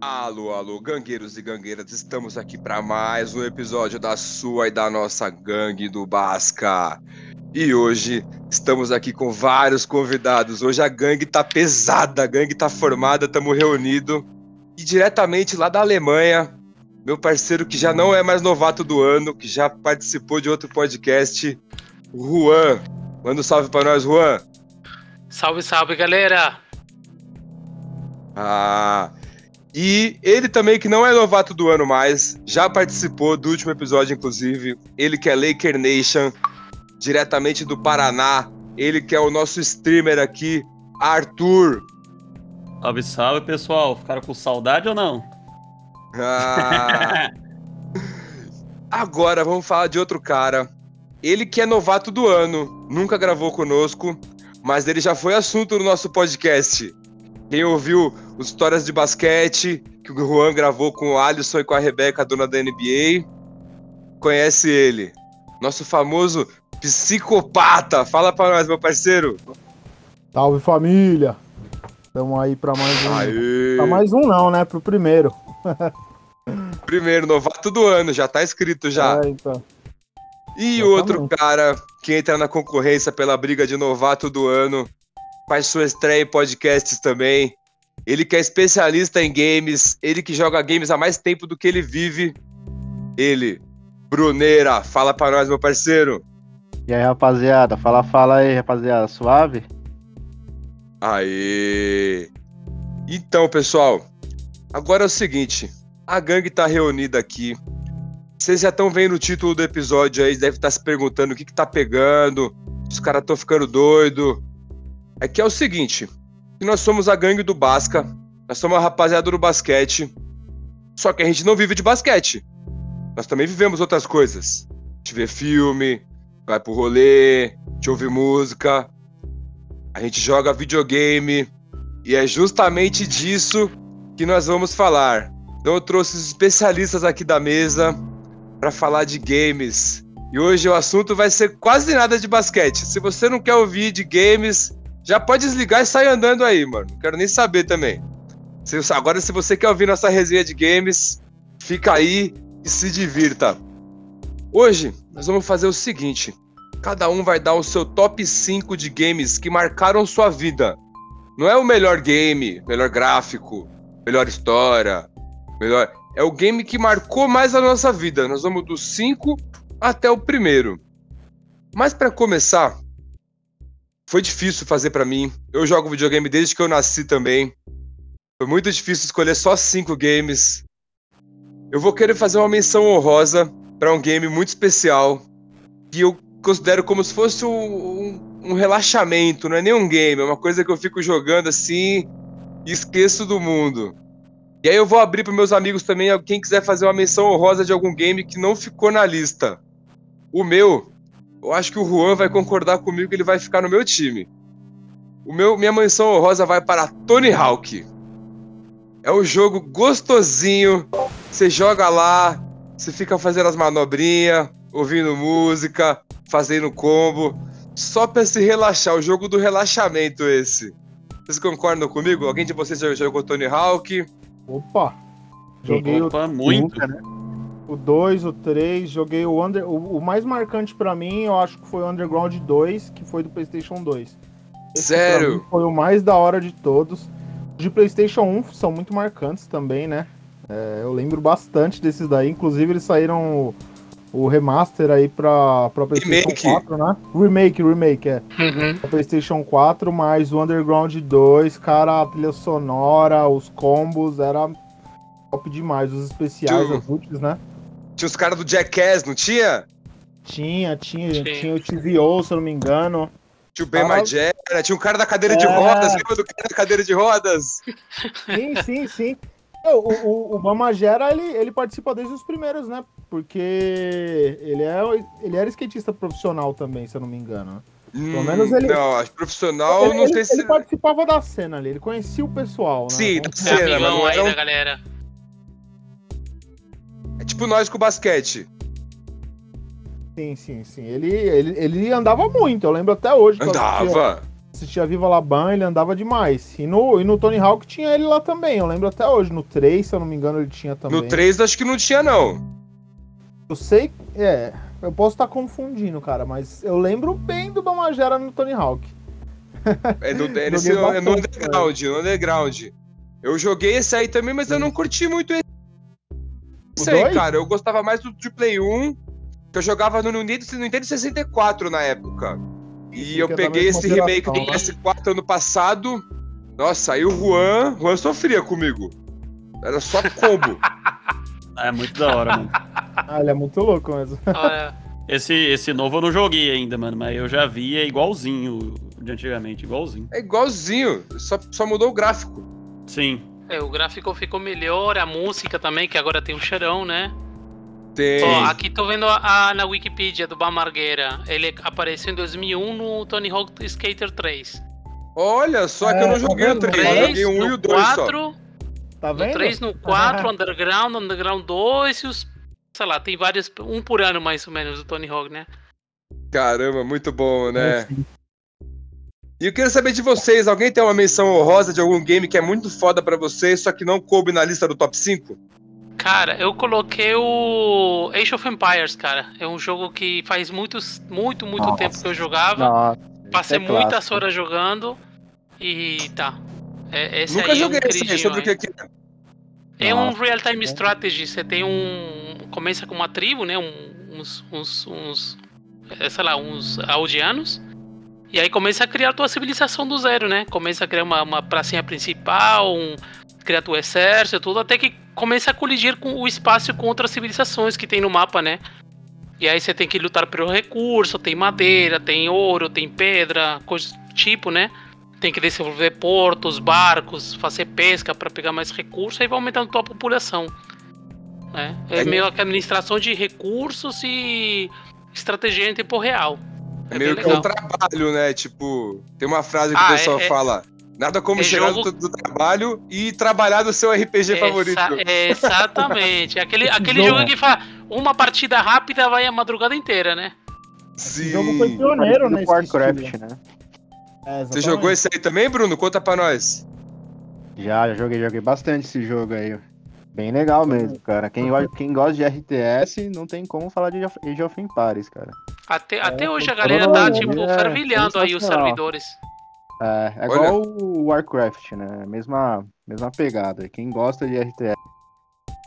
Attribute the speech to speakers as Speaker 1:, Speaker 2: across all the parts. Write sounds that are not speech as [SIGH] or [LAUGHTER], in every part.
Speaker 1: Alô, alô, gangueiros e gangueiras, estamos aqui para mais um episódio da sua e da nossa gangue do Basca. E hoje estamos aqui com vários convidados. Hoje a gangue tá pesada, a gangue tá formada, estamos reunidos e diretamente lá da Alemanha, meu parceiro que já não é mais novato do ano, que já participou de outro podcast, o Juan. Manda um salve para nós, Juan.
Speaker 2: Salve, salve, galera!
Speaker 1: Ah, e ele também, que não é novato do ano mais, já participou do último episódio, inclusive. Ele que é Laker Nation, diretamente do Paraná. Ele que é o nosso streamer aqui, Arthur.
Speaker 3: Salve, salve, pessoal. Ficaram com saudade ou não?
Speaker 1: Ah. [LAUGHS] Agora vamos falar de outro cara. Ele que é novato do ano, nunca gravou conosco, mas ele já foi assunto no nosso podcast. Quem ouviu os histórias de basquete que o Juan gravou com o Alisson e com a Rebeca, a dona da NBA, conhece ele. Nosso famoso psicopata. Fala pra nós, meu parceiro.
Speaker 4: Salve família! Estamos aí pra mais um.
Speaker 1: Aê.
Speaker 4: Pra mais um não, né? Pro primeiro.
Speaker 1: Primeiro, novato do ano, já tá escrito já.
Speaker 4: É, então.
Speaker 1: E
Speaker 4: Exatamente.
Speaker 1: outro cara que entra na concorrência pela briga de novato do ano, faz sua estreia em podcasts também. Ele que é especialista em games, ele que joga games há mais tempo do que ele vive. Ele, Bruneira, fala pra nós, meu parceiro.
Speaker 5: E aí, rapaziada, fala, fala aí, rapaziada, suave?
Speaker 1: Aê! Então, pessoal, agora é o seguinte: a gangue tá reunida aqui. Vocês já estão vendo o título do episódio aí, deve estar se perguntando o que, que tá pegando, os caras estão ficando doido. É que é o seguinte: que nós somos a gangue do Basca, nós somos a rapaziada do basquete, só que a gente não vive de basquete. Nós também vivemos outras coisas. A gente vê filme, vai pro rolê, a gente ouve música, a gente joga videogame e é justamente disso que nós vamos falar. Então eu trouxe os especialistas aqui da mesa para falar de games. E hoje o assunto vai ser quase nada de basquete. Se você não quer ouvir de games, já pode desligar e sair andando aí, mano. Não quero nem saber também. Se- agora, se você quer ouvir nossa resenha de games, fica aí e se divirta. Hoje nós vamos fazer o seguinte. Cada um vai dar o seu top 5 de games que marcaram sua vida. Não é o melhor game, melhor gráfico, melhor história, melhor. É o game que marcou mais a nossa vida. Nós vamos do 5 até o primeiro. Mas pra começar, foi difícil fazer pra mim. Eu jogo videogame desde que eu nasci também. Foi muito difícil escolher só 5 games. Eu vou querer fazer uma menção honrosa pra um game muito especial que eu considero como se fosse um, um- um relaxamento, não é nem um game, é uma coisa que eu fico jogando assim e esqueço do mundo. E aí eu vou abrir para meus amigos também, quem quiser fazer uma menção honrosa de algum game que não ficou na lista. O meu, eu acho que o Juan vai concordar comigo que ele vai ficar no meu time. O meu, minha menção honrosa vai para Tony Hawk. É um jogo gostosinho, você joga lá, você fica fazendo as manobrinhas, ouvindo música, fazendo combo, só pra se relaxar, o jogo do relaxamento esse. Vocês concordam comigo? Alguém de vocês já jogou Tony Hawk?
Speaker 4: Opa! Joguei o-
Speaker 3: Opa, muito.
Speaker 5: Nunca, né?
Speaker 4: o 2, o 3, joguei o Under. O, o mais marcante pra mim, eu acho que foi o Underground 2, que foi do PlayStation 2. Esse pra
Speaker 1: Sério?
Speaker 4: mim Foi o mais da hora de todos. De PlayStation 1 são muito marcantes também, né? É, eu lembro bastante desses daí. Inclusive, eles saíram o, o remaster aí pra, pra PlayStation
Speaker 1: Remake.
Speaker 4: 4, né? Remake, remake, é.
Speaker 2: Uhum.
Speaker 4: O PlayStation 4, mas o Underground 2, cara, a trilha sonora, os combos, era top demais. Os especiais,
Speaker 1: Tio.
Speaker 4: os úteis, né?
Speaker 1: Tinha os caras do Jackass, não tinha?
Speaker 4: Tinha, tinha,
Speaker 2: Sim.
Speaker 4: tinha o TVO, se eu não me engano.
Speaker 1: Tinha o Ben
Speaker 4: Tava-
Speaker 1: Majera, tinha um cara da cadeira de
Speaker 4: Ah. É.
Speaker 1: rodas, lembra do cara da cadeira de rodas?
Speaker 4: Sim, sim, sim. Meu, O, o, o Bamagera, ele, ele participa desde os primeiros, né? Porque ele, é, ele era skatista profissional também, se eu não me engano.
Speaker 1: Pelo
Speaker 4: menos ele-
Speaker 1: Hum, Não, acho que profissional,
Speaker 4: ele,
Speaker 1: não
Speaker 4: ele-
Speaker 1: sei se...
Speaker 4: ele participava da cena ali, ele conhecia o pessoal, né?
Speaker 1: Sim, tá
Speaker 4: Vamos
Speaker 1: da
Speaker 2: É
Speaker 4: dizer.
Speaker 1: Cena, mas
Speaker 2: amigão
Speaker 1: não
Speaker 2: aí
Speaker 1: era um- [LAUGHS]
Speaker 2: da galera.
Speaker 1: É tipo nós com o basquete.
Speaker 4: Sim, sim, sim. Ele, ele, ele andava muito, eu lembro até hoje. que eu assistia-
Speaker 1: Andava.
Speaker 4: assistia Viva Laban, ele andava demais. E no, e no Tony Hawk tinha ele lá também, eu lembro até hoje. No 3, se eu não me engano, ele tinha também.
Speaker 1: No 3 acho que não tinha, não.
Speaker 4: Eu sei. É. Eu posso estar confundindo, cara, mas eu lembro bem do Bamajera no Tony Hawk.
Speaker 1: É, do, é, nesse-
Speaker 4: Joguei
Speaker 1: é no
Speaker 4: bastante,
Speaker 1: underground, no underground. Eu joguei esse aí também, mas eu não curti muito esse. Isso aí,
Speaker 4: dois?
Speaker 1: cara. Eu gostava mais do de Play 1, que eu jogava no Nintendo, Nintendo 64 na época. E
Speaker 4: Isso,
Speaker 1: eu
Speaker 4: que é da
Speaker 1: peguei
Speaker 4: mesma
Speaker 1: esse remake do
Speaker 4: geração, tá?
Speaker 1: PS4 ano passado. Nossa, aí o Juan, Juan sofria comigo. Era só
Speaker 4: [LAUGHS]
Speaker 1: combo.
Speaker 3: Ah, É muito da hora, mano.
Speaker 4: Ah, ele é muito louco mesmo. [LAUGHS]
Speaker 2: Olha,
Speaker 3: Esse, esse novo eu não joguei ainda, mano, mas eu já vi, é igualzinho o de antigamente, igualzinho.
Speaker 1: é igualzinho, só, só mudou o gráfico.
Speaker 3: Sim.
Speaker 2: é, o gráfico ficou melhor, a música também, que agora tem o cheirão, né?
Speaker 1: Tem.
Speaker 2: Ó, aqui tô vendo a, a- na Wikipedia do Bamargueira. Ele apareceu em 2001 no Tony Hawk Skater 3.
Speaker 1: Olha só que eu não
Speaker 4: É, tá
Speaker 1: joguei o
Speaker 4: vendo?
Speaker 1: 3,
Speaker 4: Três,
Speaker 1: eu joguei o 1
Speaker 2: no
Speaker 1: e o 2 só.
Speaker 2: 4,
Speaker 4: Tá
Speaker 2: no
Speaker 4: vendo? Ah.
Speaker 2: 3, no 4, Underground, Underground 2 e os... Sei lá, tem vários... Um por ano, mais ou menos, do Tony Hawk, né?
Speaker 1: Caramba, muito bom,
Speaker 4: É,
Speaker 1: né? E eu queria saber de vocês, alguém tem uma menção honrosa de algum game que é muito foda pra vocês, só que não coube na lista do top 5?
Speaker 2: Cara, eu coloquei o Age of Empires, cara. É um jogo que faz muitos, muito, muito
Speaker 5: Nossa.
Speaker 2: tempo que eu jogava.
Speaker 5: Nossa,
Speaker 2: Passei
Speaker 5: esse é
Speaker 2: muitas
Speaker 5: clássico.
Speaker 2: horas jogando. E tá. É, esse
Speaker 1: Nunca
Speaker 2: aí
Speaker 1: joguei
Speaker 2: é um
Speaker 1: esse aí,
Speaker 2: queridinho,
Speaker 1: sobre o
Speaker 2: hein?
Speaker 1: que que é.
Speaker 2: É um
Speaker 5: Nossa.
Speaker 2: real-time strategy. Você tem um. Começa com uma tribo, né? um- uns. uns, uns é, sei lá, uns aldeanos. E aí começa a criar tua civilização do zero, né? Começa a criar uma, uma pracinha principal, um, criar teu exército, tudo, até que começa a colidir com o espaço com outras civilizações que tem no mapa, né? E aí você tem que lutar pelo recurso, tem madeira, tem ouro, tem pedra, coisas do tipo, né? tem que desenvolver portos, barcos, fazer pesca para pegar mais recursos, aí vai aumentando tua população. Né? É
Speaker 1: É
Speaker 2: meio que administração de recursos e estratégia em tempo real.
Speaker 1: É
Speaker 2: É
Speaker 1: meio
Speaker 2: bem
Speaker 1: que é um
Speaker 2: legal.
Speaker 1: trabalho, né? Tipo, tem uma frase que
Speaker 2: Ah,
Speaker 1: o pessoal
Speaker 2: é- é-
Speaker 1: fala. Nada como
Speaker 2: é
Speaker 1: chegar
Speaker 2: jogo-
Speaker 1: do, do trabalho e trabalhar do seu RPG favorito.
Speaker 2: Exa- exatamente. Aquele, aquele
Speaker 4: Jogo.
Speaker 2: jogo que fala uma partida rápida vai a madrugada inteira, né?
Speaker 4: O jogo
Speaker 1: Sim.
Speaker 4: foi
Speaker 5: Parecido
Speaker 4: pioneiro nesse É,
Speaker 5: com Warcraft, né?
Speaker 1: Você jogou esse aí também, Bruno? Conta pra nós.
Speaker 5: Já, já joguei, joguei bastante esse jogo aí. Bem legal mesmo, cara. Quem, go- quem gosta de RTS não tem como falar de Age of Empires, cara.
Speaker 2: Até, até hoje a
Speaker 5: falou
Speaker 2: galera tá,
Speaker 5: não,
Speaker 2: tipo,
Speaker 5: é
Speaker 2: fervilhando aí os
Speaker 5: sensacional.
Speaker 2: servidores.
Speaker 5: É, é
Speaker 1: Olha.
Speaker 5: igual o Warcraft, né? Mesma, mesma pegada. Quem gosta de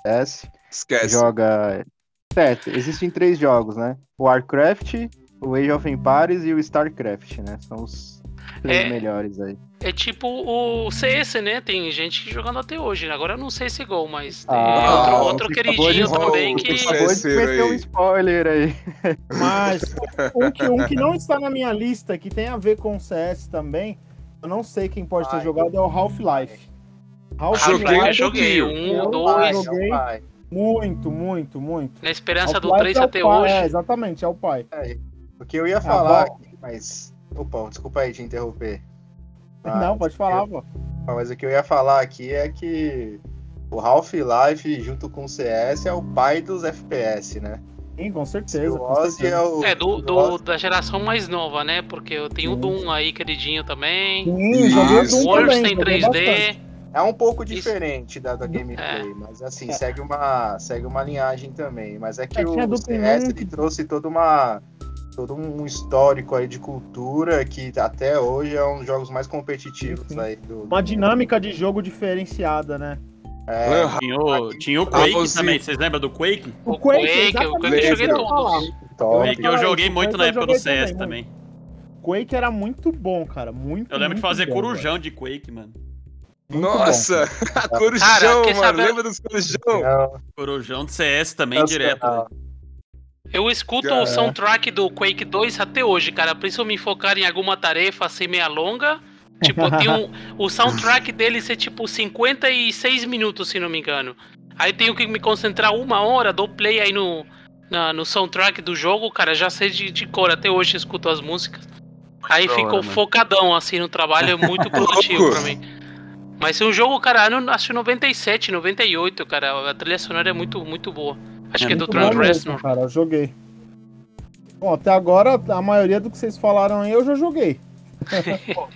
Speaker 5: RTS
Speaker 1: Esquece.
Speaker 5: joga. Certo, existem três jogos, né? O Warcraft, o Age of Empires e o StarCraft, né? São os três
Speaker 2: É.
Speaker 5: melhores aí.
Speaker 2: É tipo o CS, né? Tem gente jogando até hoje. né? Agora eu não sei se gol, mas tem
Speaker 5: Ah,
Speaker 2: outro, outro
Speaker 5: você acabou de
Speaker 2: queridinho
Speaker 1: falar,
Speaker 2: também
Speaker 1: o
Speaker 2: que.
Speaker 1: Esse
Speaker 5: Acabou de
Speaker 1: terceiro
Speaker 5: meter
Speaker 1: aí.
Speaker 5: um spoiler aí.
Speaker 2: [LAUGHS]
Speaker 4: Mas um que, um que não está na minha lista, que tem a ver com CS também, eu não sei quem pode ter
Speaker 6: Ai.
Speaker 4: jogado, é o Half-Life. é
Speaker 1: Joguei,
Speaker 2: Half-Life eu
Speaker 1: um
Speaker 2: joguei.
Speaker 4: eu
Speaker 2: Um,
Speaker 4: Pai,
Speaker 2: dois.
Speaker 4: joguei muito, muito, muito.
Speaker 2: Na esperança do
Speaker 4: Half-Life
Speaker 2: 3
Speaker 4: é o
Speaker 2: até
Speaker 4: pai,
Speaker 2: hoje.
Speaker 4: É, exatamente, é o pai.
Speaker 6: O que
Speaker 4: Ah,
Speaker 6: eu ia falar
Speaker 4: bom.
Speaker 6: aqui, mas. Opa, desculpa aí te interromper. Mas-
Speaker 4: [LAUGHS] não, pode falar, pô.
Speaker 6: Mas o que eu ia falar aqui é que o Half-Life, junto com o CS, é o pai dos FPS, né?
Speaker 4: Sim, com certeza.
Speaker 6: O
Speaker 4: com
Speaker 6: Ozzy
Speaker 4: certeza.
Speaker 6: é o.
Speaker 2: É, do,
Speaker 6: o
Speaker 2: do-
Speaker 6: Ozzy-
Speaker 2: da geração mais nova, né? Porque eu tenho o Doom aí, queridinho também.
Speaker 4: Sim, joguei
Speaker 1: Isso.
Speaker 4: o Doom
Speaker 2: Wolves
Speaker 4: também,
Speaker 2: tem
Speaker 4: joguei
Speaker 2: 3D.
Speaker 6: É um pouco
Speaker 2: Isso.
Speaker 6: diferente da, da gameplay, mas assim,
Speaker 4: É.
Speaker 6: segue uma, segue uma linhagem também. Mas é que
Speaker 4: É, tinha
Speaker 6: o
Speaker 4: do
Speaker 6: CS
Speaker 4: Pimenta.
Speaker 6: ele trouxe toda uma. Todo um histórico aí de cultura que até hoje é um dos jogos mais competitivos
Speaker 4: Sim.
Speaker 6: aí do.
Speaker 4: Uma
Speaker 6: do-
Speaker 4: dinâmica de jogo diferenciada, né?
Speaker 6: É,
Speaker 1: Lan House,
Speaker 3: Tinha o, tinha o
Speaker 1: Ah,
Speaker 3: Quake
Speaker 1: você-
Speaker 3: também, vocês lembram do Quake?
Speaker 2: O Quake, o Quake
Speaker 1: eu
Speaker 4: exatamente
Speaker 1: joguei
Speaker 4: isso que ia
Speaker 2: todos.
Speaker 4: falar. Eu
Speaker 6: top.
Speaker 4: ia
Speaker 3: Quake eu
Speaker 4: falar
Speaker 3: joguei
Speaker 4: isso,
Speaker 3: muito
Speaker 4: Quake
Speaker 3: na
Speaker 4: eu
Speaker 3: época do
Speaker 4: joguei
Speaker 3: CS
Speaker 4: também,
Speaker 3: também.
Speaker 4: Quake era muito bom, cara. Muito
Speaker 3: Eu lembro de
Speaker 4: muito
Speaker 3: fazer
Speaker 4: bom,
Speaker 3: corujão de Quake, mano.
Speaker 4: Muito
Speaker 1: Nossa, [LAUGHS]
Speaker 2: Cara,
Speaker 1: corujão,
Speaker 2: quer
Speaker 1: mano.
Speaker 2: saber-
Speaker 1: Lembra dos corujão?
Speaker 6: Não,
Speaker 3: Corujão de CS também,
Speaker 6: Nossa,
Speaker 3: direto. né?
Speaker 6: ah,
Speaker 3: velho.
Speaker 2: Eu escuto
Speaker 1: Cara.
Speaker 2: o soundtrack do Quake 2 até hoje, cara. Por isso eu me focar em alguma tarefa assim meia longa. Tipo, tem um, o soundtrack dele ser tipo 56 minutos, se não me engano. Aí tenho que me concentrar uma hora, dou play aí no, na- no soundtrack do jogo, cara. Já sei de, de cor, até hoje escuto as músicas. Aí
Speaker 3: da hora,
Speaker 2: ficou
Speaker 3: mano.
Speaker 2: focadão assim no trabalho, é muito produtivo
Speaker 1: Louco.
Speaker 2: pra mim. Mas é um jogo, cara, ano, acho que 97, 98, cara. A trilha sonora é muito, muito boa. Acho
Speaker 3: É
Speaker 2: que é do
Speaker 4: Muito
Speaker 2: Trent
Speaker 4: bom
Speaker 2: Reznor.
Speaker 4: mesmo, cara. Eu joguei. Bom, até agora, a maioria do que vocês falaram aí eu já joguei.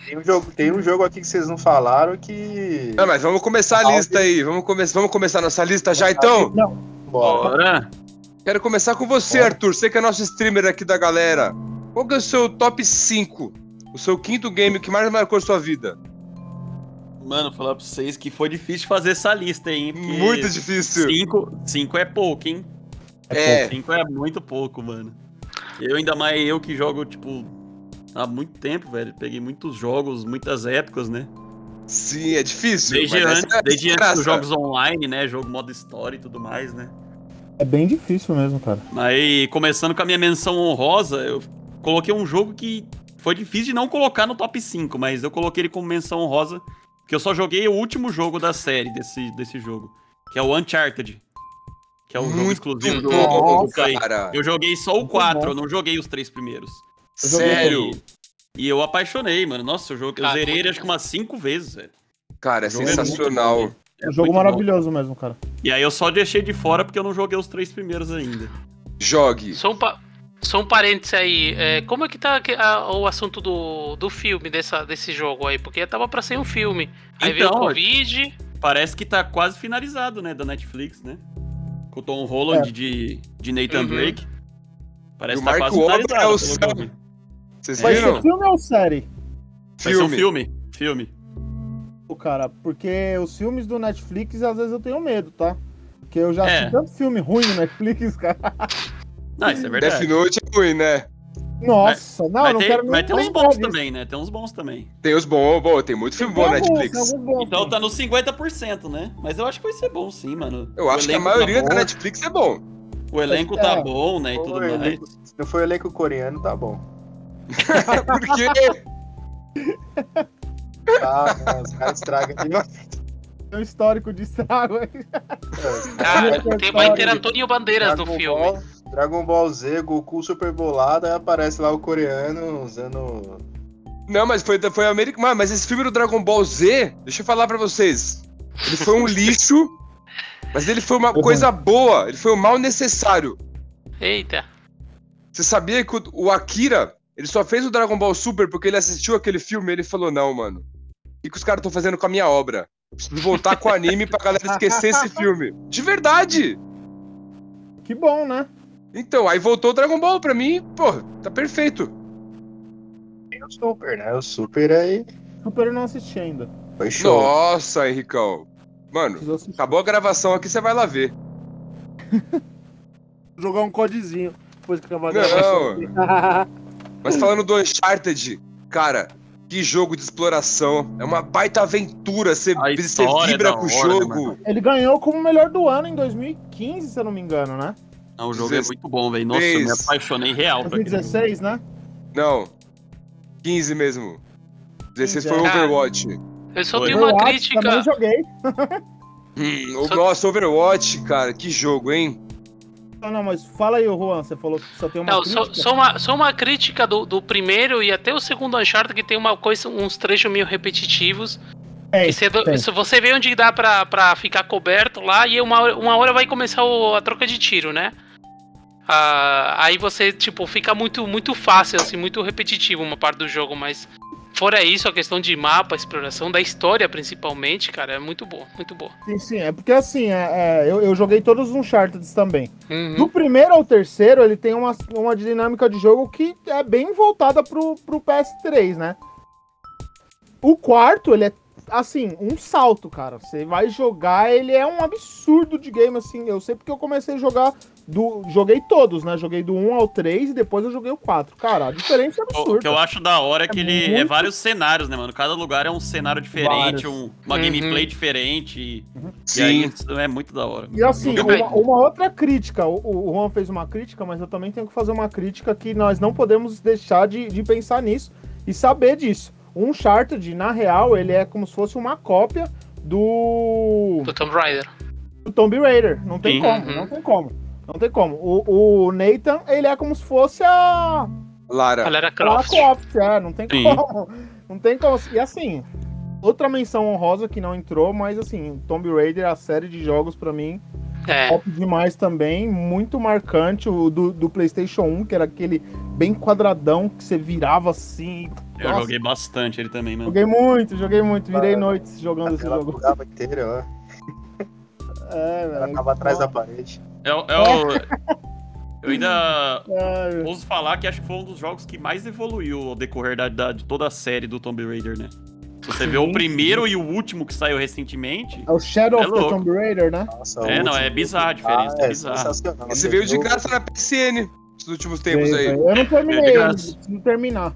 Speaker 6: Tem um, jogo, tem um jogo aqui que vocês não falaram que.
Speaker 1: Ah, mas vamos começar a lista aí. Vamos, come vamos começar nossa lista já então?
Speaker 6: Bora.
Speaker 3: Bora.
Speaker 1: Quero começar com você, Arthur. Você que é nosso streamer aqui da galera. Qual que é o seu top 5? O seu quinto game que mais marcou sua vida?
Speaker 3: Mano, falar pra vocês que foi difícil fazer essa lista, aí, hein? porque
Speaker 1: Muito difícil.
Speaker 3: Cinco, cinco é pouco, hein?
Speaker 1: É.
Speaker 3: Cinco é muito pouco, mano. Eu ainda mais eu que jogo, tipo, há muito tempo, velho. Peguei muitos jogos, muitas épocas, né?
Speaker 1: Sim, é difícil.
Speaker 3: Desde
Speaker 1: mas
Speaker 3: antes,
Speaker 1: essa é a
Speaker 3: desde antes
Speaker 1: graça.
Speaker 3: dos jogos online, né? Jogo modo história e tudo mais, né?
Speaker 4: É bem difícil mesmo, cara.
Speaker 3: Aí, começando com a minha menção honrosa, eu coloquei um jogo que foi difícil de não colocar no top 5, mas eu coloquei ele como menção honrosa, porque eu só joguei o último jogo da série desse, desse jogo, que é o Uncharted. Que é um jogo
Speaker 1: Muito
Speaker 3: exclusivo do
Speaker 1: bom,
Speaker 3: do
Speaker 4: Nossa,
Speaker 3: Play.
Speaker 1: cara.
Speaker 3: Eu joguei só o
Speaker 4: Muito
Speaker 3: 4,
Speaker 4: bom.
Speaker 3: eu não joguei os três primeiros.
Speaker 4: eu joguei
Speaker 1: Sério?
Speaker 3: E eu apaixonei, mano. Nossa, eu, joguei, eu
Speaker 2: Ah,
Speaker 3: zerei
Speaker 2: muito
Speaker 3: ele acho que umas 5 vezes, velho.
Speaker 1: Cara, é
Speaker 3: O jogo é
Speaker 1: sensacional.
Speaker 3: muito É
Speaker 4: um jogo
Speaker 3: muito bom.
Speaker 4: maravilhoso mesmo, cara.
Speaker 3: E aí eu só deixei de fora porque eu não joguei os três primeiros ainda.
Speaker 1: Jogue.
Speaker 2: Só um, pa- só um parênteses aí. é, como é que tá que- a- o assunto do, do filme, dessa, desse jogo aí? Porque tava pra ser um filme. Aí veio o
Speaker 3: Então,
Speaker 2: Covid.
Speaker 3: Parece que tá quase finalizado, né? Da Netflix, né? Com o Tom Holland
Speaker 4: É.
Speaker 3: de, de Nathan
Speaker 2: Uhum.
Speaker 3: Drake. Parece
Speaker 1: E o
Speaker 3: que tá
Speaker 1: Mark
Speaker 3: quase
Speaker 1: Wahlberg
Speaker 3: finalizado.
Speaker 1: é o
Speaker 3: pelo
Speaker 1: Sam.
Speaker 3: que eu vi.
Speaker 1: Vocês
Speaker 4: Vai
Speaker 1: viram?
Speaker 4: ser filme ou série?
Speaker 3: Vai ser um filme. Filme.
Speaker 4: Pô, cara, porque os filmes do Netflix, às vezes eu tenho medo, tá? Porque eu já
Speaker 3: É.
Speaker 4: assisti tanto filme ruim no Netflix, cara. [LAUGHS]
Speaker 3: Não, isso é
Speaker 1: Death
Speaker 3: verdade.
Speaker 1: Note é ruim, né?
Speaker 4: Nossa, não,
Speaker 3: Mas
Speaker 4: Ah, não
Speaker 3: tem,
Speaker 4: quero nem
Speaker 3: mas tem uns
Speaker 4: lembrar
Speaker 3: bons
Speaker 4: disso.
Speaker 3: também, né? Tem uns bons também.
Speaker 1: Tem os bons, bom, tem muito filme bom na
Speaker 4: Tem alguns, tem
Speaker 1: Netflix.
Speaker 4: alguns bons,
Speaker 3: Então
Speaker 4: cara.
Speaker 3: tá nos 50%, né? Mas eu acho que vai ser bom sim, mano.
Speaker 1: Eu
Speaker 3: O
Speaker 1: acho que a
Speaker 3: elenco
Speaker 1: maioria da
Speaker 3: tá bom,
Speaker 1: Netflix é bom.
Speaker 3: O elenco tá
Speaker 4: É.
Speaker 3: bom, né? E tudo
Speaker 6: O
Speaker 3: mais.
Speaker 6: elenco- Se não for elenco coreano, tá bom.
Speaker 1: Porque
Speaker 6: Tá, né, os caras estragam demais.
Speaker 4: Tem um histórico de estrago aí. [LAUGHS]
Speaker 6: é,
Speaker 2: Ah,
Speaker 4: Dragon
Speaker 2: tem,
Speaker 4: Ball,
Speaker 2: vai ter Antônio Bandeiras no filme.
Speaker 6: Ball, Dragon Ball Z, Goku super bolado, aí aparece lá o coreano usando.
Speaker 1: Não, mas foi, foi americano. Mano, mas esse filme do Dragon Ball Z, deixa eu falar pra vocês. Ele foi um lixo, mas ele foi uma
Speaker 4: Uhum.
Speaker 1: coisa boa. Ele foi o mal necessário.
Speaker 2: Eita.
Speaker 1: Você sabia que o, o Akira, ele só fez o Dragon Ball Super porque ele assistiu aquele filme e ele falou: não, mano. O que, que os caras estão fazendo com a minha obra? Preciso voltar com o anime pra galera esquecer esse filme. De verdade!
Speaker 4: Que bom, né?
Speaker 1: Então, aí voltou o Dragon Ball pra mim, pô, tá perfeito.
Speaker 6: Tem o super, né? O super aí.
Speaker 4: Super eu não assisti ainda.
Speaker 6: Foi show.
Speaker 1: Nossa, Henricão. Mano,
Speaker 4: Preciso assistir.
Speaker 1: acabou a gravação aqui, você vai lá ver.
Speaker 4: Jogar um codezinho depois que acabar a
Speaker 1: Não.
Speaker 4: gravação.
Speaker 1: Mas falando do Uncharted, cara, que jogo de exploração. É uma baita aventura. Você,
Speaker 3: A
Speaker 1: você
Speaker 3: história é
Speaker 1: vibra
Speaker 3: da
Speaker 1: com o
Speaker 3: hora, né,
Speaker 1: jogo.
Speaker 3: mano?
Speaker 4: [LAUGHS] Ele ganhou como o melhor do ano em 2015, se eu não me engano, né?
Speaker 3: Não, o jogo é muito bom, velho. Nossa, eu me
Speaker 1: Dezesseis.
Speaker 3: apaixonei real pra aquele jogo.
Speaker 4: 2016, né?
Speaker 1: Não. 15 mesmo. 16 foi
Speaker 4: Cara.
Speaker 1: Overwatch.
Speaker 2: Eu só
Speaker 3: Foi.
Speaker 2: tenho uma
Speaker 4: Overwatch,
Speaker 2: crítica.
Speaker 4: Também joguei.
Speaker 1: Hum, o-
Speaker 2: Só-
Speaker 1: Nossa, Overwatch, cara, que jogo, hein?
Speaker 4: Não, não, mas fala aí, ô Juan, você falou que só tem uma
Speaker 2: Não,
Speaker 4: crítica.
Speaker 2: só, só uma, só uma crítica do, do primeiro e até o segundo Uncharted, que tem uma coisa, uns trechos meio repetitivos.
Speaker 4: É,
Speaker 2: E você, do-
Speaker 4: tem.
Speaker 2: se você vê onde dá pra, pra ficar coberto lá, e uma, hora- uma hora vai começar o- a troca de tiro, né? Ah, aí você, tipo, fica muito, muito fácil, assim, muito repetitivo uma parte do jogo, mas fora isso, a questão de mapa, exploração da história principalmente, cara, é muito boa, muito boa.
Speaker 4: Sim, sim, é porque assim, é- é, eu, eu joguei todos os Uncharted também.
Speaker 2: Uhum.
Speaker 4: Do primeiro ao terceiro, ele tem uma, uma dinâmica de jogo que é bem voltada pro, pro PS3, né? O quarto, ele é, assim, um salto, cara. Você vai jogar, ele é um absurdo de game, assim. Eu sei porque eu comecei a jogar. Do, joguei todos, né? Joguei do 1 ao 3 e depois eu joguei o 4. Cara, a diferença é
Speaker 3: O
Speaker 4: absurda.
Speaker 3: que eu acho da hora é que
Speaker 4: É
Speaker 3: ele é
Speaker 4: muito-
Speaker 3: vários cenários, né, mano? Cada lugar é um cenário diferente,
Speaker 4: Vários.
Speaker 3: um- uma
Speaker 2: Uhum.
Speaker 3: gameplay diferente. E aí,
Speaker 1: Sim.
Speaker 3: isso é muito da hora.
Speaker 4: E assim,
Speaker 2: Eu-
Speaker 4: uma, uma outra crítica, o, o Juan fez uma crítica, mas eu também tenho que fazer uma crítica que nós não podemos deixar de, de pensar nisso e saber disso. O Uncharted, na real, ele é como se fosse uma cópia do,
Speaker 2: Do Tomb Raider.
Speaker 4: do Tomb Raider. Não tem
Speaker 3: Sim.
Speaker 4: como,
Speaker 2: Uhum.
Speaker 4: não tem como. Não tem como. O, o Nathan, ele é como se fosse a,
Speaker 1: Lara.
Speaker 2: Galera
Speaker 4: Lara
Speaker 2: Croft.
Speaker 4: Croft, é, não tem
Speaker 3: Sim.
Speaker 4: como. [LAUGHS] Não tem como. E assim, outra menção honrosa que não entrou, mas assim, Tomb Raider, a série de jogos pra mim,
Speaker 2: É,
Speaker 4: top demais também, muito marcante o do, do PlayStation 1, que era aquele bem quadradão que você virava assim.
Speaker 3: Eu
Speaker 4: Nossa.
Speaker 3: joguei bastante ele também, mano.
Speaker 4: Joguei muito, joguei muito, virei
Speaker 6: Ah,
Speaker 4: noites jogando esse
Speaker 6: Ela
Speaker 4: jogo.
Speaker 6: bugava inteira, ó.
Speaker 4: [LAUGHS] É,
Speaker 6: Ela
Speaker 4: velho.
Speaker 6: tava atrás da parede.
Speaker 3: É, [LAUGHS] o- é o... Eu ainda
Speaker 4: É,
Speaker 3: ouso falar que acho que foi um dos jogos que mais evoluiu ao decorrer da, da- de toda a série do Tomb Raider, né? Se você vê o
Speaker 4: Sim,
Speaker 3: primeiro e o último que saiu recentemente.
Speaker 4: é o Shadow
Speaker 3: É
Speaker 4: of the
Speaker 3: louco.
Speaker 4: Tomb Raider, né?
Speaker 6: Nossa,
Speaker 3: É,
Speaker 6: o
Speaker 3: não, é
Speaker 6: último-
Speaker 3: bizarra a diferença, é
Speaker 6: é
Speaker 3: bizarra.
Speaker 6: sensacional. né?
Speaker 1: Esse veio de
Speaker 6: jogo.
Speaker 1: graça na PSN nos últimos tempos aí.
Speaker 4: Eu não terminei,
Speaker 3: É de
Speaker 4: eu
Speaker 3: graça.
Speaker 4: preciso terminar.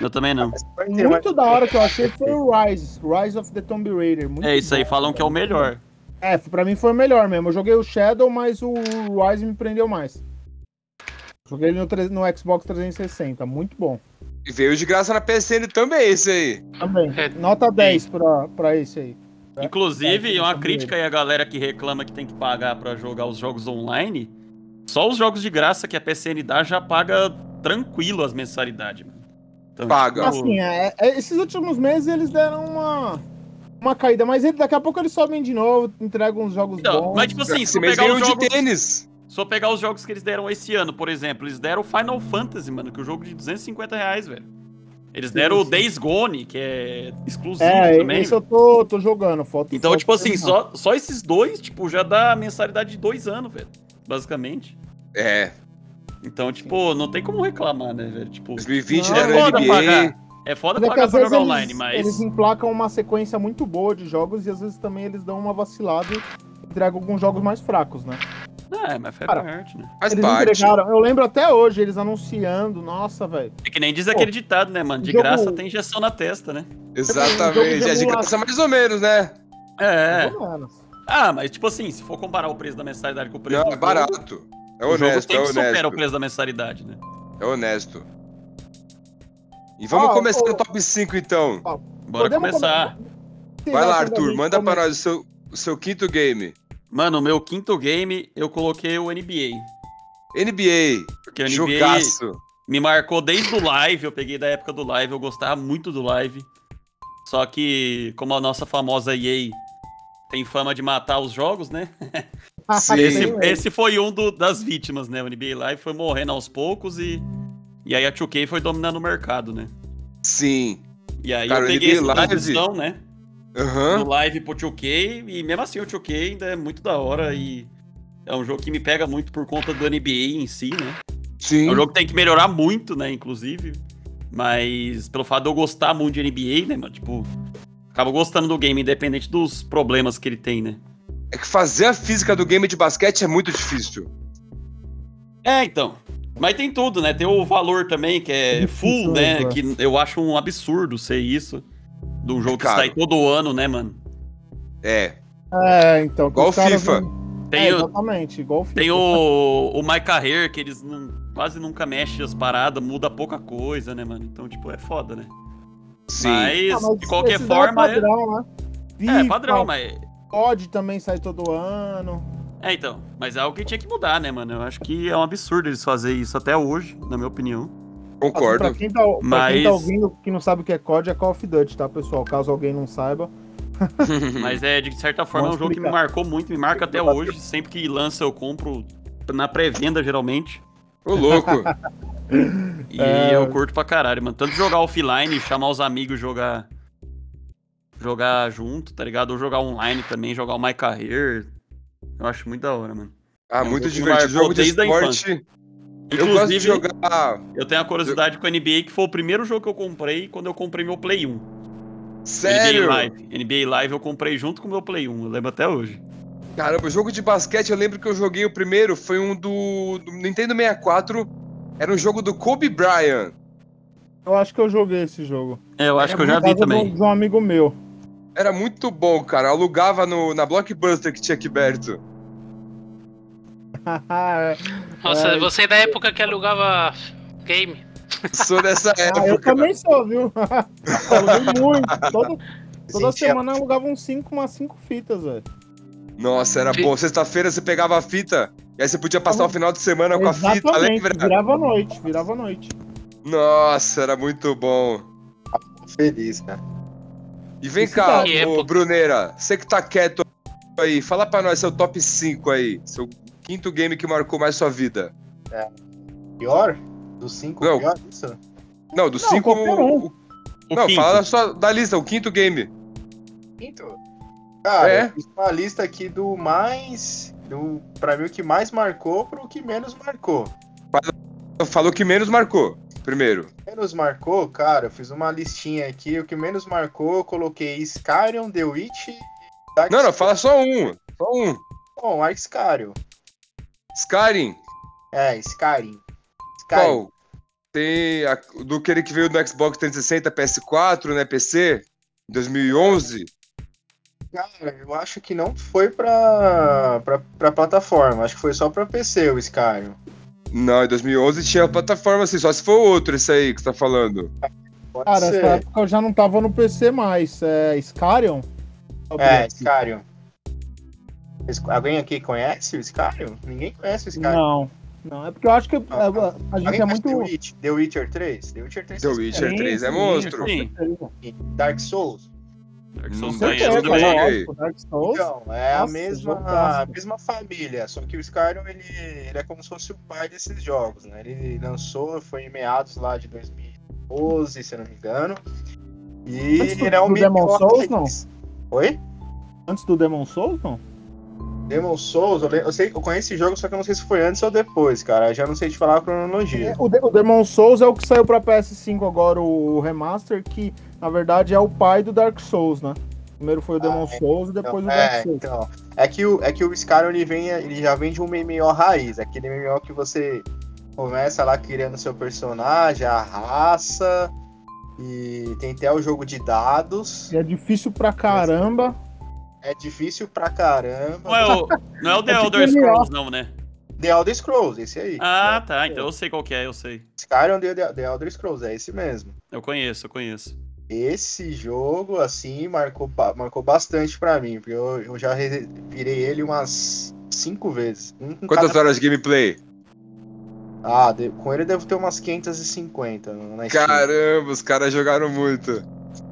Speaker 3: Eu também não.
Speaker 6: Vai ter mais-
Speaker 4: Muito da hora que eu achei foi o Rise, Rise of the Tomb Raider. muito
Speaker 3: É isso aí,
Speaker 4: bom.
Speaker 3: falam que é o melhor.
Speaker 4: É, pra mim foi o melhor mesmo. Eu joguei o Shadow, mas o Rise me prendeu mais. Joguei ele no, tre- no Xbox 360, muito bom.
Speaker 1: E veio de graça na PSN também, esse aí.
Speaker 4: Também.
Speaker 2: É,
Speaker 4: Nota 10 pra, pra esse aí.
Speaker 3: Inclusive,
Speaker 4: É,
Speaker 3: uma
Speaker 4: também.
Speaker 3: crítica aí a galera que reclama que tem que pagar pra jogar os jogos online. Só os jogos de graça que a PCN dá já paga tranquilo as mensalidades, mano. Então,
Speaker 1: Paga.
Speaker 3: tipo,
Speaker 4: Assim, é- é- esses últimos meses eles deram uma, uma caída, mas ele- daqui a pouco eles sobem de novo, entregam uns jogos
Speaker 3: Então,
Speaker 4: bons.
Speaker 3: mas tipo assim, se
Speaker 1: esse
Speaker 3: eu
Speaker 1: mês
Speaker 3: pegar
Speaker 1: ganhou
Speaker 3: os
Speaker 1: um de
Speaker 3: jogos
Speaker 1: tênis.
Speaker 3: Só pegar os jogos que eles deram esse ano, por exemplo, eles deram o Final Fantasy, mano, que é um jogo de 250 reais, velho. Eles deram o
Speaker 4: sim.
Speaker 3: Days Gone, que é exclusivo
Speaker 4: é,
Speaker 3: também.
Speaker 4: esse eu tô, tô jogando, foto.
Speaker 3: Então, tipo assim, só, só esses dois, tipo, já dá a mensalidade de dois anos, velho. Basicamente.
Speaker 1: É,
Speaker 3: Então, tipo, não tem como reclamar, né, velho? Tipo,
Speaker 1: 2020
Speaker 4: Não,
Speaker 1: deram
Speaker 4: é
Speaker 3: foda
Speaker 1: NBA.
Speaker 3: pagar. é foda
Speaker 4: Mas é que
Speaker 3: pagar
Speaker 4: às
Speaker 3: pra
Speaker 4: vezes
Speaker 3: jogar
Speaker 4: eles,
Speaker 3: online, mas.
Speaker 4: eles emplacam uma sequência muito boa de jogos e às vezes também eles dão uma vacilada e entregam alguns jogos mais fracos, né?
Speaker 3: É, mas faz
Speaker 4: Cara,
Speaker 3: parte, né?
Speaker 1: Faz
Speaker 4: eles
Speaker 1: parte.
Speaker 4: entregaram, eu lembro até hoje eles anunciando, nossa, velho.
Speaker 3: É que nem diz aquele ditado, né, mano? De
Speaker 4: jogo-
Speaker 3: graça tem injeção na testa, né?
Speaker 1: Exatamente. É de graça mais ou menos, né?
Speaker 3: É.
Speaker 4: pelo menos.
Speaker 3: Ah, mas, tipo assim, se for comparar o preço da mensalidade com o preço
Speaker 1: Não,
Speaker 3: do
Speaker 1: é
Speaker 3: jogo,
Speaker 1: barato. É
Speaker 3: o jogo
Speaker 1: honesto,
Speaker 3: tem
Speaker 1: é
Speaker 3: que superar o
Speaker 1: honesto.
Speaker 3: preço da mensalidade, né?
Speaker 1: É honesto. E vamos
Speaker 4: Ó,
Speaker 1: começar
Speaker 4: ô-
Speaker 1: o top 5, então.
Speaker 3: Bora
Speaker 4: Podemos
Speaker 3: começar.
Speaker 4: Vocês
Speaker 1: Vai lá,
Speaker 4: acham da
Speaker 1: Arthur.
Speaker 4: gente
Speaker 1: Manda
Speaker 4: começar?
Speaker 1: para
Speaker 4: [LAUGHS]
Speaker 1: nós o seu, o seu quinto game.
Speaker 3: Mano, meu quinto game, eu coloquei o NBA.
Speaker 1: NBA.
Speaker 3: Porque o NBA
Speaker 1: Jogaço.
Speaker 3: me marcou desde o live, eu peguei da época do live, eu gostava muito do live. Só que, como a nossa famosa EA tem fama de matar os jogos, né?
Speaker 1: Sim.
Speaker 4: Tem
Speaker 3: Esse,
Speaker 4: mesmo.
Speaker 3: esse foi um do- das vítimas, né? O NBA Live foi morrendo aos poucos e. E aí a 2K foi dominando o mercado, né?
Speaker 1: Sim.
Speaker 3: E aí
Speaker 1: Cara,
Speaker 3: eu
Speaker 1: o
Speaker 3: peguei
Speaker 1: NBA
Speaker 3: essa
Speaker 1: Live-
Speaker 3: transição, né?
Speaker 1: Aham.
Speaker 3: no live pro 2K, e mesmo assim o 2K ainda é muito da hora e é um jogo que me pega muito por conta do NBA em si, né?
Speaker 1: Sim.
Speaker 3: É um jogo que tem que melhorar muito, né, inclusive. Mas pelo fato de eu gostar muito de NBA, né, mano, tipo, acabo gostando do game independente dos problemas que ele tem, né?
Speaker 1: É que fazer a física do game de basquete é muito difícil.
Speaker 3: É, então. Mas tem tudo, né? Tem o valor também, que é full, né? Que eu acho um absurdo ser isso. De um jogo que
Speaker 1: Caro.
Speaker 3: sai todo ano, né, mano?
Speaker 1: É.
Speaker 4: É, então. que
Speaker 1: Igual
Speaker 4: os caras
Speaker 1: FIFA.
Speaker 4: não-
Speaker 3: Tem,
Speaker 4: É,
Speaker 3: o-
Speaker 4: exatamente, igual o FIFA. Ah,
Speaker 3: Tem o, o Mike Carrer, que eles não- quase nunca mexem as paradas, muda pouca coisa, né, mano? Então, tipo, é foda, né?
Speaker 1: Sim.
Speaker 3: Mas,
Speaker 4: Ah, mas
Speaker 3: de qualquer
Speaker 4: esses daí
Speaker 3: forma,
Speaker 4: É padrão, né?
Speaker 3: é, é
Speaker 4: FIFA,
Speaker 3: padrão, mas.
Speaker 4: COD também sai todo ano.
Speaker 3: É, então. Mas é algo que tinha que mudar, né, mano? Eu acho que é um absurdo eles fazerem isso até hoje, na minha opinião.
Speaker 4: Assim,
Speaker 1: Concordo.
Speaker 4: pra, quem tá, pra quem
Speaker 3: Mas-
Speaker 4: tá ouvindo que não sabe o que é COD, é Call of Duty, tá, pessoal? Caso alguém não saiba.
Speaker 3: [LAUGHS] Mas é, de certa forma, é um
Speaker 4: Vamos
Speaker 3: jogo que me
Speaker 4: explicar.
Speaker 3: marcou muito, me marca até hoje. Sempre que lança, eu compro na pré-venda, geralmente.
Speaker 1: Ô, louco.
Speaker 3: E
Speaker 4: É.
Speaker 3: eu curto pra caralho, mano. Tanto jogar offline, chamar os amigos jogar. Jogar junto, tá ligado? Ou jogar online também, jogar o My Career. Eu acho muito da hora, mano.
Speaker 1: Ah,
Speaker 3: um
Speaker 1: muito
Speaker 3: jogo que
Speaker 1: divertido.
Speaker 3: marcou
Speaker 1: Jogo de
Speaker 3: desde a
Speaker 1: esporte. Eu gosto de
Speaker 3: Inclusive, eu,
Speaker 1: jogar.
Speaker 3: tenho a curiosidade com o NBA, que foi o primeiro jogo que eu comprei quando eu comprei meu Play 1.
Speaker 1: Sério?
Speaker 3: NBA Live. NBA Live eu comprei junto com o meu Play 1, eu lembro até hoje.
Speaker 1: Caramba, jogo de basquete, eu lembro que eu joguei o primeiro, foi um do, do Nintendo 64. Era um jogo do Kobe Bryant.
Speaker 4: Eu acho que eu joguei esse jogo.
Speaker 3: É, eu acho
Speaker 4: Era
Speaker 3: que eu já
Speaker 4: por
Speaker 3: vi
Speaker 4: causa de um-
Speaker 3: também.
Speaker 4: De um amigo meu. [LAUGHS]
Speaker 1: Era muito bom, cara. Eu alugava no, na Blockbuster que tinha aqui perto.
Speaker 4: ah,
Speaker 2: nossa,
Speaker 4: É,
Speaker 2: você é da época que alugava game.
Speaker 1: Sou dessa
Speaker 4: [LAUGHS]
Speaker 1: época.
Speaker 4: Ah, eu também sou, viu? [LAUGHS] Aluguei muito. Toda, toda
Speaker 6: Sentia-
Speaker 4: semana eu alugava uns cinco, umas cinco fitas, velho.
Speaker 1: Nossa, era bom. Sexta-feira você pegava a fita, e aí você podia passar o final de semana com a fita, tá lembra?
Speaker 4: virava noite, virava noite.
Speaker 1: Nossa, era muito bom.
Speaker 6: Feliz, cara.
Speaker 1: E vem
Speaker 4: Isso
Speaker 1: cá,
Speaker 2: dá. Que
Speaker 1: ô,
Speaker 2: época.
Speaker 1: Bruneira, você que tá quieto aí. Fala pra nós seu top 5 aí. Seu quinto game que marcou mais sua vida.
Speaker 6: Pior? Dos cinco
Speaker 1: Não.
Speaker 6: pior? Isso?
Speaker 1: Não, dos
Speaker 4: Não,
Speaker 1: 5.
Speaker 4: qualquer um.
Speaker 3: O
Speaker 1: Não,
Speaker 3: quinto.
Speaker 1: fala da sua da lista, o quinto game.
Speaker 6: Quinto? Cara,
Speaker 1: É?
Speaker 6: eu fiz uma lista aqui do mais. Do, pra mim, o que mais marcou pro que menos marcou.
Speaker 1: Falou que menos marcou. Primeiro.
Speaker 6: menos marcou, cara, eu fiz uma listinha aqui. O que menos marcou, eu coloquei Skyrim, The Witch. e Dark
Speaker 1: Não, não,
Speaker 6: Souls.
Speaker 1: fala só um. Só um.
Speaker 6: Bom, a Skyrim.
Speaker 1: Skyrim.
Speaker 6: É, Skyrim. Skyrim.
Speaker 1: Qual? Tem a- do que ele que veio do Xbox 360, PS4, né, PC, 2011.
Speaker 6: Cara, eu acho que não foi pra, pra, pra plataforma. Acho que foi só pra PC o Skyrim.
Speaker 1: Não, em 2011 tinha plataforma assim, só se for outro esse aí que você tá falando.
Speaker 6: Pode
Speaker 4: Cara,
Speaker 6: ser.
Speaker 4: essa época eu já não tava no PC mais. É Scarion?
Speaker 6: É, Skyrim. Es- Alguém aqui conhece o Skyrim? Ninguém conhece o Skyrim.
Speaker 4: Não. Não, é porque eu acho que é,
Speaker 6: Ah, tá.
Speaker 4: a gente
Speaker 6: Alguém
Speaker 4: é
Speaker 6: conhece
Speaker 4: muito.
Speaker 6: The, Witch? The Witcher 3? The Witcher 3.
Speaker 1: The Witcher
Speaker 4: Sim,
Speaker 1: 3 é
Speaker 4: sim,
Speaker 1: monstro.
Speaker 3: Sim,
Speaker 6: Dark Souls?
Speaker 3: Dark Souls
Speaker 1: Não
Speaker 4: Você
Speaker 1: tem,
Speaker 3: conheço
Speaker 1: eu
Speaker 4: pega,
Speaker 3: também.
Speaker 1: joguei.
Speaker 4: lógico, é Dark Souls.
Speaker 6: Então, é a
Speaker 4: Nossa, jogo
Speaker 6: mesma, a
Speaker 4: clássico.
Speaker 6: mesma família, só que o Skyrim ele, ele é como se fosse o pai desses jogos, né? Ele lançou, foi em meados lá de 2012, se eu não me engano. E
Speaker 4: Antes do-
Speaker 6: ele é um
Speaker 4: do Demon Souls,
Speaker 6: MMORPG.
Speaker 4: não?
Speaker 6: Oi?
Speaker 4: Antes do Demon Souls, não?
Speaker 6: Demon Souls, eu, le- eu sei, eu conheço esse jogo, só que eu não sei se foi antes ou depois, cara. Eu já não sei te falar a cronologia.
Speaker 4: O, De- o Demon Souls é o que saiu pra PS5 agora, o remaster, que na verdade é o pai do Dark Souls, né? Primeiro foi o Demon Souls e depois o
Speaker 6: Então, é,
Speaker 4: Dark Souls.
Speaker 6: então. É que o, é que o Skyrim ele, vem, ele já vem de um MMO raiz, aquele MMO que você começa lá criando seu personagem, a raça, e tem até o jogo de dados.
Speaker 4: E é difícil pra caramba.
Speaker 6: É difícil pra caramba.
Speaker 3: Não é o, não é o The
Speaker 4: É
Speaker 3: Elder
Speaker 4: tipo
Speaker 3: Scrolls, não, né?
Speaker 6: The Elder Scrolls, esse aí.
Speaker 3: Ah, tá. Então eu sei qual que é, eu sei.
Speaker 6: Skyrim The, The- The Elder Scrolls, é esse mesmo.
Speaker 3: Eu conheço, eu conheço.
Speaker 6: Esse jogo, assim, marcou, ba- marcou bastante pra mim, porque eu, eu já re- virei ele umas cinco vezes. Um com
Speaker 1: Quantas
Speaker 6: cada-
Speaker 1: horas de gameplay?
Speaker 6: Ah, de- com ele devo ter umas 550 na Steam.
Speaker 1: Caramba, os caras jogaram muito.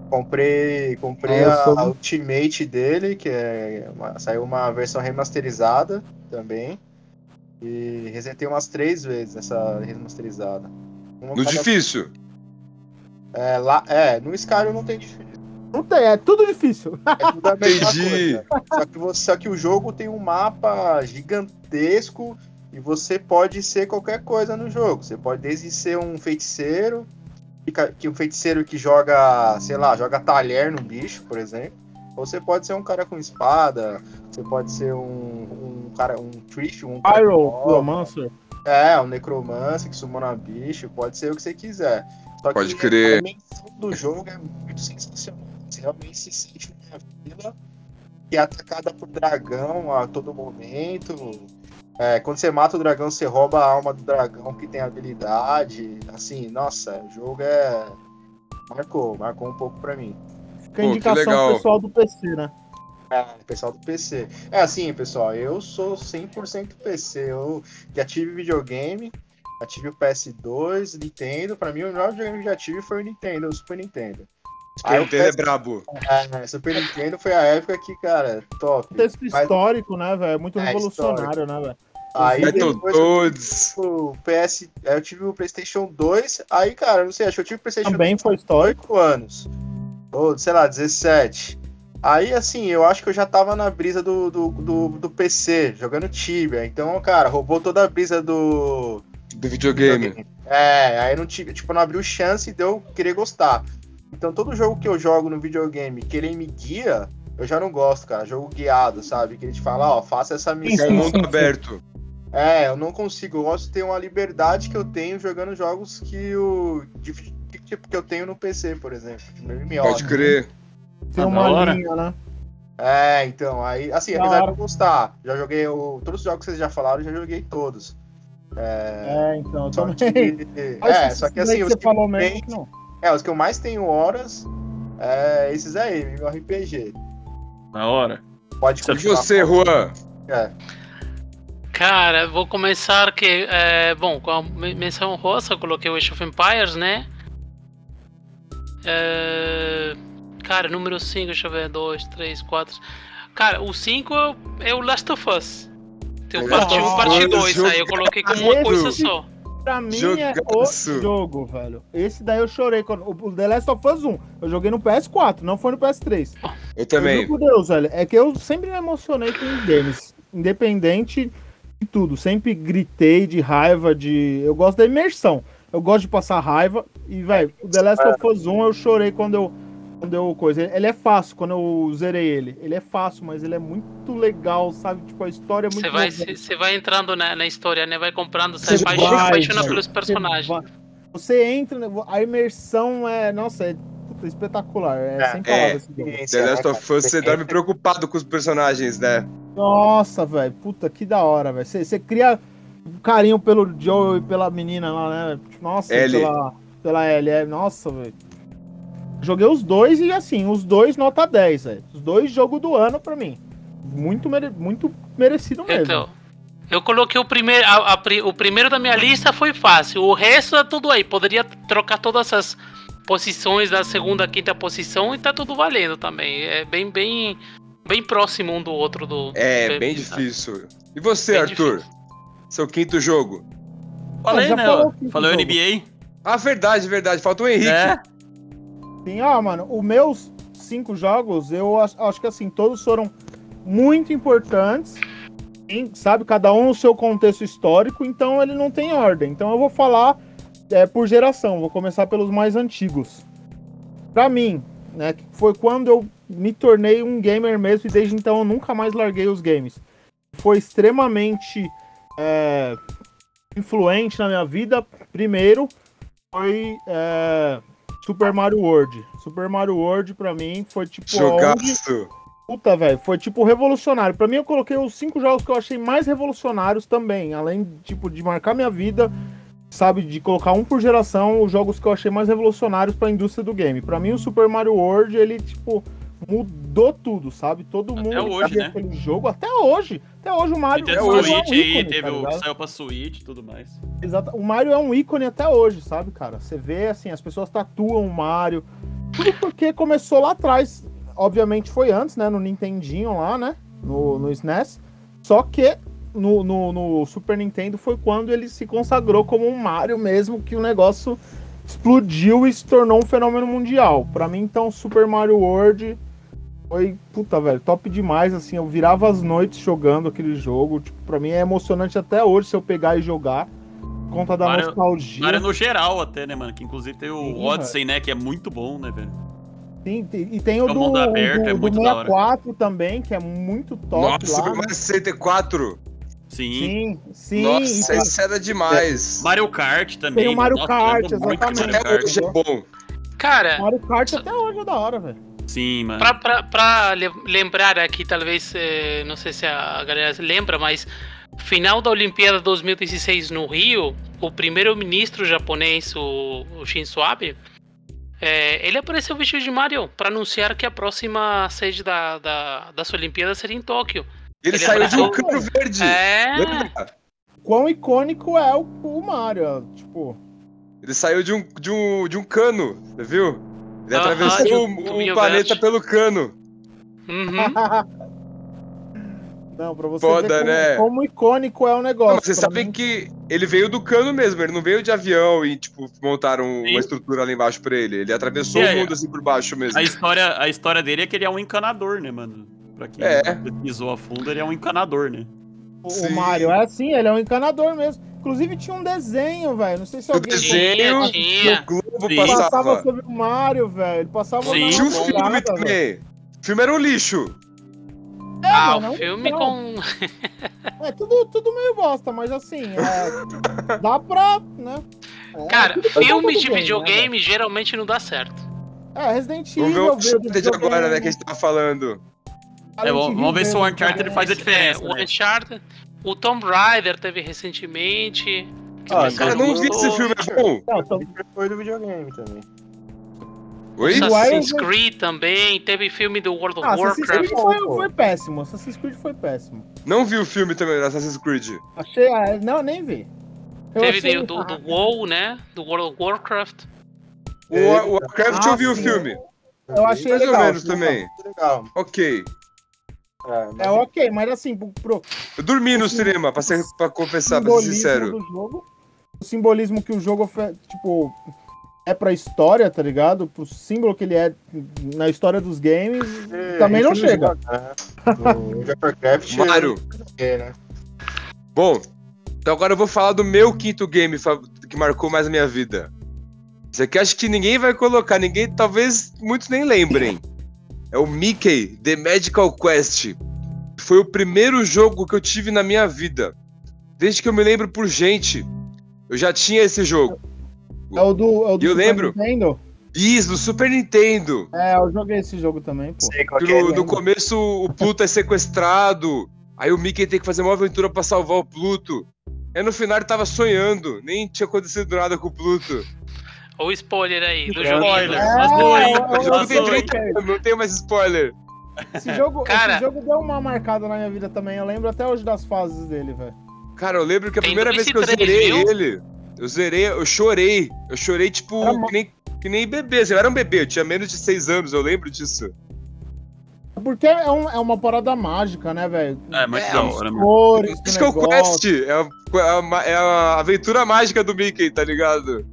Speaker 6: Comprei, comprei
Speaker 4: É, eu
Speaker 6: a,
Speaker 4: sou
Speaker 6: a
Speaker 4: um-
Speaker 6: Ultimate dele, que é uma- saiu uma versão remasterizada também. E resetei umas três vezes essa remasterizada. Uma
Speaker 1: No
Speaker 6: cada- um-
Speaker 1: difícil.
Speaker 6: É, lá, é, no Skyrim não tem difícil.
Speaker 4: Não tem, é tudo
Speaker 6: [LAUGHS]
Speaker 4: difícil.
Speaker 6: É tudo a mesma
Speaker 1: Entendi.
Speaker 6: coisa. Só que, você, só que o jogo tem um mapa gigantesco e você pode ser qualquer coisa no jogo. Você pode desde ser um feiticeiro, que ca- que um feiticeiro que joga, sei lá, joga talher no bicho, por exemplo. Ou você pode ser um cara com espada, você pode ser um, um cara, um trish, um cara
Speaker 4: Pyro,
Speaker 6: que rola.
Speaker 4: Romancer.
Speaker 6: É, um necromancer que sumona bicho, pode ser o que você quiser. Só
Speaker 1: Pode
Speaker 6: que
Speaker 1: crer.
Speaker 6: A dimensão do jogo é muito sensacional. Você realmente se sente numa vila que é atacada por dragão a todo momento. É, quando você mata o dragão, você rouba a alma do dragão que tem habilidade. Assim, nossa, o jogo é. Marcou, marcou um pouco pra mim.
Speaker 4: Fica
Speaker 1: Pô,
Speaker 4: a
Speaker 1: que
Speaker 4: indicação
Speaker 1: legal.
Speaker 4: pro pessoal do PC, né?
Speaker 6: É, pessoal do PC. É assim, pessoal, eu sou 100% PC. Eu já tive videogame, já tive o PS2, Nintendo. Pra mim, o melhor videogame que eu já tive foi o Nintendo, o Super Nintendo. Aí o
Speaker 1: Ele é
Speaker 6: PS...
Speaker 1: brabo.
Speaker 6: é, Super Nintendo foi a época que, cara, top.
Speaker 4: Texto
Speaker 6: Mas-
Speaker 4: histórico, né, velho? É muito
Speaker 6: É,
Speaker 4: revolucionário, né, velho?
Speaker 6: Aí depois eu
Speaker 1: Battletoads.
Speaker 6: tive o PS... aí eu tive o PlayStation 2, aí, cara, não sei, acho que eu tive o PlayStation
Speaker 4: Também
Speaker 6: 2
Speaker 4: foi histórico.
Speaker 6: 18 anos. Ou, sei lá, 17. Aí, assim, eu acho que eu já tava na brisa do, do, do, do PC, jogando Tibia. Então, cara, roubou toda a brisa do.
Speaker 1: Do videogame.
Speaker 6: É, aí não tive, tipo, não abriu chance de eu querer gostar. Então, todo jogo que eu jogo no videogame que ele me guia, eu já não gosto, cara. Jogo guiado, sabe? Que ele te fala, ó, faça essa
Speaker 1: É
Speaker 6: missão.
Speaker 1: um
Speaker 4: sim,
Speaker 1: mundo
Speaker 4: sim.
Speaker 1: aberto.
Speaker 6: É, eu não consigo. Eu gosto de ter uma liberdade que eu tenho jogando jogos que o. de- que, tipo, que eu tenho no PC, por exemplo. Meu MMO,
Speaker 1: Pode
Speaker 6: né?
Speaker 1: crer.
Speaker 4: Tem
Speaker 3: Ah, da
Speaker 4: uma
Speaker 3: hora.
Speaker 4: linha, né?
Speaker 6: É, então, aí, assim,
Speaker 4: Da
Speaker 6: apesar de
Speaker 4: hora.
Speaker 6: eu gostar, já joguei o- todos os jogos que vocês já falaram, eu já joguei todos. É,
Speaker 4: É, então, eu
Speaker 6: só
Speaker 4: também. [LAUGHS]
Speaker 6: que,
Speaker 4: Acho
Speaker 6: é,
Speaker 4: que
Speaker 6: só que
Speaker 4: esses aí
Speaker 6: assim, os
Speaker 4: você
Speaker 6: que,
Speaker 4: falou
Speaker 6: bem-
Speaker 4: mesmo, que não.
Speaker 6: é, os que eu mais tenho horas, é esses aí, meu RPG.
Speaker 3: Na hora.
Speaker 6: Pode
Speaker 3: Você
Speaker 1: E você, Juan?
Speaker 2: Cara, vou começar que. É, bom, com a men- menção rosa, coloquei o Age of Empires, né? É, cara, número 5, deixa eu ver. 2, 3, 4. Cara, o 5 é o- é o Last of Us. Tem o
Speaker 1: Nossa,
Speaker 2: parte 1 e parte
Speaker 1: mano,
Speaker 2: 2. Aí eu
Speaker 1: jogaço.
Speaker 2: coloquei como uma coisa
Speaker 4: Esse-
Speaker 2: só.
Speaker 4: Pra mim é o
Speaker 1: Jogaço.
Speaker 4: jogo, velho. Esse daí eu chorei. Quando... O The Last of Us 1, eu joguei no PS4, não foi no PS3.
Speaker 1: Eu também.
Speaker 4: Juro por Deus, velho. É que eu sempre me emocionei com games. Independente de tudo. Sempre gritei de raiva, de. Eu gosto da imersão. Eu gosto de passar raiva. E, velho, o The Last of Us 1 eu chorei quando eu. Quando eu coisa. Ele é fácil quando eu zerei ele. Ele é fácil, mas ele é muito legal, sabe? Tipo, a história é muito
Speaker 2: Você vai,
Speaker 4: legal.
Speaker 2: cê- cê vai entrando na, na história, né? Vai comprando,
Speaker 1: Cê
Speaker 2: sai
Speaker 1: vai,
Speaker 2: apaixonando apaixona
Speaker 1: tio.
Speaker 2: pelos personagens.
Speaker 4: Você, vai- você entra, né? a imersão é, nossa, é puta, espetacular, é,
Speaker 6: É,
Speaker 4: sem palavras.
Speaker 1: é.
Speaker 4: esse jogo.
Speaker 1: The
Speaker 6: né,
Speaker 1: Last of Us, você dorme preocupado com os personagens, né?
Speaker 4: Nossa, velho, puta, que da hora, velho. Você você cria um carinho pelo Joel e pela menina lá, né? Nossa,
Speaker 1: Ellie.
Speaker 4: pela pela Ellie, é, nossa, velho. Joguei os dois e assim, os dois nota 10, velho. Os dois jogo do ano pra mim. Muito, mere- muito merecido mesmo.
Speaker 2: Então, eu coloquei o primeiro, a- a pri- o primeiro da minha lista foi fácil. O resto é tudo aí. Poderia trocar todas as posições da segunda, quinta posição e tá tudo valendo também. É bem, bem, bem próximo um do outro do.
Speaker 1: É,
Speaker 2: Bem-
Speaker 1: bem difícil. E você,
Speaker 2: Bem
Speaker 1: Arthur? Seu quinto jogo.
Speaker 3: Falei,
Speaker 4: já
Speaker 3: né?
Speaker 4: falou
Speaker 3: ó.
Speaker 4: aqui do
Speaker 3: Falei o
Speaker 4: jogo.
Speaker 3: NBA.
Speaker 1: Ah, verdade, verdade. Falta o Henrique.
Speaker 3: É.
Speaker 4: Sim, ó, mano, os meus cinco jogos, eu acho, acho que assim, todos foram muito importantes. sim, sabe, cada um no seu contexto histórico, então ele não tem ordem. Então eu vou falar é, por geração, vou começar pelos mais antigos. Pra mim, né, que foi quando eu me tornei um gamer mesmo e desde então eu nunca mais larguei os games. Foi extremamente é, influente na minha vida. Primeiro, foi é, Super Mario World. Super Mario World pra mim foi tipo aonde-
Speaker 1: Jogaço.
Speaker 4: Puta, velho, foi tipo revolucionário. Pra mim, eu coloquei os cinco jogos que eu achei mais revolucionários também. Além, tipo, de marcar minha vida, sabe, de colocar um por geração, os jogos que eu achei mais revolucionários pra indústria do game. Pra mim, o Super Mario World, ele, tipo, mudou tudo, sabe? Todo
Speaker 3: Até
Speaker 4: mundo
Speaker 3: hoje,
Speaker 4: queria
Speaker 3: né?
Speaker 4: aquele jogo, até hoje. Até hoje o Mario,
Speaker 3: Nintendo
Speaker 1: é
Speaker 4: o Mario
Speaker 1: hoje,
Speaker 3: Switch aí,
Speaker 4: tá
Speaker 3: teve o que
Speaker 4: ligado?
Speaker 3: saiu pra Switch e tudo mais.
Speaker 4: Exato. O Mario é um ícone até hoje, sabe, cara? Você vê, assim, as pessoas tatuam o Mario. Tudo porque começou lá atrás. Obviamente foi antes, né? No Nintendinho lá, né? No, no SNES. Só que no, no, no Super Nintendo foi quando ele se consagrou como um Mario mesmo, que o negócio explodiu e se tornou um fenômeno mundial. Pra mim, então, Super Mario World foi, puta, velho, top demais, assim, eu virava as noites jogando aquele jogo, tipo, pra mim é emocionante até hoje se eu pegar e jogar, por conta da
Speaker 3: Mario-
Speaker 4: nostalgia.
Speaker 3: Mario no geral até, né, mano? Que inclusive tem o
Speaker 4: Sim,
Speaker 3: Odyssey, né? Que é muito bom, né, velho?
Speaker 4: Sim, tem- e tem o
Speaker 3: É o
Speaker 4: do,
Speaker 3: mundo aberto,
Speaker 4: do,
Speaker 3: é
Speaker 4: do
Speaker 3: muito da hora.
Speaker 4: 64 também, que é muito top
Speaker 1: Nossa, é assim?
Speaker 4: lá.
Speaker 1: Super
Speaker 4: né?
Speaker 1: Mario 64.
Speaker 3: Sim.
Speaker 4: Sim, sim.
Speaker 1: Nossa,
Speaker 4: e-
Speaker 1: isso era demais.
Speaker 3: Mario Kart também. né?
Speaker 4: Tem o Mario
Speaker 3: eu
Speaker 4: Kart,
Speaker 3: lembro tá muito do
Speaker 4: exatamente.
Speaker 1: Até
Speaker 3: Mario Kart.
Speaker 1: hoje é bom.
Speaker 2: Cara,
Speaker 4: Mario Kart até hoje é da hora, velho.
Speaker 3: Sim, mano.
Speaker 2: Pra, pra, pra le- lembrar aqui, talvez, eh, não sei se a galera se lembra, mas final da Olimpíada 2016 no Rio, o primeiro-ministro japonês, o, o Shinzo Abe, eh, ele apareceu vestido de Mario para anunciar que a próxima sede da, da, das Olimpíadas seria em Tóquio.
Speaker 1: Ele,
Speaker 2: Ele
Speaker 1: saiu de um
Speaker 4: abraçou-
Speaker 1: Campo Verde.
Speaker 2: É,
Speaker 1: Lembra?
Speaker 4: Quão icônico é o, o Mario, tipo... [LAUGHS]
Speaker 1: Ele saiu de um, de um, de um cano, você viu? Ele
Speaker 2: Aham, de
Speaker 1: atravessou
Speaker 2: um-
Speaker 1: o-
Speaker 2: do
Speaker 1: o
Speaker 2: Rio
Speaker 1: planeta
Speaker 2: Verde.
Speaker 1: pelo cano.
Speaker 2: uhum.
Speaker 4: Não, pra você
Speaker 1: Foda,
Speaker 4: ver como,
Speaker 1: né?
Speaker 4: como icônico é o negócio.
Speaker 1: Não, mas vocês
Speaker 4: Pra
Speaker 1: sabem
Speaker 4: mim-
Speaker 1: que ele veio do cano mesmo, ele não veio de avião e, tipo, montaram
Speaker 3: Sim.
Speaker 1: uma estrutura ali embaixo pra ele. Ele atravessou
Speaker 3: E
Speaker 1: o
Speaker 3: aí?
Speaker 1: mundo assim por baixo mesmo.
Speaker 3: A história, a história dele é que ele é um encanador, né, mano? Pra quem
Speaker 1: É.
Speaker 3: pesquisou a fundo, ele é um encanador, né?
Speaker 4: O,
Speaker 1: Sim.
Speaker 4: o Mario é assim, ele é um encanador mesmo. Inclusive tinha um desenho, velho. Não sei se
Speaker 1: O
Speaker 4: alguém
Speaker 1: desenho
Speaker 2: Tinha, tinha.
Speaker 1: no Globo
Speaker 3: Sim.
Speaker 4: passava,
Speaker 1: passava.
Speaker 4: sobre o Mario, velho. Ele Passava
Speaker 3: Sim.
Speaker 4: na
Speaker 1: Tinha um
Speaker 4: madrugada,
Speaker 1: filme
Speaker 4: velho.
Speaker 1: também. O filme era um lixo.
Speaker 2: Ah,
Speaker 4: mano, é
Speaker 2: o
Speaker 4: um
Speaker 2: filme
Speaker 4: filme.
Speaker 2: com...
Speaker 4: É tudo, tudo meio bosta, mas assim,
Speaker 1: [LAUGHS]
Speaker 4: é, dá pra, né? É,
Speaker 2: Cara,
Speaker 4: tudo bem,
Speaker 2: filme
Speaker 4: tudo
Speaker 2: de
Speaker 4: bem,
Speaker 2: videogame geralmente não dá certo.
Speaker 4: né, velho? é, Resident
Speaker 1: Vamos ver
Speaker 4: Evil.
Speaker 1: o Uncharted agora, né, que a gente tava falando.
Speaker 3: É, vamos- vamos ver se
Speaker 4: né?
Speaker 3: o Uncharted
Speaker 4: faz.
Speaker 3: faz a diferença.
Speaker 2: É,
Speaker 3: né?
Speaker 2: o Uncharted, o Tomb Raider teve recentemente.
Speaker 6: Ah,
Speaker 1: Cara,
Speaker 2: Sim,
Speaker 6: cara,
Speaker 1: eu não vi
Speaker 2: gostou.
Speaker 1: esse filme, é bom.
Speaker 4: Não, tô-
Speaker 6: Foi do videogame também.
Speaker 1: Oi?
Speaker 4: Sim.
Speaker 2: Assassin's
Speaker 4: Wild-
Speaker 2: Creed também, teve filme do World of
Speaker 4: né? Ah, Assassin's Creed
Speaker 2: Warcraft.
Speaker 4: foi, foi péssimo. Assassin's Creed foi péssimo.
Speaker 1: Não vi o filme também, do Assassin's Creed.
Speaker 4: Achei. ah, Não, nem vi. Eu
Speaker 2: Teve
Speaker 4: achei-
Speaker 2: do, do, do WoW, né? Do World of Warcraft.
Speaker 1: O, o Warcraft
Speaker 4: É, Ah,
Speaker 1: eu vi o
Speaker 4: sim.
Speaker 1: filme.
Speaker 4: Eu achei
Speaker 1: Mais ou
Speaker 4: legal.
Speaker 1: menos também.
Speaker 6: Legal.
Speaker 1: Ok.
Speaker 6: É, mas
Speaker 4: É ok, mas assim, pro, pro
Speaker 1: Eu dormi no cinema, pra, ser, pra confessar, pra ser
Speaker 4: simbolismo
Speaker 1: sincero.
Speaker 4: do jogo, o simbolismo que o jogo, ofe- tipo, é pra história, tá ligado? Pro símbolo que ele é na história dos games,
Speaker 6: É,
Speaker 4: também não
Speaker 6: isso
Speaker 4: chega.
Speaker 6: joga, né? No Jack Warcraft,
Speaker 1: Mário,
Speaker 6: é, né?
Speaker 1: bom, então agora eu vou falar do meu quinto game fa- que marcou mais a minha vida. Isso aqui acho que ninguém vai colocar, ninguém, talvez muitos nem lembrem. É o Mickey The Magical Quest. Foi o primeiro jogo que eu tive na minha vida. Desde que eu me lembro por gente, eu já tinha esse jogo.
Speaker 4: É o do, é o do
Speaker 1: Eu
Speaker 4: Super
Speaker 1: lembro.
Speaker 4: Nintendo?
Speaker 1: Isso, do Super Nintendo.
Speaker 4: É, eu joguei esse jogo também, pô.
Speaker 6: Sei qual
Speaker 1: Que
Speaker 6: que é.
Speaker 1: no, no começo o Pluto é sequestrado, aí o Mickey tem que fazer uma aventura pra salvar o Pluto. Aí no final ele tava sonhando, nem tinha acontecido nada com o Pluto.
Speaker 2: Ou spoiler aí do jogo.
Speaker 3: Spoiler.
Speaker 4: É,
Speaker 3: Vazou, hein?
Speaker 4: eu- eu- eu
Speaker 1: Não tem
Speaker 3: Vazou, hein?
Speaker 1: 30 anos, não tem mais spoiler.
Speaker 4: Esse jogo,
Speaker 2: Cara.
Speaker 4: esse jogo deu uma marcada na minha vida também. Eu lembro até hoje das fases dele, velho.
Speaker 1: Cara, eu lembro que a
Speaker 2: Tem
Speaker 1: primeira
Speaker 2: dois
Speaker 1: vez
Speaker 2: e
Speaker 1: que eu
Speaker 2: três,
Speaker 1: zerei
Speaker 2: viu?
Speaker 1: ele, eu zerei, eu chorei. Eu chorei, tipo,
Speaker 4: Era mó-
Speaker 1: que nem, que nem bebê. Eu era um bebê, eu tinha menos de 6 anos, eu lembro disso.
Speaker 4: Porque é, um- é uma parada mágica, né, velho?
Speaker 3: É, muito
Speaker 1: É,
Speaker 3: da
Speaker 2: um
Speaker 1: os
Speaker 3: hora, mano.
Speaker 4: Cores, do
Speaker 1: Acho que é o
Speaker 4: negócio.
Speaker 1: Quest, é a, a ma- é a aventura mágica do Mickey, tá ligado?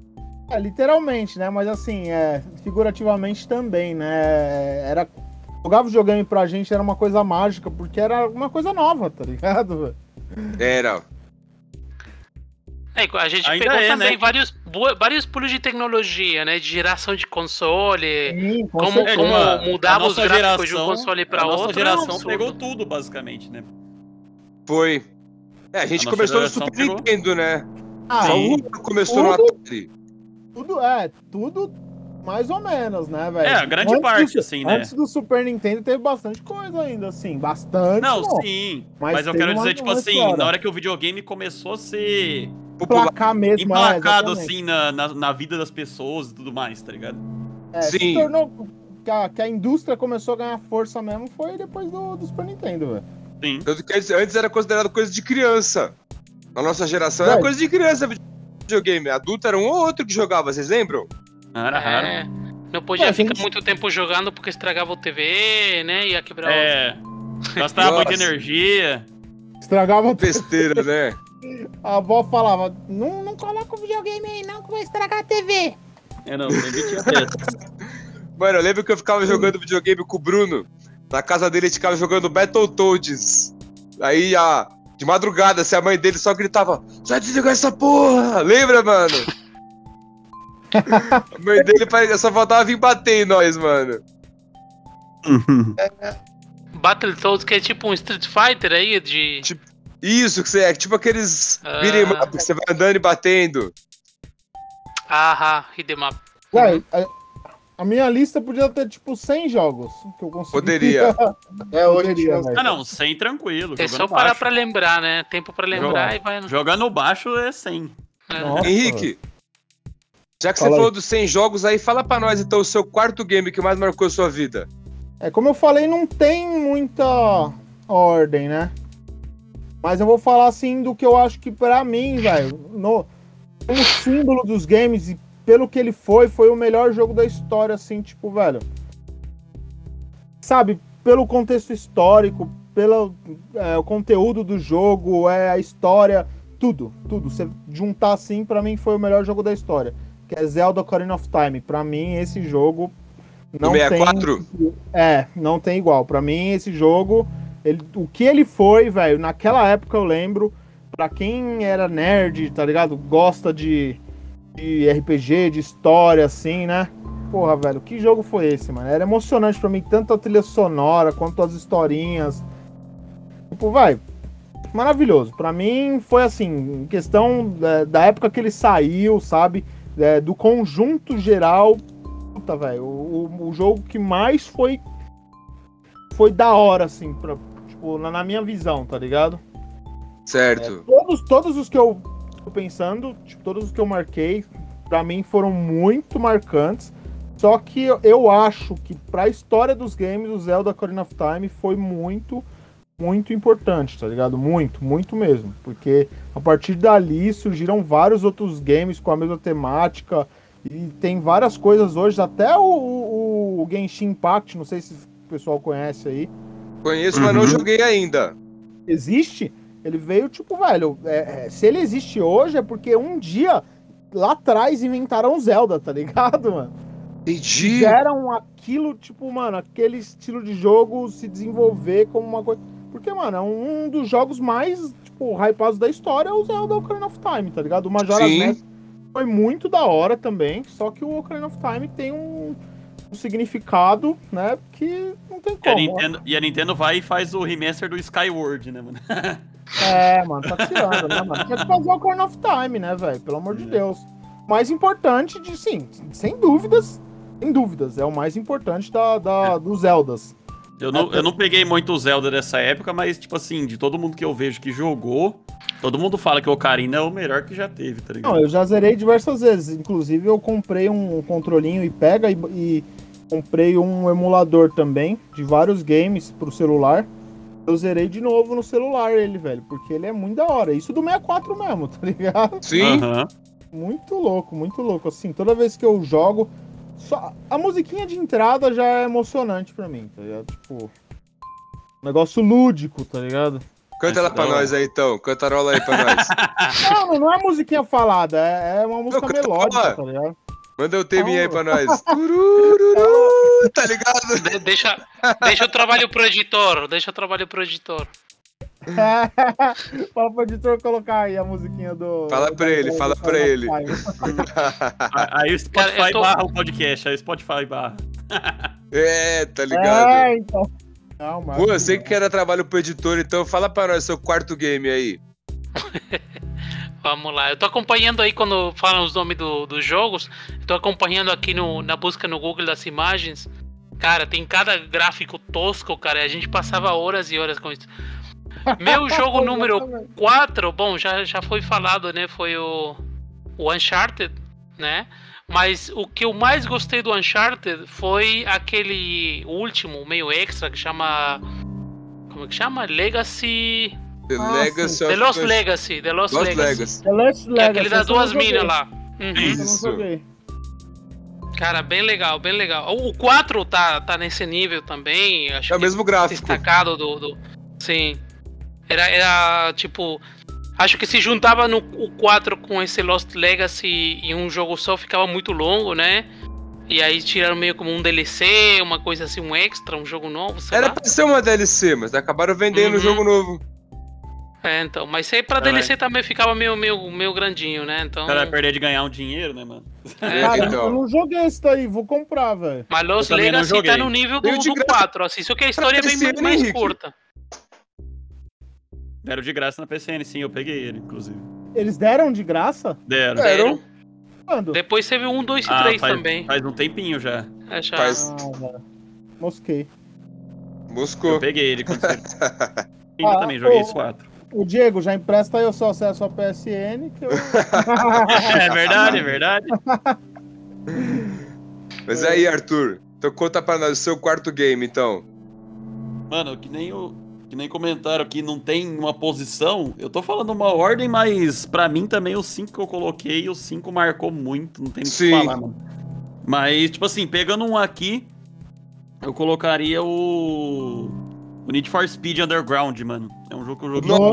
Speaker 4: É, literalmente, né? Mas assim, é, figurativamente também, né? Era. Jogava o videogame pra gente era uma coisa mágica, porque era uma coisa nova, tá ligado? velho?
Speaker 1: Era.
Speaker 2: É, a gente
Speaker 3: Ainda
Speaker 2: pegou
Speaker 3: é,
Speaker 2: também
Speaker 3: né?
Speaker 2: vários, bu- vários pulos de tecnologia, né? De geração de
Speaker 3: É,
Speaker 2: console.
Speaker 4: Sim, com
Speaker 2: Como,
Speaker 4: certeza.
Speaker 2: como
Speaker 3: a-
Speaker 2: um mudava
Speaker 3: a
Speaker 2: os
Speaker 3: nossa
Speaker 2: gráficos de um
Speaker 3: geração-
Speaker 2: console pra
Speaker 3: a nossa
Speaker 2: outro. é um
Speaker 3: geração
Speaker 2: absurdo.
Speaker 3: pegou tudo, basicamente, né?
Speaker 1: Foi. É, a gente
Speaker 3: A nossa
Speaker 1: começou no
Speaker 3: geração
Speaker 1: Super
Speaker 3: pegou.
Speaker 1: Nintendo, né?
Speaker 4: Ah,
Speaker 1: Só
Speaker 3: Sim.
Speaker 1: o Lula começou no
Speaker 4: Tudo.
Speaker 1: Atari.
Speaker 4: tudo, é, tudo mais ou menos, né, velho?
Speaker 3: É, a grande
Speaker 4: Antes
Speaker 3: parte,
Speaker 4: do-
Speaker 3: assim, né?
Speaker 4: Antes do Super Nintendo teve bastante coisa ainda, assim, bastante.
Speaker 3: Não,
Speaker 4: bom.
Speaker 3: sim.
Speaker 4: Mas
Speaker 3: Mas, eu
Speaker 4: tem
Speaker 3: quero
Speaker 4: uma-
Speaker 3: dizer, tipo
Speaker 4: uma
Speaker 3: assim,
Speaker 4: história.
Speaker 3: na hora que o videogame começou a ser
Speaker 1: Popular.
Speaker 4: Placar mesmo,
Speaker 3: emplacado,
Speaker 4: é, exatamente.
Speaker 3: assim, na, na, na vida das pessoas e tudo mais, tá ligado?
Speaker 4: É,
Speaker 1: Sim.
Speaker 4: Se tornou que a, que a indústria começou a ganhar força mesmo foi depois do, do Super Nintendo, velho.
Speaker 3: Sim.
Speaker 1: Tanto que antes, antes era considerado coisa de criança. Na nossa geração era
Speaker 4: Vai.
Speaker 1: coisa de criança videogame. Adulto era um ou outro que jogava, vocês lembram?
Speaker 3: Era raro.
Speaker 2: É, não podia
Speaker 4: Ué,
Speaker 2: ficar
Speaker 4: gente-
Speaker 2: muito tempo jogando porque estragava o TV, né? Ia quebrar o.
Speaker 3: É. Gastava muita
Speaker 1: Nossa.
Speaker 3: energia.
Speaker 4: Estragava tudo.
Speaker 1: Besteira, né?
Speaker 4: A avó falava, não, não coloca o videogame aí não que vai estragar a TV.
Speaker 3: É, não, sempre tinha dessa.
Speaker 1: Mano, eu lembro que eu ficava jogando videogame com o Bruno. Na casa dele, a gente ficava jogando Battletoads. Aí, a... de madrugada, assim, a mãe dele só gritava Sai desligar essa porra! Lembra, mano? a mãe dele parecia- só faltava vir bater em nós, mano.
Speaker 2: Battletoads, que é tipo um Street Fighter aí de.
Speaker 1: Isso, que você é tipo aqueles
Speaker 2: Ah.
Speaker 1: beat'em up que você vai andando e batendo.
Speaker 2: Ahá, Hidemap.
Speaker 4: Ué, a, a minha lista podia ter tipo 100 jogos que eu consegui. [LAUGHS]
Speaker 1: Poderia.
Speaker 6: É hoje,
Speaker 4: Poderia,
Speaker 6: né?
Speaker 3: Ah, não, sem tranquilo.
Speaker 2: É
Speaker 3: Jogando
Speaker 2: só parar
Speaker 3: baixo.
Speaker 2: pra lembrar, né? Tempo pra lembrar e vai.
Speaker 3: Jogando baixo é sem.
Speaker 2: é.
Speaker 4: Nossa, velho.
Speaker 1: Henrique, já que
Speaker 4: Fala
Speaker 1: você
Speaker 4: aí.
Speaker 1: falou dos 100 jogos aí, fala pra nós então o seu quarto game que mais marcou a sua vida.
Speaker 4: É como eu falei, não tem muita ordem, né? Mas eu vou falar assim do que eu acho que pra mim, velho, no como símbolo dos games e pelo que ele foi, foi o melhor jogo da história, assim, tipo, velho. Sabe, pelo contexto histórico, pelo é, o conteúdo do jogo, é a história, tudo, tudo. Você juntar assim, pra mim foi o melhor jogo da história, que é Zelda Ocarina of Time. Pra mim esse jogo
Speaker 1: No
Speaker 4: não tem
Speaker 1: 64?
Speaker 4: é, não tem igual. Pra mim, esse jogo, ele- o que ele foi, velho, naquela época eu lembro, pra quem era nerd, tá ligado? Gosta de, de RPG, de história, assim, né? Porra, velho, que jogo foi esse, mano? Era emocionante pra mim, tanto a trilha sonora quanto as historinhas. Tipo, vai, maravilhoso. Pra mim, foi assim, em questão é, da época que ele saiu, sabe? É, do conjunto geral, puta, velho, o, o- o jogo que mais foi foi da hora, assim, pra, tipo, na, na minha visão, tá ligado?
Speaker 1: Certo.
Speaker 4: Todos, todos os que eu tô pensando, tipo, todos os que eu marquei, pra mim foram muito marcantes. Só que eu, eu acho que pra história dos games, o Zelda Ocarina of Time foi muito, muito importante, tá ligado? Muito, muito mesmo. Porque a partir dali surgiram vários outros games com a mesma temática, e tem várias coisas hoje, até o, o, o Genshin Impact, não sei se o pessoal conhece aí.
Speaker 1: Conheço, mas não
Speaker 3: Uhum.
Speaker 1: joguei ainda.
Speaker 4: existe, ele veio tipo, velho, é, é, se ele existe hoje é porque um dia lá atrás inventaram o Zelda, tá ligado, mano?
Speaker 1: Entendi.
Speaker 4: Fizeram aquilo, tipo, mano, aquele estilo de jogo se desenvolver como uma coisa. Porque, mano, é um um dos jogos mais, tipo, hypados da história é o Zelda Ocarina of Time, tá ligado? O Majora's
Speaker 1: Sim.
Speaker 4: Mask foi muito da hora também, só que o Ocarina of Time tem um, um significado, né, que não tem
Speaker 3: E a,
Speaker 4: como.
Speaker 3: Nintendo, e a Nintendo vai e faz o remaster do Skyward, né, mano?
Speaker 4: É, mano, tá tirando, né, mano? Tinha que fazer o Corn of Time, né, velho? Pelo amor de Deus. Mais importante de, sim, sem dúvidas, sem dúvidas, é o mais importante da, da, dos Zeldas.
Speaker 3: Eu não, eu não peguei muito o Zelda dessa época, mas, tipo assim, de todo mundo que eu vejo que jogou, todo mundo fala que o Ocarina é o melhor que já teve, tá ligado?
Speaker 4: Não, eu já zerei diversas vezes. Inclusive, eu comprei um controlinho e pega e, e comprei um emulador também de vários games pro celular. Eu zerei de novo no celular ele, velho, porque ele é muito da hora. Isso do 64 mesmo, [LAUGHS] tá ligado?
Speaker 1: Sim.
Speaker 3: Aham.
Speaker 4: Muito louco, muito louco. Assim, toda vez que eu jogo, só a musiquinha de entrada já é emocionante pra mim, tá ligado? Tipo, um negócio lúdico, tá ligado?
Speaker 1: Canta ela
Speaker 3: Ah,
Speaker 1: pra
Speaker 3: Esse da hora.
Speaker 1: nós aí, então. Cantarola aí pra
Speaker 4: [LAUGHS]
Speaker 1: nós.
Speaker 4: Não, não, não é musiquinha falada, é, é uma música
Speaker 1: Não, canta
Speaker 4: melódica,
Speaker 1: lá.
Speaker 4: tá ligado? [LAUGHS]
Speaker 1: Manda o teminha aí pra nós. Turururu, tá ligado?
Speaker 2: De- deixa, deixa o trabalho pro editor, deixa o trabalho pro editor.
Speaker 4: Fala pro editor colocar aí a musiquinha do.
Speaker 1: Fala
Speaker 4: do-
Speaker 1: pra ele,
Speaker 4: do-
Speaker 1: fala
Speaker 4: do-
Speaker 1: pra
Speaker 4: do-
Speaker 1: ele.
Speaker 3: A- Aí o Spotify
Speaker 2: Cara, eu tô-
Speaker 3: barra o podcast, aí o Spotify barra.
Speaker 1: É, tá ligado?
Speaker 4: É, então. Não, mas.
Speaker 1: Pô, você que quer dar trabalho pro editor, então fala pra nós seu quarto game aí.
Speaker 2: Vamos lá, eu tô acompanhando aí quando falam os nomes do- dos jogos, tô acompanhando aqui no, na busca no Google das imagens. Cara, tem cada gráfico tosco, cara, e a gente passava horas e horas com isso. Meu
Speaker 4: Tá,
Speaker 2: jogo número 4, bom, já, já foi falado, né? Foi o, o Uncharted, né? Mas o que eu mais gostei do Uncharted foi aquele último, meio extra, que chama. Como é que chama? Legacy.
Speaker 1: The
Speaker 4: Ah,
Speaker 1: Legacy
Speaker 2: The
Speaker 1: of
Speaker 2: Lost
Speaker 1: Us-
Speaker 2: Legacy. The Lost,
Speaker 1: Lost
Speaker 2: Legacy.
Speaker 1: Legacy.
Speaker 4: The Last
Speaker 2: Que é
Speaker 4: Legacy,
Speaker 2: aquele das
Speaker 4: esse eu não
Speaker 2: duas
Speaker 4: joguei,
Speaker 2: minas lá. Uhum.
Speaker 4: esse eu não
Speaker 1: Isso.
Speaker 4: joguei.
Speaker 2: Cara, bem legal, bem legal. O 4 tá, tá nesse nível também. Acho
Speaker 1: É o
Speaker 2: que
Speaker 1: mesmo gráfico.
Speaker 2: destacado do, do- Sim. Era, era tipo. Acho que se juntava no o 4 com esse Lost Legacy em um jogo só, ficava muito longo, né? E aí tiraram meio como um DLC, uma coisa assim, um extra, um jogo novo, sei
Speaker 1: Era
Speaker 2: lá.
Speaker 3: Tá.
Speaker 1: pra ser uma DLC, mas acabaram vendendo o
Speaker 2: Uhum.
Speaker 1: jogo novo.
Speaker 2: É, então. Mas aí pra
Speaker 3: Caralho.
Speaker 2: DLC também ficava meio, meio, meio grandinho, né? Então.
Speaker 3: O cara vai perder de ganhar um dinheiro, né, mano?
Speaker 1: É,
Speaker 4: Cara, eu
Speaker 1: então.
Speaker 4: não joguei esse daí, vou comprar, velho.
Speaker 2: Mas Lost
Speaker 3: Eu também não
Speaker 2: Legacy
Speaker 3: joguei.
Speaker 2: tá no nível do,
Speaker 1: Veio de
Speaker 2: do
Speaker 1: graça.
Speaker 2: 4, assim, só que a história é bem
Speaker 1: PSN,
Speaker 2: mais
Speaker 1: Henrique.
Speaker 2: curta.
Speaker 3: Deram de graça na PCN, sim, eu peguei ele, inclusive.
Speaker 4: Eles deram de graça?
Speaker 3: Deram.
Speaker 1: É,
Speaker 2: Deram.
Speaker 4: Quando?
Speaker 2: Depois teve um, dois e
Speaker 3: Ah,
Speaker 2: três
Speaker 3: faz,
Speaker 2: também.
Speaker 3: faz um tempinho já.
Speaker 2: É, já-
Speaker 1: faz-
Speaker 4: Ah, velho. Mosquei.
Speaker 1: Moscou.
Speaker 3: Eu peguei ele quando saiu.
Speaker 4: Ah,
Speaker 3: [LAUGHS] Ainda também, joguei
Speaker 4: pô.
Speaker 3: os quatro.
Speaker 4: O Diego, já empresta aí o seu acesso à PSN que eu...
Speaker 3: [LAUGHS] É verdade, é verdade.
Speaker 1: Mas aí, Arthur, então conta pra nós o seu quarto game, então.
Speaker 3: Mano, que nem, o, que nem comentaram que não tem uma posição. Eu tô falando uma ordem, mas pra mim também os cinco que eu coloquei, os cinco marcou muito. Não tem o que
Speaker 1: Sim.
Speaker 3: falar, mano. Mas, tipo assim, pegando um aqui, eu colocaria o. O Need for Speed Underground, mano. É um jogo que eu joguei muito.
Speaker 4: [LAUGHS]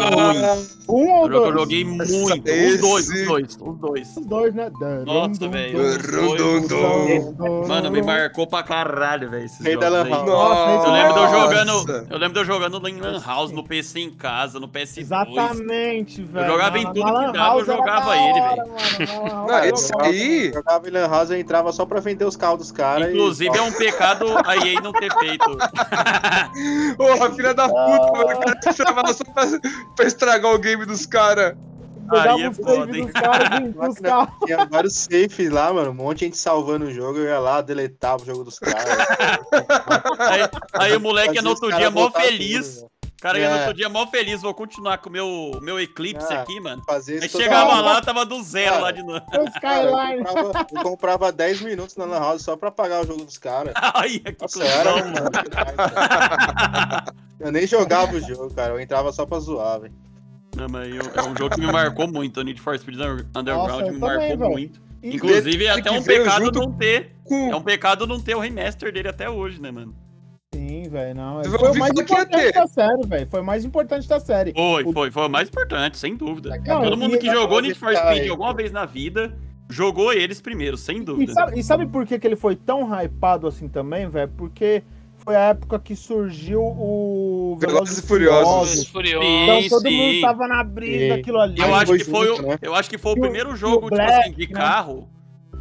Speaker 4: Um
Speaker 3: É
Speaker 4: ou
Speaker 3: um jogo que eu
Speaker 4: dois?
Speaker 3: joguei muito.
Speaker 1: Esse-
Speaker 3: Os dois, os dois, os dois.
Speaker 4: Os dois, né?
Speaker 3: Nossa, velho. os dois. Mano, me marcou pra caralho, velho. esses
Speaker 6: Rei da
Speaker 3: jogos
Speaker 6: Lan
Speaker 3: aí.
Speaker 6: House.
Speaker 1: Nossa.
Speaker 3: Eu lembro de eu
Speaker 1: Nossa.
Speaker 3: jogando. Eu lembro de eu jogando em Lan House, no PC em casa, no PS2.
Speaker 4: Exatamente, velho.
Speaker 3: jogava em
Speaker 4: Na-
Speaker 3: tudo
Speaker 4: na
Speaker 3: que
Speaker 4: Lan
Speaker 3: dava, eu
Speaker 4: House era
Speaker 3: jogava
Speaker 4: da
Speaker 3: ele, [LAUGHS]
Speaker 4: hora, mano. Na Lan
Speaker 1: Não,
Speaker 4: House eu
Speaker 1: esse
Speaker 4: jogava.
Speaker 1: aí.
Speaker 6: Jogava em Lan House, eu entrava só pra vender os carros dos caras.
Speaker 3: Inclusive, é um pecado a EA não ter
Speaker 4: [LAUGHS]
Speaker 3: feito.
Speaker 1: Porra, filha da puta, mano. O cara te chamava só pra, pra estragar o game dos caras.
Speaker 4: Jogava
Speaker 3: Aí é
Speaker 4: os
Speaker 3: foda,
Speaker 4: um save
Speaker 3: hein?
Speaker 4: dos caras,
Speaker 3: [LAUGHS]
Speaker 4: vendia os carros.
Speaker 6: e tinha vários safes lá, mano. Um monte de gente salvando o jogo. Eu ia lá, deletava o jogo dos caras.
Speaker 3: Aí, [LAUGHS] aí o moleque
Speaker 6: Às
Speaker 3: ia no
Speaker 6: vezes
Speaker 3: outro
Speaker 6: os
Speaker 3: dia
Speaker 6: caras
Speaker 3: mó
Speaker 6: voltavam
Speaker 3: feliz.
Speaker 6: tudo, velho.
Speaker 3: O cara ia no
Speaker 6: É.
Speaker 3: outro dia mó feliz. Vou continuar com o meu, meu Eclipse
Speaker 6: É.
Speaker 3: aqui, mano.
Speaker 6: Fazia
Speaker 3: Aí
Speaker 6: isso toda
Speaker 3: chegava
Speaker 6: hora.
Speaker 3: lá, tava do zero
Speaker 6: Cara.
Speaker 3: lá de novo. [LAUGHS]
Speaker 4: Os
Speaker 6: Cara, eu,
Speaker 4: Skyline.
Speaker 6: comprava, eu comprava 10 minutos na Lan House só pra pagar o jogo dos caras.
Speaker 3: Aí, que
Speaker 6: Nossa, eu era, um
Speaker 3: cuzão.
Speaker 6: mano. Eu nem jogava o jogo, cara. Eu entrava só pra zoar, velho.
Speaker 3: Não, mas eu- é um jogo que me marcou muito. O Need for Speed Under-
Speaker 4: Nossa,
Speaker 3: Underground
Speaker 4: eu
Speaker 3: me
Speaker 4: também,
Speaker 3: marcou
Speaker 4: velho.
Speaker 3: muito.
Speaker 4: E-
Speaker 3: Inclusive, é
Speaker 1: Esse
Speaker 3: até
Speaker 1: que
Speaker 3: um
Speaker 1: veio
Speaker 3: É pecado
Speaker 1: junto
Speaker 3: não ter.
Speaker 1: Com...
Speaker 3: É um pecado não ter o remaster dele até hoje, né, mano?
Speaker 4: Sim, velho, não.
Speaker 1: Eu
Speaker 4: Foi o
Speaker 1: ouvi falar
Speaker 4: mais
Speaker 1: que ia ter.
Speaker 4: importante da série, velho. Foi o mais importante da série.
Speaker 3: Foi, foi, foi o mais importante, sem dúvida.
Speaker 4: Não,
Speaker 3: Todo mundo
Speaker 4: e-
Speaker 3: que jogou Need for
Speaker 6: Ai.
Speaker 3: Speed alguma vez na vida jogou eles primeiro, sem
Speaker 4: E
Speaker 3: dúvida.
Speaker 4: sabe, e sabe por que, que ele foi tão hypado assim também, velho? Porque foi a época que surgiu o
Speaker 1: Velozes e
Speaker 2: Os
Speaker 1: Furiosos.
Speaker 2: Furiosos.
Speaker 4: Então
Speaker 3: Sim,
Speaker 4: todo
Speaker 3: sim.
Speaker 4: mundo tava na briga
Speaker 5: Sim.
Speaker 4: daquilo ali.
Speaker 3: Eu
Speaker 6: Mas
Speaker 3: acho
Speaker 6: foi
Speaker 3: que foi
Speaker 6: junto,
Speaker 3: o,
Speaker 6: né?
Speaker 3: eu acho que foi o
Speaker 4: E o-
Speaker 3: primeiro jogo
Speaker 4: o
Speaker 3: tipo
Speaker 4: Black,
Speaker 3: assim, de
Speaker 4: né?
Speaker 3: carro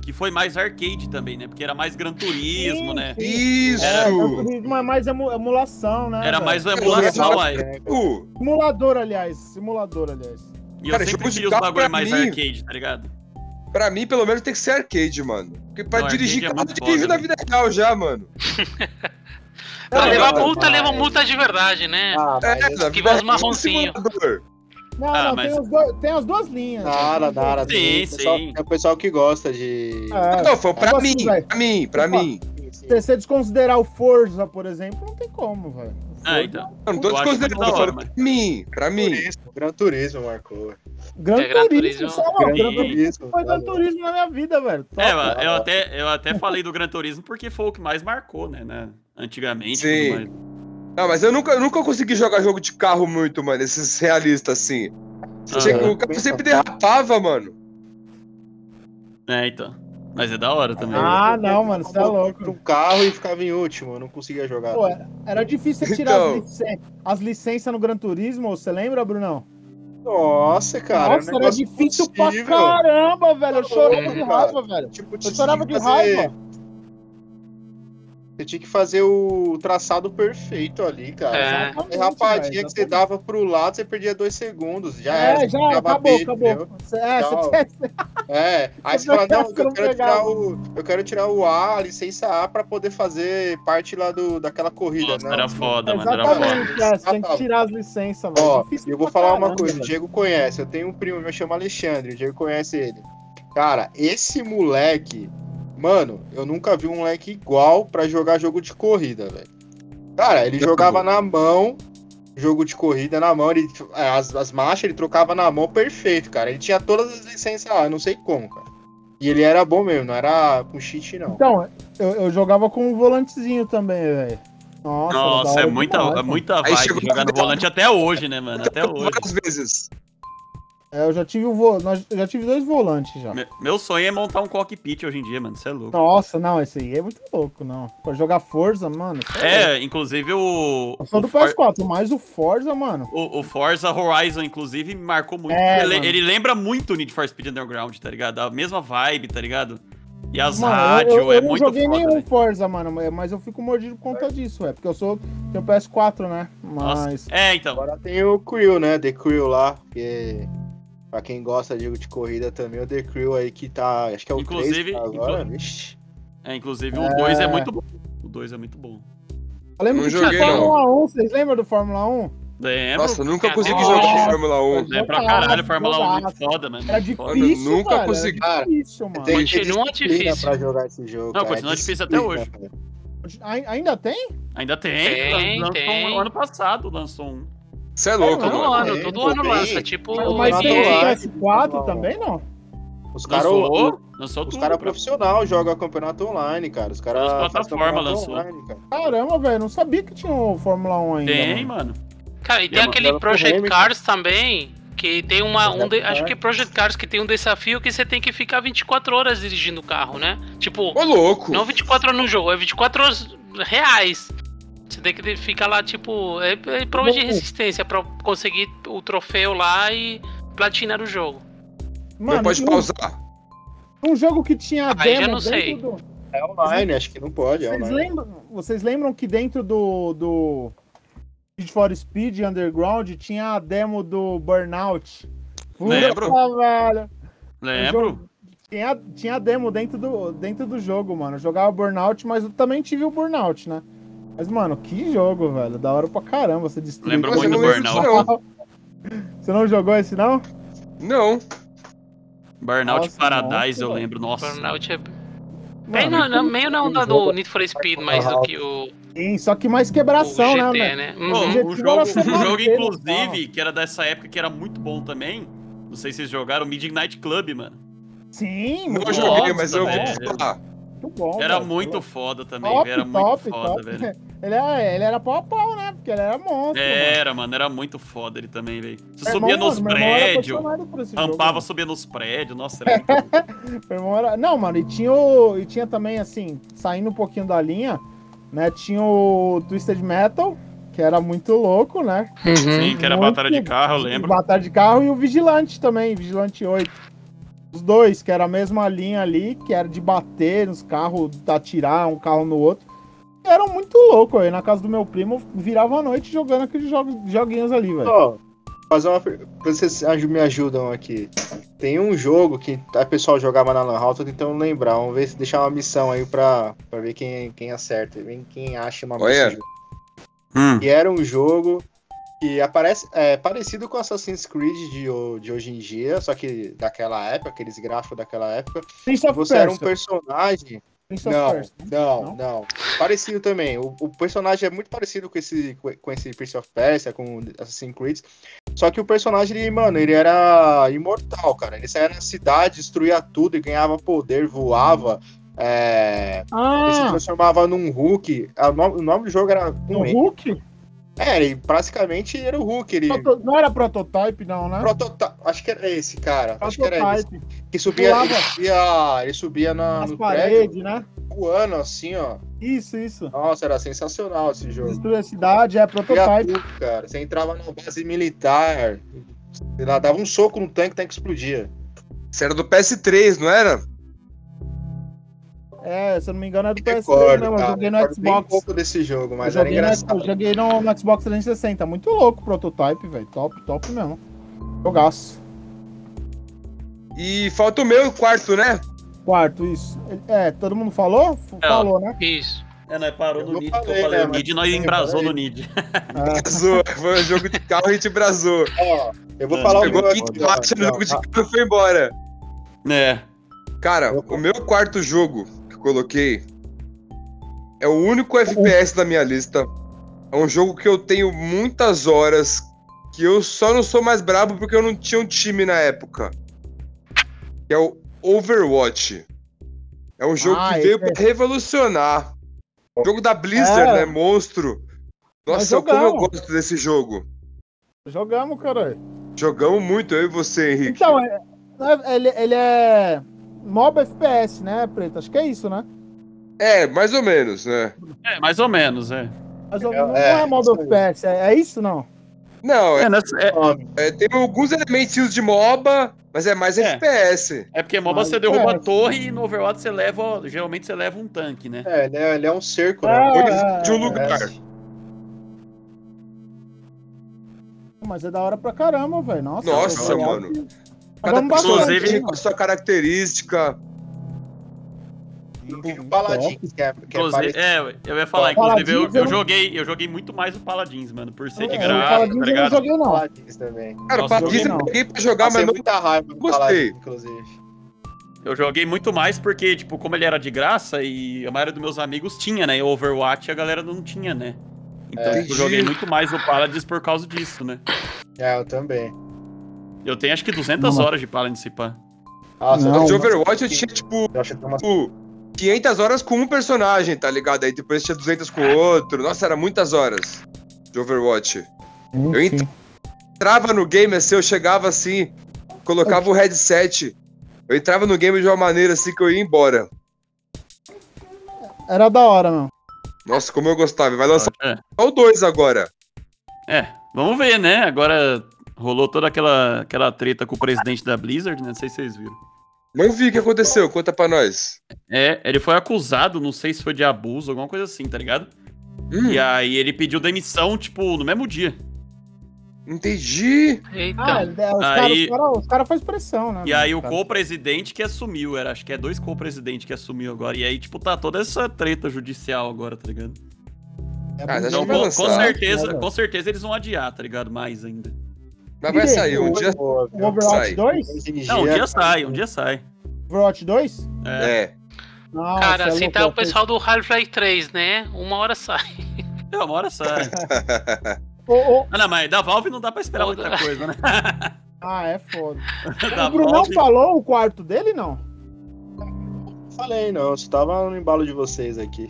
Speaker 3: que foi mais arcade também, né? Porque era mais Gran Turismo,
Speaker 4: Sim,
Speaker 3: né?
Speaker 4: sim.
Speaker 1: Isso!
Speaker 4: É, o turismo é mais emu- emulação, né?
Speaker 3: Era
Speaker 4: velho?
Speaker 3: mais uma
Speaker 1: Era
Speaker 3: emulação
Speaker 6: legal, né?
Speaker 3: aí.
Speaker 1: Pô,
Speaker 4: Simulador, aliás. Simulador, aliás.
Speaker 3: E eu
Speaker 1: Cara,
Speaker 3: sempre
Speaker 1: jogo de
Speaker 3: queria os
Speaker 1: carro
Speaker 3: bagulho
Speaker 1: pra
Speaker 3: mais
Speaker 1: mim-
Speaker 3: arcade, tá ligado?
Speaker 1: Pra mim, pelo menos, tem que ser arcade, mano. Porque pra
Speaker 3: Não,
Speaker 1: dirigir
Speaker 3: arcade é
Speaker 1: carro,
Speaker 3: muito
Speaker 1: eu dirijo
Speaker 3: foda,
Speaker 1: na
Speaker 3: né?
Speaker 1: vida real já, mano.
Speaker 2: Pra
Speaker 6: Não,
Speaker 2: levar
Speaker 6: não,
Speaker 2: multa,
Speaker 6: mas-
Speaker 2: leva multa de verdade, né?
Speaker 6: Ah,
Speaker 1: É,
Speaker 6: mas
Speaker 1: na
Speaker 2: que
Speaker 1: vida
Speaker 2: vai os
Speaker 1: real,
Speaker 2: marronzinho.
Speaker 1: simulador.
Speaker 4: Não,
Speaker 3: Ah,
Speaker 4: não,
Speaker 3: mas-
Speaker 4: tem, os dois- tem as duas linhas.
Speaker 6: Nada,
Speaker 4: Tem as
Speaker 6: nada.
Speaker 3: É. Sim,
Speaker 6: tem pessoal-
Speaker 3: sim.
Speaker 6: É o pessoal que gosta de.
Speaker 4: duas- É,
Speaker 1: Não, Então, foi pra
Speaker 4: Tipo
Speaker 1: mim,
Speaker 4: assim, velho.
Speaker 1: pra mim, pra
Speaker 4: Tipo,
Speaker 1: mim.
Speaker 6: Sim, sim.
Speaker 4: se você desconsiderar o Forza, por exemplo, não tem como, velho.
Speaker 3: Ah, então.
Speaker 1: Eu não tô
Speaker 3: Eu acho
Speaker 1: desconsiderando,
Speaker 3: muito
Speaker 1: eu
Speaker 3: da hora,
Speaker 1: falo pra mim, pra mim.
Speaker 6: Turismo, Gran Turismo marcou.
Speaker 4: Gran
Speaker 2: É, Gran
Speaker 4: Turismo,
Speaker 2: Turismo.
Speaker 4: só, mano. Gran
Speaker 3: Sim.
Speaker 4: Turismo
Speaker 6: Turismo.
Speaker 4: foi Gran
Speaker 6: tá louco.
Speaker 4: Turismo na minha vida, velho. Top.
Speaker 3: É, eu até, eu até falei do Gran Turismo porque foi o que mais marcou, né? né? Antigamente.
Speaker 1: Sim.
Speaker 3: tudo mais.
Speaker 1: Não, mas eu nunca, eu nunca consegui jogar jogo de carro muito, mano. Esses realistas, assim. Você
Speaker 3: Ah.
Speaker 1: chega- o carro sempre derrapava, mano.
Speaker 3: É, então. Mas é da hora também.
Speaker 4: Ah, não, mano, você é
Speaker 6: Pra
Speaker 4: louco.
Speaker 6: um carro e ficava em último, eu não conseguia jogar.
Speaker 4: Pô, era, era difícil você tirar
Speaker 1: Então.
Speaker 4: as, licen- as licenças no Gran Turismo, você lembra, Brunão?
Speaker 6: Nossa, cara.
Speaker 4: Nossa,
Speaker 6: um
Speaker 4: era
Speaker 6: negócio
Speaker 4: difícil
Speaker 6: impossível. Tá
Speaker 4: pra caramba, velho. Eu chorava de
Speaker 6: Cara.
Speaker 4: raiva, velho.
Speaker 6: Tipo,
Speaker 4: Eu
Speaker 6: tinha
Speaker 4: chorava
Speaker 6: que
Speaker 4: de
Speaker 6: fazer-
Speaker 4: raiva.
Speaker 6: Você tinha que fazer o traçado perfeito ali, cara.
Speaker 2: É.
Speaker 6: É. Rapadinha
Speaker 4: velho,
Speaker 6: que você dava pro lado, você perdia dois segundos. Já
Speaker 4: É,
Speaker 6: era.
Speaker 4: já
Speaker 6: ficava
Speaker 4: era, acabou,
Speaker 6: bem,
Speaker 4: acabou.
Speaker 6: entendeu?
Speaker 4: Cê- É,
Speaker 6: Tchau.
Speaker 4: você
Speaker 6: É.
Speaker 4: [LAUGHS]
Speaker 6: Aí
Speaker 4: Você
Speaker 6: você fala, não,
Speaker 4: que eu
Speaker 6: eu
Speaker 4: não
Speaker 6: quero, tirar
Speaker 4: pegava.
Speaker 6: o, eu quero tirar o A, a licença A, pra poder fazer parte lá do, daquela corrida.
Speaker 3: Nossa,
Speaker 6: não,
Speaker 3: era
Speaker 6: não.
Speaker 3: foda, mano. Era foda.
Speaker 4: Exatamente, é, você tem que tirar as licenças, velho. É
Speaker 6: Ó,
Speaker 4: Difícil
Speaker 6: eu vou
Speaker 4: pra
Speaker 6: falar uma
Speaker 4: caramba,
Speaker 6: coisa, o
Speaker 4: velho.
Speaker 6: Diego conhece, eu tenho um primo meu chama Alexandre, o Diego conhece ele. Cara, esse moleque, mano, eu nunca vi um moleque igual pra jogar jogo de corrida, velho. Cara, ele
Speaker 1: Não.
Speaker 6: jogava na mão, jogo de corrida na mão, ele, é, as, as marchas ele trocava na mão perfeito, cara. Ele tinha todas as licenças lá, eu não sei como, cara. E ele era bom mesmo, não era com cheat, não.
Speaker 4: Então, eu, eu jogava com um volantezinho também, velho. Nossa,
Speaker 3: Nossa,
Speaker 4: da
Speaker 3: é
Speaker 4: hora
Speaker 3: muita,
Speaker 4: demais,
Speaker 3: é
Speaker 4: mano.
Speaker 3: muita
Speaker 1: Aí
Speaker 3: vibe
Speaker 1: chegou [LAUGHS]
Speaker 3: jogar no
Speaker 1: na-
Speaker 3: volante até hoje, né, mano? Até hoje.
Speaker 1: Várias vezes.
Speaker 4: É, eu já tive o vo... nós- eu já tive dois volantes já.
Speaker 3: Me- Meu sonho é montar um cockpit hoje em dia, mano. Você é louco.
Speaker 4: Nossa, não, esse aí é muito louco, não. Pra jogar Forza, mano. cê louco.
Speaker 3: É, inclusive o.
Speaker 4: Tá Eu sou do
Speaker 3: o For-
Speaker 4: PS4, mas o Forza, mano.
Speaker 3: O, o Forza Horizon, inclusive, me marcou muito.
Speaker 4: É,
Speaker 3: ele,
Speaker 4: mano.
Speaker 3: ele lembra muito o Need for Speed Underground, tá ligado? A mesma vibe, tá ligado? E as
Speaker 4: Mano,
Speaker 3: rádios,
Speaker 4: eu, eu,
Speaker 3: é
Speaker 4: eu não
Speaker 3: muito
Speaker 4: joguei
Speaker 3: foda.
Speaker 4: nenhum
Speaker 3: velho.
Speaker 4: Forza, mano, é, mas eu fico mordido por conta disso, é. Porque eu sou. Tenho PS4, né?
Speaker 3: Nossa.
Speaker 4: Mas.
Speaker 3: É, então.
Speaker 6: Agora tem o Crew, né? The Crew lá, que pra quem gosta de, de corrida também, o The Crew aí que tá. Acho que é o
Speaker 3: Inclusive-
Speaker 6: 3 que tá agora. Vixe.
Speaker 3: É, inclusive, o 2 é muito bom. O 2 é muito bom.
Speaker 4: Eu lembro
Speaker 1: Não
Speaker 4: que tinha
Speaker 1: joguei,
Speaker 4: Fórmula 1, vocês lembram do Fórmula 1?
Speaker 3: Lembro.
Speaker 1: Nossa, eu nunca
Speaker 2: Tem
Speaker 1: consegui
Speaker 2: até-
Speaker 1: jogar
Speaker 4: Nossa.
Speaker 1: Fórmula 1.
Speaker 3: É pra
Speaker 4: jogaço,
Speaker 3: caralho, Fórmula 1 muito
Speaker 4: jogaço.
Speaker 3: foda, mano.
Speaker 4: Era
Speaker 3: muito foda.
Speaker 1: Mano,
Speaker 4: difícil,
Speaker 1: nunca
Speaker 4: velho,
Speaker 1: consegui.
Speaker 4: Era difícil, mano.
Speaker 6: Tem que ter
Speaker 2: Continua
Speaker 6: disciplina
Speaker 2: difícil.
Speaker 6: Pra jogar esse jogo,
Speaker 3: Não,
Speaker 6: cara.
Speaker 3: continua
Speaker 6: É
Speaker 3: difícil
Speaker 6: disciplina,
Speaker 3: até hoje.
Speaker 6: cara.
Speaker 4: Ai- Ainda tem?
Speaker 3: Ainda tem.
Speaker 2: Tem,
Speaker 3: lançou
Speaker 2: tem.
Speaker 3: Um, ano passado lançou um.
Speaker 1: Você é louco,
Speaker 4: É,
Speaker 2: Todo
Speaker 4: não,
Speaker 1: mano.
Speaker 2: ano,
Speaker 6: é,
Speaker 2: todo
Speaker 6: tudo
Speaker 2: ano
Speaker 6: bem.
Speaker 2: lança. Tipo,
Speaker 6: Mas-
Speaker 4: Mas
Speaker 2: NBA.
Speaker 4: tem
Speaker 6: Não,
Speaker 4: o
Speaker 6: é.
Speaker 4: PS4 também, não?
Speaker 6: Os caras.
Speaker 3: Lançou. Lançou
Speaker 6: Os
Speaker 3: tudo.
Speaker 6: caras
Speaker 3: pra-
Speaker 6: profissional jogam campeonato online, cara. Os caras.
Speaker 3: As
Speaker 6: fazem
Speaker 3: plataformas
Speaker 6: campeonato
Speaker 3: lançou.
Speaker 6: online, cara.
Speaker 4: Caramba, velho, não sabia que tinha o Fórmula 1 ainda.
Speaker 3: Tem,
Speaker 4: mano.
Speaker 3: mano.
Speaker 2: Cara, e tem
Speaker 3: Ia
Speaker 2: aquele
Speaker 6: mandar
Speaker 2: Project
Speaker 6: polêmica.
Speaker 2: Cars também, que tem uma. Um de-
Speaker 6: Project
Speaker 2: acho que é Project Cars que tem um desafio que você tem que ficar 24 horas dirigindo o carro, né? Tipo,
Speaker 1: Ô, louco.
Speaker 2: não 24 horas no jogo, é 24 horas reais. Você tem que de- ficar lá, tipo, é, é prova de
Speaker 4: Louco.
Speaker 2: resistência pra conseguir o troféu lá e platinar o jogo.
Speaker 1: Não
Speaker 4: Mano,
Speaker 1: pode
Speaker 4: um,
Speaker 1: pausar.
Speaker 4: um jogo que tinha
Speaker 2: Aí já
Speaker 4: demo
Speaker 2: não sei.
Speaker 4: dentro do...
Speaker 6: É online, acho que não pode. É
Speaker 4: Vocês
Speaker 6: online.
Speaker 4: lembram, vocês lembram que dentro do, do Need for Speed Underground tinha a demo do Burnout? Puta,
Speaker 3: Lembro.
Speaker 4: velho.
Speaker 3: Lembro.
Speaker 4: Tinha, tinha demo dentro do, dentro do jogo, mano. Eu jogava Burnout, mas eu também tive o Burnout, né? Mas, mano, que jogo, velho. Da hora pra caramba. Você destruiu.
Speaker 3: Lembro
Speaker 1: Mas eu
Speaker 3: muito
Speaker 1: não
Speaker 3: do
Speaker 1: lembro
Speaker 3: Burnout.
Speaker 1: disso, não.
Speaker 4: Você não jogou esse, não?
Speaker 1: Não.
Speaker 3: Burnout
Speaker 4: Nossa,
Speaker 3: Paradise,
Speaker 4: nossa,
Speaker 3: eu
Speaker 4: velho.
Speaker 3: lembro. Nossa.
Speaker 2: Burnout é. Bem,
Speaker 4: Mano,
Speaker 2: não, não, meio na onda do Need for Speed, mais do que o, o
Speaker 4: Sim, só que mais quebração, né,
Speaker 2: GT,
Speaker 4: velho?
Speaker 2: né?
Speaker 3: Pô,
Speaker 2: Uhum.
Speaker 4: Objetivo
Speaker 3: um
Speaker 4: era
Speaker 3: jogo, um
Speaker 4: ser
Speaker 3: jogo,
Speaker 4: marqueiro,
Speaker 3: inclusive, que era dessa época que era muito bom também. Não sei se vocês jogaram Midnight Club, mano.
Speaker 4: Sim,
Speaker 1: Não
Speaker 4: muito
Speaker 1: joguei,
Speaker 4: bom,
Speaker 1: mas eu vou
Speaker 3: velho.
Speaker 1: falar.
Speaker 4: Muito bom,
Speaker 3: Era
Speaker 4: velho.
Speaker 3: muito foda também,
Speaker 4: top,
Speaker 3: velho. Era muito
Speaker 4: top,
Speaker 3: foda,
Speaker 4: top.
Speaker 3: velho.
Speaker 4: [LAUGHS] Ele, é- ele era pau a pau, né? Porque ele era monstro. mano.
Speaker 3: Era, mano, era muito foda ele também, velho. Você
Speaker 4: Meu irmão,
Speaker 3: subia nos
Speaker 4: mano, meu irmão era
Speaker 3: prédios,
Speaker 4: apaixonado por esse jogo,
Speaker 3: rampava,
Speaker 4: mano.
Speaker 3: subia nos prédios, nossa, era
Speaker 4: [LAUGHS]
Speaker 3: muito bom.
Speaker 4: Meu irmão era- Não, mano, e tinha, o- e tinha também, assim, saindo um pouquinho da linha, né? Tinha o Twisted Metal, que era muito louco, né?
Speaker 3: Sim, que era
Speaker 4: Muito
Speaker 3: batalha de carro, eu lembro.
Speaker 4: Batalha de carro e o Vigilante também, Vigilante 8. Os dois, que era a mesma linha ali, que era de bater nos carros, atirar um carro no outro. Eram muito louco, aí na casa do meu primo, eu virava a noite jogando aqueles jogo- joguinhos ali, velho.
Speaker 6: Ó, fazer uma per- Vocês aju- me ajudam aqui. Tem um jogo que a pessoa jogava na Lan House, tô tentando lembrar. Vamos ver se deixar uma missão aí pra, pra ver quem, quem acerta, ver quem acha uma
Speaker 1: Olha.
Speaker 6: missão.
Speaker 3: Hum.
Speaker 6: E era um jogo que aparece, é parecido com Assassin's Creed de, ho- de hoje em dia, só que daquela época, aqueles gráficos daquela época.
Speaker 4: Prince of
Speaker 6: Você era um
Speaker 4: Persia.
Speaker 6: personagem
Speaker 4: Prince of
Speaker 6: não,
Speaker 4: Persia. Não?
Speaker 6: não, não. Parecido também. O, o personagem é muito parecido com esse, com esse Prince of Persia, com o Assassin's Creed. Só que o personagem, ele, mano, ele era imortal, cara. Ele saía na cidade, destruía tudo e ganhava poder, voava. é, Ele se
Speaker 4: Ah,
Speaker 6: transformava num Hulk. A no- O nome do jogo era. um
Speaker 4: o Hulk?
Speaker 6: É, ele praticamente era o Hulk. Ele.
Speaker 4: Proto- Não era prototype, não, né?
Speaker 6: Protota... Acho que era esse, cara. Acho que era esse.
Speaker 4: Prototype.
Speaker 6: Que subia, ele
Speaker 4: Voava.
Speaker 6: subia, ele subia na,
Speaker 4: As
Speaker 6: Tá no prédio,
Speaker 4: paredes, né?
Speaker 6: voando assim, ó.
Speaker 4: Isso, isso.
Speaker 6: Nossa, era sensacional esse jogo.
Speaker 4: Destruir a cidade, é
Speaker 6: Ia
Speaker 4: prototype.
Speaker 6: tudo, cara. Você entrava numa base militar, sei lá, dava um soco no tanque, o tanque explodia.
Speaker 1: Isso era do PS3, não era?
Speaker 4: É, se eu não me engano, é do
Speaker 6: Me
Speaker 4: PS3,
Speaker 6: recordo,
Speaker 4: né? Eu
Speaker 6: cara.
Speaker 4: joguei no
Speaker 6: Recordo tá, bem
Speaker 4: Xbox.
Speaker 6: pouco desse jogo, mas
Speaker 4: eu
Speaker 6: era
Speaker 4: joguei, no,
Speaker 6: engraçado.
Speaker 4: eu joguei no, no Xbox 360. Muito louco o prototype, velho. Top, top mesmo. Jogaço.
Speaker 1: E falta o meu quarto, né?
Speaker 4: Quarto, isso. É, todo mundo falou? F-
Speaker 3: É.
Speaker 4: Falou, né?
Speaker 2: Isso.
Speaker 3: É, nós parou
Speaker 6: Eu
Speaker 3: no
Speaker 6: não
Speaker 3: Nid, que eu
Speaker 6: falei,
Speaker 3: falei
Speaker 6: né,
Speaker 3: o
Speaker 6: mas-
Speaker 3: Nid e nós
Speaker 6: Eu
Speaker 3: embrasou
Speaker 6: falei.
Speaker 3: no Nid. [LAUGHS]
Speaker 1: Brazou. [LAUGHS] Foi um jogo de carro e te brasou.
Speaker 6: Ó, eu vou
Speaker 3: Mano,
Speaker 6: falar o
Speaker 1: Pegou
Speaker 6: meu
Speaker 1: a
Speaker 6: aqui,
Speaker 1: quinta
Speaker 6: ó.
Speaker 1: marcha no
Speaker 6: Não,
Speaker 1: [LAUGHS] jogo de carro e foi embora.
Speaker 3: É.
Speaker 1: Cara, o meu quarto jogo que eu coloquei é o único FPS da minha lista. É um jogo que eu tenho muitas horas, que eu só não sou mais brabo porque eu não tinha um time na época. Que é o Overwatch. É um jogo
Speaker 4: Ah,
Speaker 1: que
Speaker 4: esse
Speaker 1: veio
Speaker 4: é-
Speaker 1: pra revolucionar. Jogo da Blizzard,
Speaker 4: É.
Speaker 1: né? Monstro.
Speaker 4: Nós
Speaker 1: Nossa, como eu
Speaker 4: jogamos.
Speaker 1: gosto desse jogo.
Speaker 4: É. Jogamos, caralho.
Speaker 1: Jogamos muito, eu e você, Henrique.
Speaker 4: Então, é, é- ele, ele é. Mob FPS, né, Preto? Acho que é isso, né?
Speaker 1: É, mais ou menos, né?
Speaker 3: É, mais ou menos, é.
Speaker 4: Mas eu-
Speaker 6: É,
Speaker 4: não
Speaker 6: é,
Speaker 4: é Mob
Speaker 6: isso aí.
Speaker 4: FPS, é, é isso não?
Speaker 1: Não, é
Speaker 3: É, nós- é-
Speaker 1: É, tem alguns elementos de MOBA, mas é mais
Speaker 3: É.
Speaker 1: FPS.
Speaker 3: é porque MOBA
Speaker 4: Mas
Speaker 3: você derruba
Speaker 4: é.
Speaker 3: a torre e no Overwatch você leva. Geralmente você leva um tanque, né?
Speaker 6: É, ele é, ele é um cerco,
Speaker 4: É,
Speaker 6: né?
Speaker 1: Coisa de um lugar.
Speaker 6: Parece.
Speaker 4: Mas é da hora pra caramba, velho. Nossa,
Speaker 1: Nossa,
Speaker 4: velho.
Speaker 1: mano. Cada
Speaker 4: Jogamos
Speaker 1: pessoa
Speaker 4: bastante,
Speaker 3: inclusive,
Speaker 1: tem
Speaker 4: hein,
Speaker 1: a sua característica.
Speaker 6: E o Paladins, que é, que é
Speaker 3: Inclusive,
Speaker 6: parecido.
Speaker 3: é, eu ia falar,
Speaker 4: Ó,
Speaker 3: inclusive, eu,
Speaker 4: Paladins eu
Speaker 3: eu
Speaker 4: não-
Speaker 3: joguei, eu joguei muito mais o Paladins, mano, por ser de
Speaker 4: É,
Speaker 3: graça,
Speaker 4: o
Speaker 3: tá
Speaker 4: Paladins eu não
Speaker 3: ligado?
Speaker 4: joguei, não.
Speaker 6: Paladins também.
Speaker 1: Cara, o
Speaker 3: Nossa,
Speaker 1: Paladins
Speaker 4: não.
Speaker 1: eu peguei pra jogar,
Speaker 6: Passei
Speaker 1: mas não.
Speaker 6: muita raiva do
Speaker 1: gostei.
Speaker 6: Paladins, inclusive.
Speaker 3: Eu joguei muito mais porque, tipo, como ele era de graça e a maioria dos meus amigos tinha, né? E Overwatch a galera não tinha, né? Então,
Speaker 6: É.
Speaker 3: tipo, eu joguei muito mais o Paladins por causa disso, né?
Speaker 6: É, eu também.
Speaker 3: Eu tenho acho que 200
Speaker 4: Não,
Speaker 3: horas de Paladins se pá.
Speaker 6: Nossa,
Speaker 4: Não.
Speaker 6: eu
Speaker 1: De
Speaker 6: tenho-
Speaker 1: Overwatch eu tinha, tipo,
Speaker 6: Eu acho que tem umas...
Speaker 1: 500 horas com um personagem, tá ligado? Aí depois tinha 200 com o outro. Nossa, era muitas horas de Overwatch. Eu
Speaker 4: Enfim.
Speaker 1: Entrava no game assim, eu chegava assim, colocava o headset. Eu entrava no game de uma maneira assim que eu ia embora.
Speaker 4: Era da hora, meu.
Speaker 1: Nossa, como eu gostava. Vai lançar
Speaker 3: É.
Speaker 1: só o 2 agora.
Speaker 3: É, vamos ver, né? Agora rolou toda aquela, aquela treta com o presidente da Blizzard, né? Não sei se vocês viram.
Speaker 1: Não vi o que aconteceu, conta pra nós.
Speaker 3: É, ele foi acusado, não sei se foi de abuso, alguma coisa assim, tá ligado?
Speaker 1: Hum.
Speaker 3: E aí ele pediu demissão, tipo, no mesmo dia.
Speaker 1: Entendi.
Speaker 2: Eita.
Speaker 4: Ah, é, os caras
Speaker 3: Então, aí-
Speaker 4: os cara, os cara faz pressão, né?
Speaker 3: E aí o
Speaker 4: cara?
Speaker 3: co-presidente que assumiu, era, acho que é dois co-presidentes que assumiu agora. E aí, tipo, tá toda essa treta judicial agora, tá ligado?
Speaker 4: É
Speaker 1: Ah,
Speaker 4: bonito,
Speaker 1: já
Speaker 3: Então,
Speaker 1: vai
Speaker 3: com,
Speaker 4: né?
Speaker 3: com
Speaker 1: lançar.
Speaker 3: certeza, com certeza eles vão adiar, tá ligado? Mais ainda.
Speaker 1: Mas vai
Speaker 4: E
Speaker 1: sair, um dia.
Speaker 6: Boa,
Speaker 4: O
Speaker 6: viu?
Speaker 1: Sai.
Speaker 4: Overwatch 2?
Speaker 3: Não,
Speaker 6: é
Speaker 3: um dia sai, um dia sai.
Speaker 4: Overwatch é 2?
Speaker 3: É.
Speaker 1: É.
Speaker 4: Não,
Speaker 2: Cara, assim tá o pessoal do Half-Life 3, né? Uma hora sai.
Speaker 3: É, uma hora sai.
Speaker 4: Ô, ô,
Speaker 3: Ah, não, mas da Valve não dá pra esperar
Speaker 2: Outra.
Speaker 3: muita coisa, né?
Speaker 4: Ah, é foda.
Speaker 3: Da
Speaker 2: Tá
Speaker 4: o Brunão
Speaker 3: Valve.
Speaker 4: falou o quarto dele, não?
Speaker 6: falei, não. Eu estava no embalo de vocês aqui.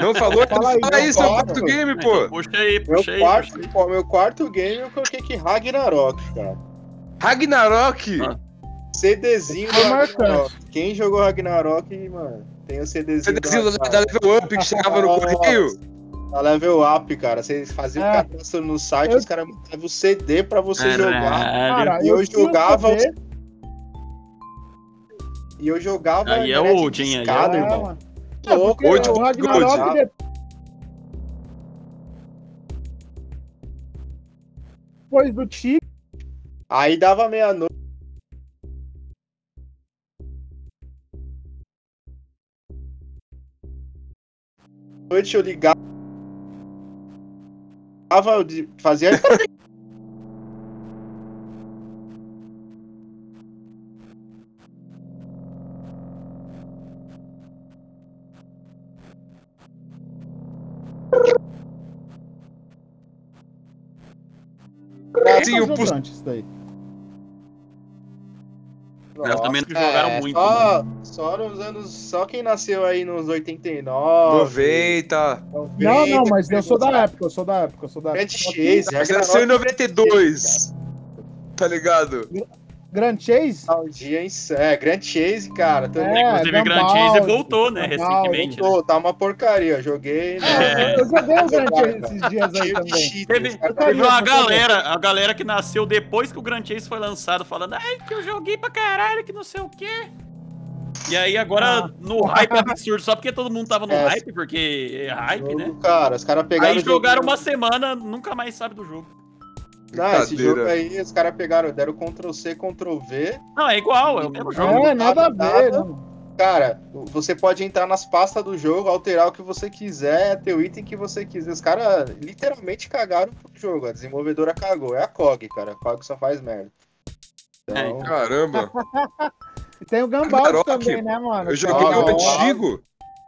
Speaker 1: Não falou?
Speaker 4: Fala aí,
Speaker 1: Fala
Speaker 6: não
Speaker 1: isso, é o
Speaker 6: fala,
Speaker 1: quarto
Speaker 6: mano.
Speaker 1: game, pô.
Speaker 3: Puxa aí,
Speaker 6: Meu
Speaker 3: puxa aí.
Speaker 6: quarto,
Speaker 3: puxa aí.
Speaker 6: pô, meu quarto game eu coloquei que Ragnarok, cara.
Speaker 1: Ragnarok.
Speaker 3: Ah.
Speaker 6: CDzinho do
Speaker 4: Foi marcante.
Speaker 6: Ragnarok. Quem jogou Ragnarok, mano, tem o CDzinho,
Speaker 1: Você desenho
Speaker 6: do
Speaker 1: da, da
Speaker 6: Ragnarok.
Speaker 1: Level Up que chegava no
Speaker 6: Nossa.
Speaker 1: correio.
Speaker 6: Da Level Up, cara. Você fazia
Speaker 4: É.
Speaker 6: o cadastro no site,
Speaker 4: Eu-
Speaker 6: os caras mandavam o CD pra você jogar.
Speaker 2: É,
Speaker 3: Caralho.
Speaker 4: Cara,
Speaker 6: eu
Speaker 4: eu tinha o
Speaker 6: jogava
Speaker 4: CD.
Speaker 6: E eu jogava.
Speaker 3: Aí é
Speaker 6: net
Speaker 3: old, hein? Aí é
Speaker 4: old.
Speaker 6: discada, irmão. Tá
Speaker 4: É, porque
Speaker 1: Hoje
Speaker 4: o
Speaker 1: eu
Speaker 4: Ragnarok,
Speaker 6: gosto.
Speaker 4: ele... Depois do Ti,
Speaker 6: Aí dava meia-noite. Noite eu ligava. eu de-
Speaker 3: [LAUGHS]
Speaker 6: Fazia.
Speaker 1: Sim, assim, o
Speaker 4: tá
Speaker 1: pus-
Speaker 4: jogando isso daí.
Speaker 3: Eu também não
Speaker 6: Nossa,
Speaker 3: jogaram
Speaker 6: é,
Speaker 3: muito,
Speaker 6: Só, só nos anos. Só quem nasceu aí nos 89.
Speaker 1: 90.
Speaker 6: 90
Speaker 4: Não, não, mas eu sou da época, eu sou da época, eu sou da época.
Speaker 6: Grand Chase, é
Speaker 1: Mas nasceu em 92. Tá ligado?
Speaker 4: Grand Chase?
Speaker 6: Nostalgia em é, Grand Chase, cara. Também
Speaker 4: É,
Speaker 3: Inclusive, Grand
Speaker 4: Gambald,
Speaker 3: Chase voltou, né?
Speaker 4: Gambald.
Speaker 3: Recentemente. né?
Speaker 6: Pô, tá uma porcaria. Joguei. né?
Speaker 4: É, eu- eu joguei o Grand Chase esses dias aí
Speaker 6: Cheio de
Speaker 4: também.
Speaker 6: cheater.
Speaker 3: É. Teve,
Speaker 6: Os caras
Speaker 4: tá
Speaker 3: teve
Speaker 4: vendo,
Speaker 3: uma
Speaker 4: tá vendo.
Speaker 3: galera, a galera que nasceu depois que o Grand Chase foi lançado, falando, ai, que eu joguei pra caralho, que não sei o quê. E aí agora no hype absurdo, só porque todo mundo tava no
Speaker 6: É.
Speaker 3: hype, porque é hype,
Speaker 6: jogo,
Speaker 3: né?
Speaker 6: Cara, os caras pegaram.
Speaker 3: aí
Speaker 6: o jogo-
Speaker 3: jogaram uma semana, nunca mais sabe do jogo.
Speaker 6: Não, Ah, esse
Speaker 1: Brincadeira.
Speaker 6: jogo aí, os caras pegaram, deram Ctrl C, Ctrl V.
Speaker 3: Não, é igual, é o mesmo jogo.
Speaker 4: É, nada a ver.
Speaker 6: Nada.
Speaker 4: não.
Speaker 6: Cara, você pode entrar nas pastas do jogo, alterar o que você quiser, ter o item que você quiser. Os caras literalmente cagaram pro jogo. A desenvolvedora cagou. É a COG, cara. A COG só faz merda.
Speaker 3: É,
Speaker 6: Então,
Speaker 1: Caramba.
Speaker 4: E Tem o Gambald
Speaker 1: Ragnarok,
Speaker 4: também, né, mano?
Speaker 1: Eu joguei
Speaker 6: Ah,
Speaker 1: o
Speaker 6: não.
Speaker 1: antigo.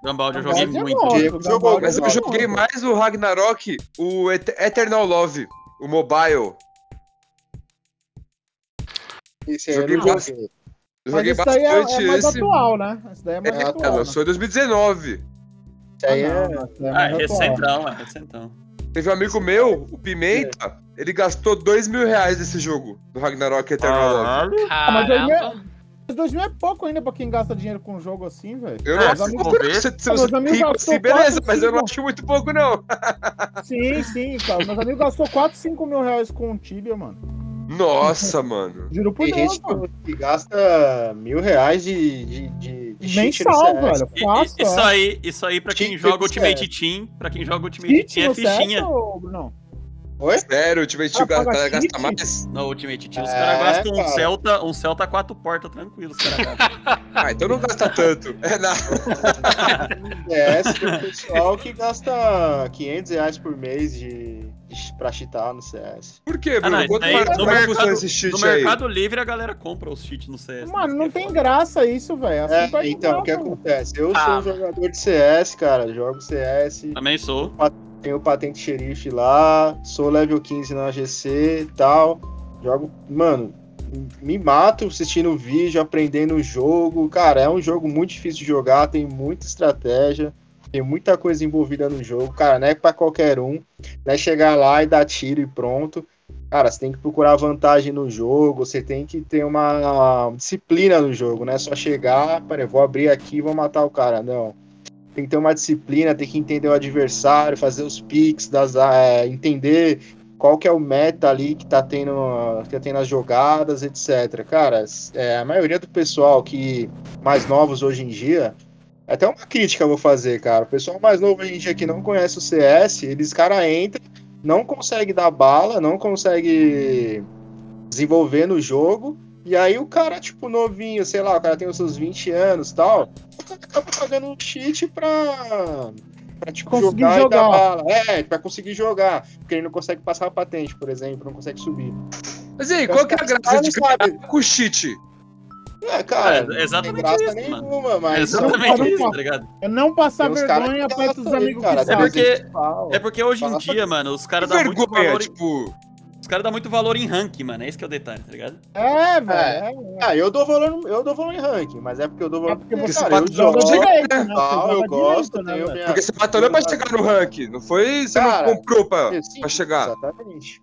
Speaker 3: Gambald eu joguei
Speaker 4: Gambald é
Speaker 3: muito.
Speaker 4: bom.
Speaker 6: Diego
Speaker 4: Gambald
Speaker 6: jogou,
Speaker 4: é
Speaker 1: Mas eu
Speaker 4: bom.
Speaker 1: joguei mais o Ragnarok, o Et- Eternal Love, o mobile.
Speaker 6: esse aí é
Speaker 1: Joguei
Speaker 6: eu não
Speaker 1: bastante.
Speaker 6: joguei.
Speaker 1: Eu
Speaker 4: Mas
Speaker 1: joguei
Speaker 4: isso daí é,
Speaker 1: bastante
Speaker 4: é mais
Speaker 1: esse.
Speaker 4: atual, né? Isso daí é mais
Speaker 1: É,
Speaker 4: atual.
Speaker 1: é,
Speaker 4: né?
Speaker 1: lançou em 2019.
Speaker 6: Esse aí é-
Speaker 4: Ah, não, isso daí é
Speaker 3: Ah,
Speaker 4: mais
Speaker 3: é
Speaker 4: atual.
Speaker 3: recentão, é recentão.
Speaker 1: Teve um amigo meu, o Pimenta, ele gastou 2 mil reais nesse jogo, do Ragnarok Eternal Love.
Speaker 4: Ah, mas eu ia-
Speaker 2: Caramba.
Speaker 4: Mas 2000 é pouco ainda pra quem gasta dinheiro com um jogo assim, velho.
Speaker 1: Eu
Speaker 3: Ah,
Speaker 1: não
Speaker 3: se
Speaker 1: sei
Speaker 3: for ver-
Speaker 1: se se você
Speaker 4: Meus amigos
Speaker 1: rico
Speaker 4: gastou
Speaker 1: assim, beleza,
Speaker 4: quatro,
Speaker 1: mas eu não
Speaker 4: cinco.
Speaker 1: acho muito pouco, não. [LAUGHS]
Speaker 4: Sim, sim, cara. Meus amigos gastou 4, 5 mil reais com o Tibia, mano.
Speaker 1: Nossa, mano.
Speaker 4: Juro por
Speaker 6: Tem
Speaker 4: Deus,
Speaker 6: gente
Speaker 4: mano.
Speaker 6: que, que gasta mil reais de, de, de, de cheat no
Speaker 4: Mensal,
Speaker 6: CS.
Speaker 4: velho.
Speaker 3: E- e-
Speaker 4: Fácil,
Speaker 3: isso
Speaker 4: é.
Speaker 3: aí, isso aí pra quem
Speaker 6: Cheat
Speaker 3: joga
Speaker 6: do
Speaker 3: Ultimate Team, pra quem joga Ultimate
Speaker 4: Kit
Speaker 3: Team é
Speaker 4: no
Speaker 3: fichinha.
Speaker 4: CS, ô, Brunão?
Speaker 6: Oi?
Speaker 1: Sério, eu tive que
Speaker 4: Ah, paga
Speaker 1: gastar
Speaker 4: cheat?
Speaker 1: gastar mais.
Speaker 3: No Ultimate Team, os
Speaker 6: É,
Speaker 3: caras gastam um
Speaker 6: cara.
Speaker 3: Celta, um Celta quatro portas, tranquilo, os caras gastam.
Speaker 6: [LAUGHS]
Speaker 1: Ah, então não gasta
Speaker 3: [LAUGHS]
Speaker 1: tanto. É nada.
Speaker 6: CS tem um pessoal que gasta 500 reais por mês de, de, pra cheatar no CS.
Speaker 1: Por quê,
Speaker 3: Ah,
Speaker 1: Bruno?
Speaker 3: não, isso
Speaker 1: Quanto
Speaker 3: daí,
Speaker 1: mais
Speaker 3: no,
Speaker 1: mais custou
Speaker 3: mercado,
Speaker 1: esse cheat
Speaker 3: no
Speaker 1: aí?
Speaker 3: mercado livre a galera compra os cheats no CS.
Speaker 4: Mano, não
Speaker 3: Isso é
Speaker 4: tem
Speaker 3: foda.
Speaker 4: graça isso, velho. Assim
Speaker 6: É,
Speaker 4: perde
Speaker 6: então, o que
Speaker 4: graça, mano.
Speaker 6: acontece? Eu
Speaker 2: Ah.
Speaker 6: sou um jogador de CS, cara. Jogo CS,
Speaker 3: Também sou.
Speaker 6: tenho patente xerife lá, sou level 15 na AGC e tal. Jogo, mano, me mato assistindo vídeo, aprendendo o jogo. Cara, é um jogo muito difícil de jogar, tem muita estratégia, tem muita coisa envolvida no jogo. Cara, não é pra qualquer um, não é chegar lá e dar tiro e pronto. Cara, você tem que procurar vantagem no jogo, você tem que ter uma disciplina no jogo, não é só chegar, peraí, vou abrir aqui e vou matar o cara. Não tem que ter uma disciplina, tem que entender o adversário, fazer os picks, das, é, entender qual que é o meta ali que tá tendo, ah, que tá tendo as jogadas, etc. Cara, s- é, a maioria do pessoal que mais novos hoje em dia, até uma crítica eu vou fazer, cara. O pessoal mais novo hoje em dia que não conhece o CS, eles cara entra, não consegue dar bala, não consegue desenvolver no jogo. E aí o cara, tipo, novinho, sei lá, o cara tem os seus 20 anos e tal, acaba pagando um cheat pra, pra tipo,
Speaker 4: Conseguir
Speaker 6: jogar, e dar
Speaker 4: jogar.
Speaker 6: bala. É, pra conseguir jogar. Porque ele não consegue passar a patente, por exemplo, não consegue subir.
Speaker 1: Mas e aí, qual que é a graça de
Speaker 6: Os caras não
Speaker 1: ganhar com cheat?
Speaker 6: É, cara,
Speaker 3: É,
Speaker 6: não tem
Speaker 3: exatamente
Speaker 6: graça
Speaker 3: isso, mano.
Speaker 6: nenhuma, mas.
Speaker 3: Exatamente
Speaker 4: só-
Speaker 3: isso, tá ligado?
Speaker 4: É não passar
Speaker 6: Tem uns cara
Speaker 4: vergonha
Speaker 6: que
Speaker 4: perto
Speaker 6: gasta
Speaker 4: dos
Speaker 6: aí,
Speaker 4: amigos
Speaker 6: cara.
Speaker 4: que
Speaker 3: É
Speaker 6: Tá,
Speaker 4: sabem.
Speaker 3: porque,
Speaker 6: Fala.
Speaker 3: é porque hoje em
Speaker 6: Fala.
Speaker 3: dia, mano, os
Speaker 1: Que
Speaker 3: caras dão muito
Speaker 1: vergonha,
Speaker 3: valor. É.
Speaker 1: tipo.
Speaker 3: Os caras dão muito valor em ranking, mano. É esse que é o detalhe, tá ligado?
Speaker 4: É, velho.
Speaker 6: Ah, eu dou valor, no- eu dou valor em ranking, mas é porque eu dou valor.
Speaker 4: É porque
Speaker 1: Porque
Speaker 4: você
Speaker 1: esse
Speaker 6: cara, eu
Speaker 1: pato jogou
Speaker 6: jogo,
Speaker 4: jogou
Speaker 1: direito,
Speaker 4: direito, né?
Speaker 6: tal,
Speaker 4: Você
Speaker 6: eu
Speaker 4: joga
Speaker 6: gosto,
Speaker 4: direito, né,
Speaker 6: tenho
Speaker 4: velho?
Speaker 6: minha-
Speaker 1: Porque você batalhou pra chegar no ranking, não foi? Você
Speaker 6: Cara,
Speaker 1: não comprou pra.
Speaker 6: Sim,
Speaker 1: pra chegar. Hum.
Speaker 6: Exatamente.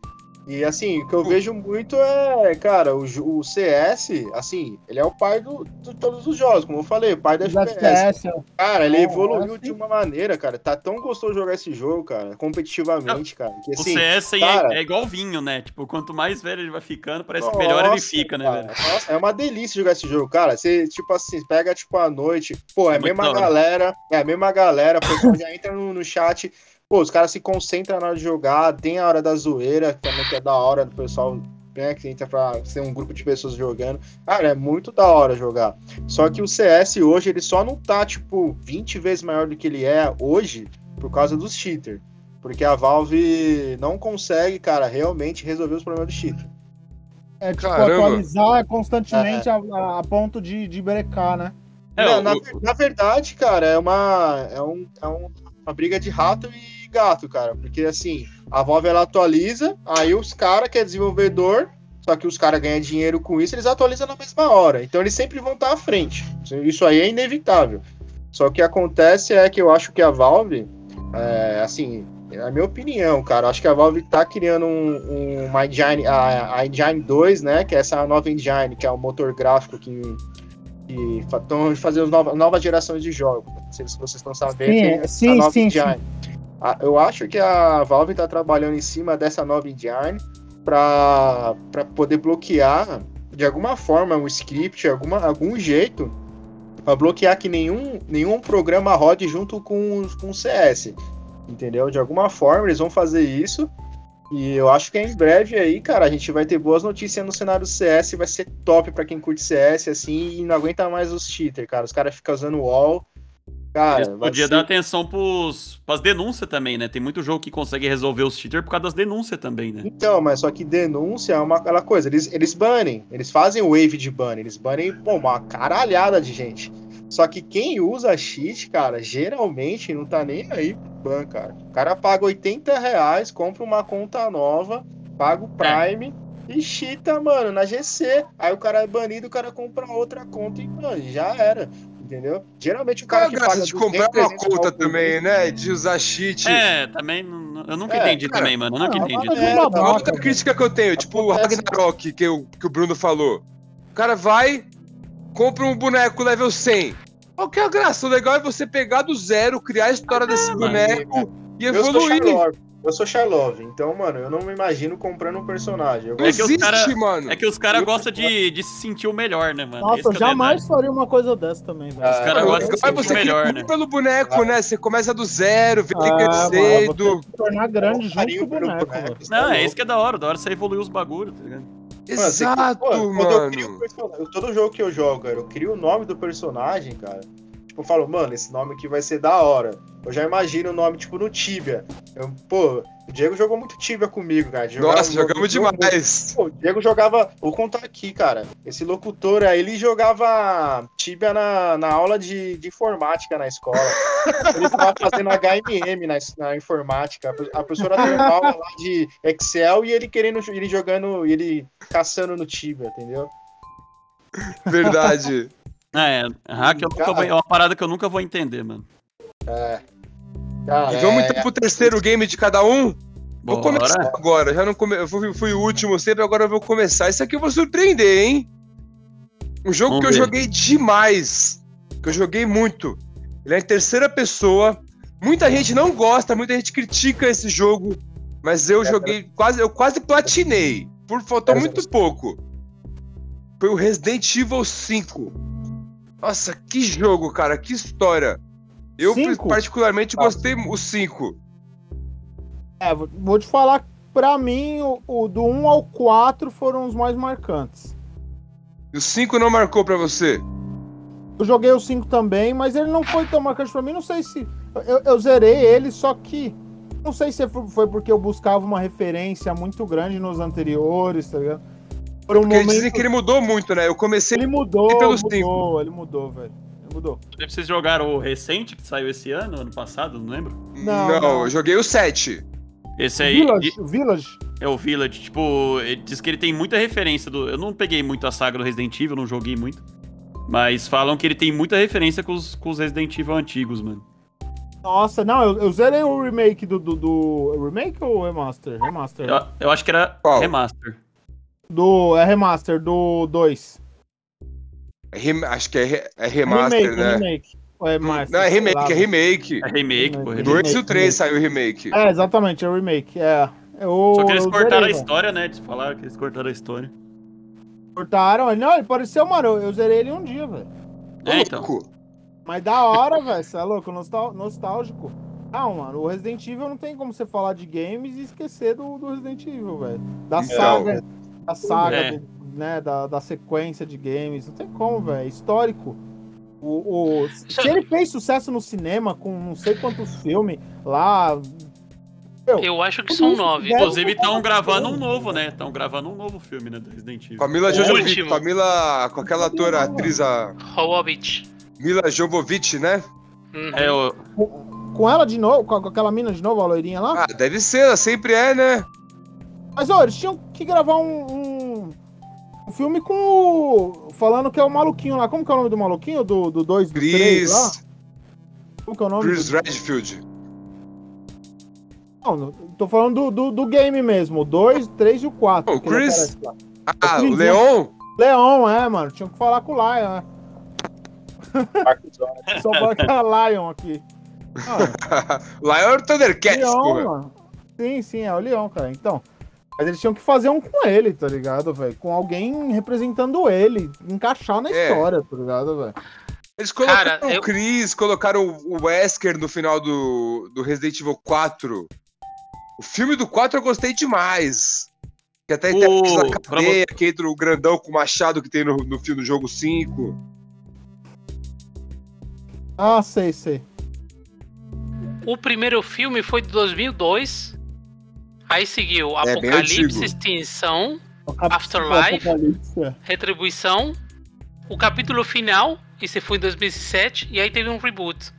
Speaker 6: E assim, o que eu vejo muito é, cara, o, jo- o CS, assim, ele é o pai do, de todos os jogos, como eu falei, o pai da
Speaker 4: Os
Speaker 6: FPS.
Speaker 4: FPS, ó.
Speaker 6: Cara, ele
Speaker 4: É,
Speaker 6: evoluiu
Speaker 4: assim.
Speaker 6: de uma maneira, cara. Tá tão gostoso jogar esse jogo, cara, competitivamente, cara. Que
Speaker 3: o
Speaker 6: assim.
Speaker 3: CS aí
Speaker 6: cara-
Speaker 3: é, é igual vinho, né? Tipo, quanto mais velho ele vai ficando, parece que melhor ele
Speaker 6: nossa,
Speaker 3: fica, né,
Speaker 6: cara,
Speaker 3: velho?
Speaker 6: Nossa, é uma delícia jogar esse jogo, cara. Você, tipo assim, pega, tipo, a noite, pô, é a
Speaker 3: Muito
Speaker 6: mesma
Speaker 3: da hora.
Speaker 6: galera, é a mesma galera, o pessoal já entra no, no chat, pô, os caras se concentram na hora de jogar, tem a hora da zoeira, que também que é da hora do pessoal, né, que entra pra ser um grupo de pessoas jogando. Cara, é muito da hora jogar. Só que o CS hoje, ele só não tá, tipo, 20 vezes maior do que ele é hoje, por causa dos cheaters. Porque a Valve não consegue, cara, realmente resolver os problemas do cheater.
Speaker 4: É tipo
Speaker 1: Caramba.
Speaker 4: atualizar
Speaker 6: É.
Speaker 4: constantemente a, a- a ponto de, de brecar, né?
Speaker 3: É,
Speaker 6: Não,
Speaker 3: o-
Speaker 6: na,
Speaker 3: o-
Speaker 6: ver- na verdade, cara, é uma é, um, é um- uma briga de rato e gato, cara, porque assim, a Valve ela atualiza, aí os caras que é desenvolvedor, só que os caras ganham dinheiro com isso, eles atualizam na mesma hora. Então eles sempre vão estar à frente. Isso- Isso aí é inevitável. Só que acontece é que eu acho que a Valve, é, assim, é a minha opinião, cara, eu acho que a Valve tá criando um, um- uma engine, a, a Engine 2, né, que é essa nova engine, que é o motor gráfico que e estão fazendo nova, novas gerações de jogos. Não sei se vocês estão sabendo.
Speaker 4: Sim,
Speaker 6: tem
Speaker 4: é,
Speaker 6: essa
Speaker 4: sim,
Speaker 6: nova
Speaker 4: sim,
Speaker 6: engine. A- eu acho que a Valve está trabalhando em cima dessa nova engine para poder bloquear de alguma forma um script, alguma, algum jeito para bloquear que nenhum, nenhum programa rode junto com os- com o CS. Entendeu? De alguma forma eles vão fazer isso. E eu acho que em breve aí, cara, a gente vai ter boas notícias no cenário do CS, vai ser top pra quem curte CS, assim, e não aguenta mais os cheaters, cara. Os caras ficam usando wall. Cara,
Speaker 3: Eles
Speaker 6: vai
Speaker 3: podia
Speaker 6: ser-
Speaker 3: dar atenção pros, pras denúncias também, né? Tem muito jogo que consegue resolver os cheaters por causa das denúncias também, né?
Speaker 6: Então, mas só que denúncia é uma aquela coisa. Eles, eles banem, eles fazem wave de ban, eles banem pô, uma caralhada de gente. Só que quem usa cheat, cara, geralmente não tá nem aí pro ban, cara. O cara paga 80 reais, compra uma conta nova, paga o Prime e cheata, mano, na GC. Aí o cara é banido, o cara compra outra conta e, mano, já era. Entendeu? Geralmente o
Speaker 1: Qual é
Speaker 6: cara
Speaker 1: a
Speaker 6: que
Speaker 1: graça
Speaker 6: paga
Speaker 1: de comprar uma
Speaker 6: 200 real
Speaker 1: conta
Speaker 6: por
Speaker 1: também,
Speaker 6: mês-
Speaker 1: né? De usar cheat.
Speaker 3: É, também. não- Eu nunca
Speaker 6: É,
Speaker 3: entendi
Speaker 1: cara,
Speaker 3: também, mano. Eu nunca
Speaker 4: não,
Speaker 3: entendi.
Speaker 4: nada
Speaker 3: também.
Speaker 4: de
Speaker 6: Tá
Speaker 4: babaca,
Speaker 1: Uma outra
Speaker 4: velho.
Speaker 1: crítica que eu tenho, tipo o
Speaker 6: Acontece.
Speaker 1: Ragnarok que, o- que o Bruno falou. O cara vai, compra um boneco level 100. Qual que é a graça? O legal é você pegar do zero, criar a história desse
Speaker 3: Ah, mano.
Speaker 1: boneco e
Speaker 6: Eu sou
Speaker 1: evoluir.
Speaker 6: Charlove. Eu sou Charlove, então, mano, eu não me imagino comprando um personagem. Eu
Speaker 1: Não
Speaker 3: É que os
Speaker 1: existe,
Speaker 3: cara-
Speaker 1: mano.
Speaker 3: É que os caras gostam de, de se sentir o melhor, né, mano?
Speaker 4: Nossa,
Speaker 3: Esse
Speaker 4: eu
Speaker 3: que é o
Speaker 4: jamais faria uma coisa dessa também, velho.
Speaker 6: Ah,
Speaker 3: Os caras
Speaker 1: Mano,
Speaker 3: gostam de
Speaker 1: o
Speaker 3: se
Speaker 1: legal é
Speaker 3: sentir
Speaker 1: você
Speaker 3: melhor, né?
Speaker 1: criar pelo boneco, né? Você começa do zero, vê ele
Speaker 4: Ah,
Speaker 1: crescer.
Speaker 4: mano,
Speaker 1: do-
Speaker 4: você se tornar grande junto
Speaker 6: faria
Speaker 4: com o
Speaker 6: pelo
Speaker 4: boneco,
Speaker 6: boneco,
Speaker 4: velho.
Speaker 6: você tá
Speaker 3: Não, é
Speaker 6: louco.
Speaker 3: isso que é da hora. Da hora você evoluir os bagulhos, tá ligado?
Speaker 6: Mano, você-
Speaker 1: Exato,
Speaker 6: Pô, Quando eu crio um
Speaker 1: mano.
Speaker 6: personagem, todo jogo que eu jogo, cara, eu crio o nome do personagem, cara. Tipo, eu falo, mano, esse nome aqui vai ser da hora. Eu já imagino o nome, tipo, no Tibia. Eu, pô, o Diego jogou muito Tibia comigo, cara. Jogava-
Speaker 1: Nossa, jogamos
Speaker 6: jogou muito.
Speaker 1: demais. [LAUGHS]
Speaker 6: Pô, o Diego jogava. Vou contar aqui, cara. Esse locutor aí, ele jogava Tibia na, na aula de, de informática na escola. ele tava fazendo HMM na, na informática. A professora deu uma aula lá de Excel e ele querendo ele jogando, ele caçando no Tibia, entendeu? [LAUGHS]
Speaker 1: Verdade.
Speaker 3: É, hack eu nunca
Speaker 6: Cara.
Speaker 3: vou- é uma parada que eu nunca vou entender, mano.
Speaker 6: Cara,
Speaker 1: E vamos
Speaker 6: é-
Speaker 1: então pro terceiro game de cada um? Vou começar
Speaker 3: Bora.
Speaker 1: agora. Já não come... Eu fui, fui o último sempre, agora eu vou começar. Isso aqui eu vou surpreender, hein? Um jogo
Speaker 3: Vamos
Speaker 1: que
Speaker 3: ver.
Speaker 1: eu joguei demais. Que eu joguei muito. Ele é em terceira pessoa. Muita gente não gosta, muita gente critica esse jogo. Mas eu
Speaker 6: É,
Speaker 1: joguei quase. Eu quase platinei. Por faltou
Speaker 6: Pera,
Speaker 1: muito pouco. Foi o Resident Evil 5. Nossa, que jogo, cara. Que história. Eu,
Speaker 4: Cinco?
Speaker 1: particularmente,
Speaker 6: Ah.
Speaker 1: gostei o 5.
Speaker 4: É, vou- vou te falar, pra mim, o, o do 1 ao 4 foram os mais marcantes.
Speaker 1: E o 5 não marcou pra você?
Speaker 4: Eu joguei o 5 também, mas ele não foi tão marcante pra mim. Não sei se. Eu, eu zerei ele, só que. Não sei se fo- foi porque eu buscava uma referência muito grande nos anteriores, tá ligado? Por um
Speaker 1: Porque dizem
Speaker 4: momento.
Speaker 1: que ele mudou muito, né? Eu comecei.
Speaker 4: Ele mudou,
Speaker 1: e pelo
Speaker 4: mudou,
Speaker 1: cinco.
Speaker 4: ele mudou, velho. Ele mudou.
Speaker 3: Deve vocês jogaram o recente que saiu esse ano, ano passado, não lembro.
Speaker 1: Não,
Speaker 4: não.
Speaker 1: eu joguei o 7.
Speaker 3: Esse aí
Speaker 4: Village, Village.
Speaker 3: é o Village. Tipo, ele diz que ele tem muita referência do. Eu não peguei muito a saga do Resident Evil, não joguei muito. Mas falam que ele tem muita referência com os, com os Resident Evil antigos, mano.
Speaker 4: Nossa, não, eu, eu zerei o remake do, do, do- Remake ou remaster? Remaster.
Speaker 3: Eu, eu acho que era
Speaker 1: Qual?
Speaker 3: remaster.
Speaker 4: Do, é remaster do 2.
Speaker 1: É rem- Acho que é, re- é remaster,
Speaker 4: remake,
Speaker 1: né?
Speaker 4: remake. Ou é master,
Speaker 1: Não, é
Speaker 4: sei lá.
Speaker 1: remake, é remake.
Speaker 3: É remake, pô.
Speaker 4: O
Speaker 1: O
Speaker 3: remake.
Speaker 1: 2 e o 3 saiu o remake.
Speaker 4: É, exatamente, é remake. É. Eu,
Speaker 3: Só que eles
Speaker 4: eu
Speaker 3: cortaram a
Speaker 4: zerei, mano.
Speaker 3: história, né? Eles falaram que eles cortaram a história.
Speaker 4: Cortaram, ele- não, ele pareceu, mano, eu, eu zerei ele um dia, velho.
Speaker 3: É, então.
Speaker 1: Louco.
Speaker 4: Mas da hora, velho, você é louco, nostal- nostálgico. Ah, mano, o Resident Evil não tem como você falar de games e esquecer do, do Resident Evil, velho. Da
Speaker 1: Então.
Speaker 4: saga, da saga,
Speaker 3: É.
Speaker 4: do- né, da, da sequência de games, não tem como, velho, é histórico. O, o- se ele fez sucesso no cinema com não sei quantos filmes lá,
Speaker 2: Eu acho que são nove.
Speaker 4: É,
Speaker 3: Inclusive, estão
Speaker 4: não-
Speaker 3: gravando um novo, né? Estão gravando um novo filme, né? Do Resident Evil.
Speaker 1: Com a Mila
Speaker 2: O
Speaker 1: Jovovic,
Speaker 2: último.
Speaker 1: com a Mila, com aquela atora, atriz, a
Speaker 2: Hobbit.
Speaker 1: Mila Jovovic, né?
Speaker 2: Uhum.
Speaker 3: É, o,
Speaker 4: com ela de novo, com a- com aquela mina de novo, a loirinha lá.
Speaker 1: Ah, deve ser, ela sempre é, né?
Speaker 4: Mas, ó, eles tinham que gravar um, um, um filme com o... Falando que é o maluquinho lá. Como que é o nome do maluquinho? Do 2, do 3 do três
Speaker 1: Chris,
Speaker 4: lá? Como que é o nome?
Speaker 1: Chris
Speaker 4: do... É
Speaker 1: Redfield.
Speaker 4: Não, não, tô falando do, do, do game mesmo. O 2, 3 e o 4.
Speaker 1: Oh, Chris? Ah,
Speaker 4: né?
Speaker 1: o Leon? [LAUGHS]
Speaker 4: Leon, é, mano. Tinha que falar com o Lion, né?
Speaker 6: Marcos Zona.
Speaker 1: [LAUGHS]
Speaker 4: Só marca Lion aqui. Mano,
Speaker 1: Lion é o Thundercats,
Speaker 4: Leon,
Speaker 1: porra.
Speaker 4: mano. Sim, sim, é o Leon, cara. Então... Mas eles tinham que fazer um com ele, tá ligado, velho? Com alguém representando ele. Encaixar na
Speaker 1: É.
Speaker 4: história, tá ligado, velho?
Speaker 1: Eles colocaram
Speaker 2: Cara,
Speaker 1: o
Speaker 2: eu-
Speaker 1: Chris, colocaram o Wesker no final do, do Resident Evil 4. O filme do 4 eu gostei demais. Que até tem
Speaker 3: O-
Speaker 1: aquela
Speaker 3: pra
Speaker 1: cadeia que entra o grandão com o machado que tem no, no filme do jogo 5.
Speaker 4: Ah, sei, sei.
Speaker 2: O primeiro filme foi de 2002. Aí seguiu
Speaker 1: É, bem
Speaker 2: Apocalipse,
Speaker 1: antigo.
Speaker 2: Extinção, Afterlife.
Speaker 4: Afterlife.
Speaker 2: Retribuição. O capítulo final, esse foi em 2007. E aí teve um reboot.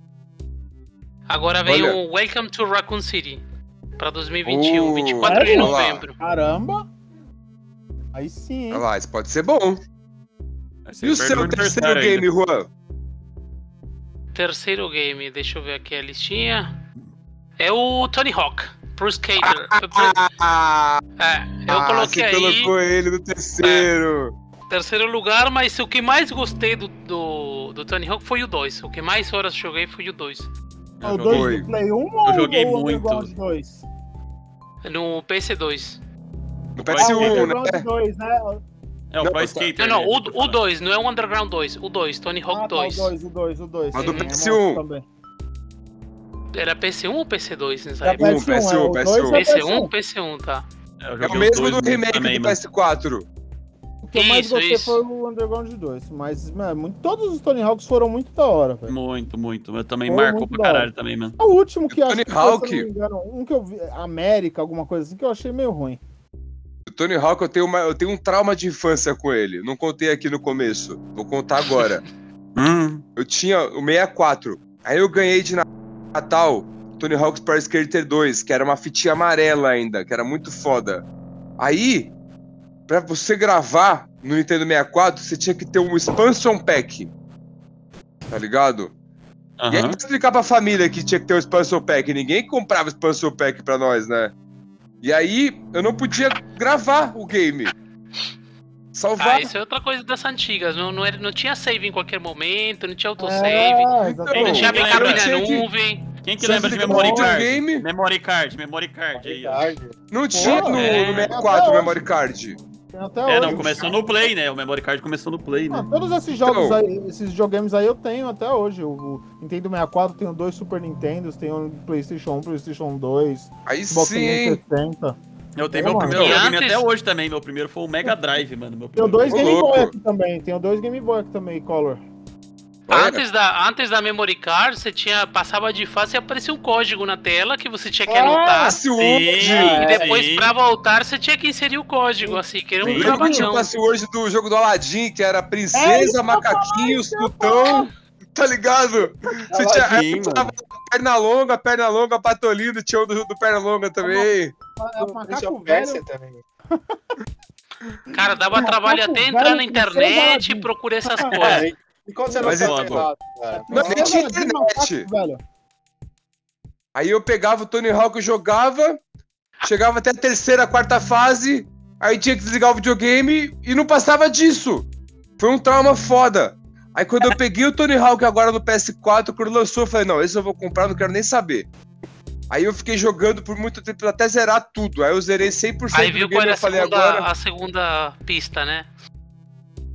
Speaker 2: Agora vem
Speaker 1: Olha.
Speaker 2: o Welcome to Raccoon City. Pra 2021,
Speaker 1: Uh,
Speaker 2: 24 de
Speaker 4: olha
Speaker 1: lá.
Speaker 2: novembro.
Speaker 4: Caramba! Aí sim, hein?
Speaker 1: Olha lá, isso Ah, pode ser bom.
Speaker 3: vai ser
Speaker 1: E o seu
Speaker 3: perto do
Speaker 1: terceiro
Speaker 3: aniversário ainda.
Speaker 1: game, Juan?
Speaker 2: Terceiro game, deixa eu ver aqui a listinha. É o Tony Hawk, Pro Skater. Foi pro-
Speaker 1: Ah,
Speaker 2: É, eu
Speaker 1: você
Speaker 2: coloquei aí
Speaker 1: colocou ele no terceiro.
Speaker 2: terceiro lugar, mas o que mais gostei do, do, do Tony Hawk foi o 2. O que mais horas joguei foi o 2.
Speaker 3: Eu
Speaker 4: É
Speaker 3: joguei.
Speaker 4: o 2
Speaker 1: joguei.
Speaker 4: do Play 1 ou
Speaker 3: joguei
Speaker 4: ou o
Speaker 3: muito.
Speaker 4: Underground 2?
Speaker 2: No PC2.
Speaker 1: Não
Speaker 3: Mas
Speaker 1: parece
Speaker 4: ah, o
Speaker 1: um, né?
Speaker 4: Underground 2, né?
Speaker 3: É
Speaker 1: Não,
Speaker 3: o Pro
Speaker 1: tá.
Speaker 2: Não,
Speaker 3: Skater.
Speaker 2: não,
Speaker 3: né,
Speaker 2: o
Speaker 3: deixa eu
Speaker 2: 2,
Speaker 3: falar.
Speaker 2: não é o Underground 2, o 2, Tony
Speaker 4: Ah, tá,
Speaker 2: Hawk 2.
Speaker 4: o 2, o 2. O dois,
Speaker 1: Mas
Speaker 2: do
Speaker 4: sim, é
Speaker 1: PS1.
Speaker 4: monstro também.
Speaker 2: Era PC1 ou PC2
Speaker 3: Tá,
Speaker 2: nessa
Speaker 4: É
Speaker 2: época?
Speaker 1: PS1,
Speaker 4: PS1, é, o
Speaker 1: PS1.
Speaker 4: dois é
Speaker 2: PC1, PC1, tá.
Speaker 3: É, eu
Speaker 1: É
Speaker 3: joguei
Speaker 1: o
Speaker 3: os
Speaker 1: mesmo
Speaker 3: dois
Speaker 1: do
Speaker 3: muito
Speaker 1: remake
Speaker 3: também, né?
Speaker 1: do
Speaker 3: mano.
Speaker 1: PS4.
Speaker 4: O que eu mais
Speaker 2: Isso,
Speaker 4: gostei
Speaker 2: isso.
Speaker 4: foi o Underground 2. Mas, mano, muito- todos os Tony Hawks foram muito da hora, velho.
Speaker 3: Muito, muito. Eu também
Speaker 4: Pô,
Speaker 3: marcou
Speaker 4: muito
Speaker 3: pra
Speaker 4: da hora.
Speaker 3: caralho também, mano.
Speaker 4: O último que
Speaker 1: E
Speaker 4: acho
Speaker 1: Tony
Speaker 4: que foi, se eu não
Speaker 1: Hawk?
Speaker 4: me engano, um que eu vi, América, alguma coisa assim, que eu achei meio ruim.
Speaker 1: O Tony Hawk, eu tenho, uma- eu tenho um trauma de infância com ele. Não contei aqui no começo. Vou contar agora.
Speaker 3: Hum,
Speaker 1: eu tinha o 64. Aí eu ganhei de Natal Tony Hawk's Pro Skater 2, que era uma fitinha amarela ainda, que era muito foda. Aí, pra você gravar no Nintendo 64, você tinha que ter um expansion pack. Tá ligado? E aí
Speaker 3: aham.
Speaker 1: pra explicar pra família que tinha que ter o expansion pack. Ninguém comprava expansion pack pra nós, né? E aí, eu não podia gravar o game. Salvar.
Speaker 2: Ah, isso é outra coisa das antigas. Não, não, era, não tinha save em qualquer momento, não
Speaker 4: Ah.
Speaker 2: tinha autosave.
Speaker 4: É,
Speaker 1: Então,
Speaker 2: não
Speaker 4: exatamente.
Speaker 2: tinha
Speaker 3: eu
Speaker 2: backup
Speaker 3: lembro,
Speaker 2: na
Speaker 1: tinha que-
Speaker 2: nuvem.
Speaker 3: Quem um que
Speaker 1: Você
Speaker 3: lembra de
Speaker 1: desliga
Speaker 3: memory
Speaker 1: o
Speaker 3: card?
Speaker 1: videogame?
Speaker 3: Memory card, memory card. é Aí, ó.
Speaker 6: Verdade.
Speaker 1: Não tinha no,
Speaker 2: é.
Speaker 1: no 64 o memory card.
Speaker 4: Tem até
Speaker 3: É, não,
Speaker 4: hoje.
Speaker 3: começou no Play, né? O memory card começou no Play, né?
Speaker 4: Ah, todos esses jogos
Speaker 1: Então-
Speaker 4: aí, esses videogames aí eu tenho até hoje. O, o Nintendo 64, tenho dois Super Nintendos, tenho um PlayStation 1, PlayStation 2,
Speaker 1: Aí
Speaker 4: Xbox
Speaker 1: sim.
Speaker 4: 360.
Speaker 3: Eu tenho
Speaker 4: É,
Speaker 3: meu
Speaker 4: mano.
Speaker 3: primeiro
Speaker 2: E
Speaker 3: videogame
Speaker 2: antes-
Speaker 3: até hoje também. Meu primeiro foi o Mega Drive, mano. Meu
Speaker 4: Tenho
Speaker 3: primeiro.
Speaker 4: dois
Speaker 1: Ô,
Speaker 4: Game Boy
Speaker 1: louco.
Speaker 4: aqui também, tenho dois Game Boy aqui também, Color.
Speaker 1: Olha,
Speaker 2: Antes da, antes da memory card, você tinha, passava de fase e aparecia um código na tela que você tinha que
Speaker 4: Ah,
Speaker 2: anotar.
Speaker 1: Password.
Speaker 3: Sim.
Speaker 2: E depois,
Speaker 3: É, sim.
Speaker 2: pra voltar, você tinha que inserir o código, assim, que era um
Speaker 3: Sim.
Speaker 1: Lembra que tinha o
Speaker 2: trabalhão.
Speaker 1: password do jogo do Aladdin, que era
Speaker 4: É isso
Speaker 1: princesa, macaquinho, sultão, Tá ligado? Você tinha,
Speaker 3: Aladdin,
Speaker 1: aí tava perna longa, perna longa, patolino, tinha um do, do perna longa também.
Speaker 4: É um macaco
Speaker 6: Prince
Speaker 4: velho.
Speaker 6: of Persia também.
Speaker 2: Cara, dava
Speaker 1: Ah,
Speaker 4: Macaco
Speaker 1: tá
Speaker 2: trabalho até entrar na
Speaker 4: velho com
Speaker 2: internet e
Speaker 4: cesardim.
Speaker 1: [LAUGHS]
Speaker 2: procurar essas coisas.
Speaker 6: É, enquanto você não
Speaker 1: Mas
Speaker 6: sabe
Speaker 3: então-
Speaker 6: errado, cara.
Speaker 1: Não, nem tinha
Speaker 4: Cesardim,
Speaker 1: internet.
Speaker 4: macaco velho.
Speaker 1: Aí eu pegava o Tony Hawk, jogava, chegava até a terceira, quarta fase, aí tinha que desligar o videogame e não passava disso. Foi um trauma foda. Aí quando eu peguei o Tony Hawk agora no PS4, quando lançou, eu falei, não, esse eu vou comprar, não quero nem saber. Aí eu fiquei jogando por muito tempo até zerar tudo. Aí eu zerei 100%
Speaker 2: Aí
Speaker 1: do
Speaker 2: viu
Speaker 1: game,
Speaker 2: qual era
Speaker 1: eu
Speaker 2: a
Speaker 1: falei
Speaker 2: segunda,
Speaker 1: agora.
Speaker 2: a segunda pista, né?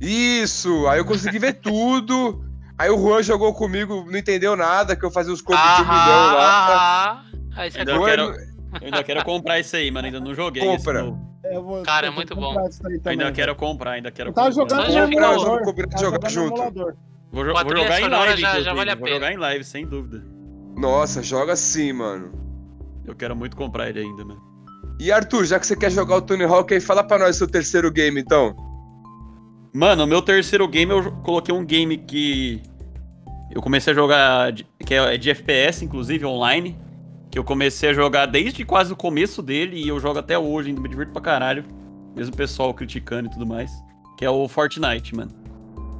Speaker 1: Isso! Aí eu consegui ver tudo. Aí o Juan jogou comigo, não entendeu nada, que eu fazia os combos de um milhão lá.
Speaker 2: Ah, ah, ah. Aí você
Speaker 3: Ainda
Speaker 1: Juan,
Speaker 3: quero- Eu ainda quero comprar esse aí, mano. Ainda não joguei.
Speaker 1: Compra.
Speaker 3: Esse novo.
Speaker 4: Eu vou-
Speaker 2: Cara, é
Speaker 4: eu vou
Speaker 2: muito
Speaker 4: comprar isso aí
Speaker 3: Eu ainda
Speaker 4: também,
Speaker 3: quero comprar, ainda quero
Speaker 4: Eu tava
Speaker 3: comprar.
Speaker 4: jogando
Speaker 2: Só
Speaker 4: no
Speaker 2: jogar,
Speaker 4: emulador,
Speaker 1: vamos combinar
Speaker 3: Tá
Speaker 1: de
Speaker 4: tava
Speaker 1: jogar
Speaker 4: jogando no
Speaker 1: junto.
Speaker 4: emulador.
Speaker 3: Vou, jo-
Speaker 2: Com a
Speaker 3: vou
Speaker 2: trilha
Speaker 3: jogar em
Speaker 2: sonora
Speaker 3: live,
Speaker 2: já- já
Speaker 3: inclusive.
Speaker 2: vale a
Speaker 3: vou
Speaker 2: pena.
Speaker 3: jogar em live, sem dúvida.
Speaker 1: Nossa, joga sim, mano.
Speaker 3: Eu quero muito comprar ele ainda, mano.
Speaker 1: E Arthur, já que você quer jogar o Tony Hawk aí, fala pra nós seu terceiro game, então.
Speaker 3: Mano, o meu terceiro game, eu jo- coloquei um game que eu comecei a jogar, de- que é é de FPS, inclusive, online. Que eu comecei a jogar desde quase o começo dele e eu jogo até hoje, ainda me divirto pra caralho. Mesmo o pessoal criticando e tudo mais. Que é o Fortnite, mano.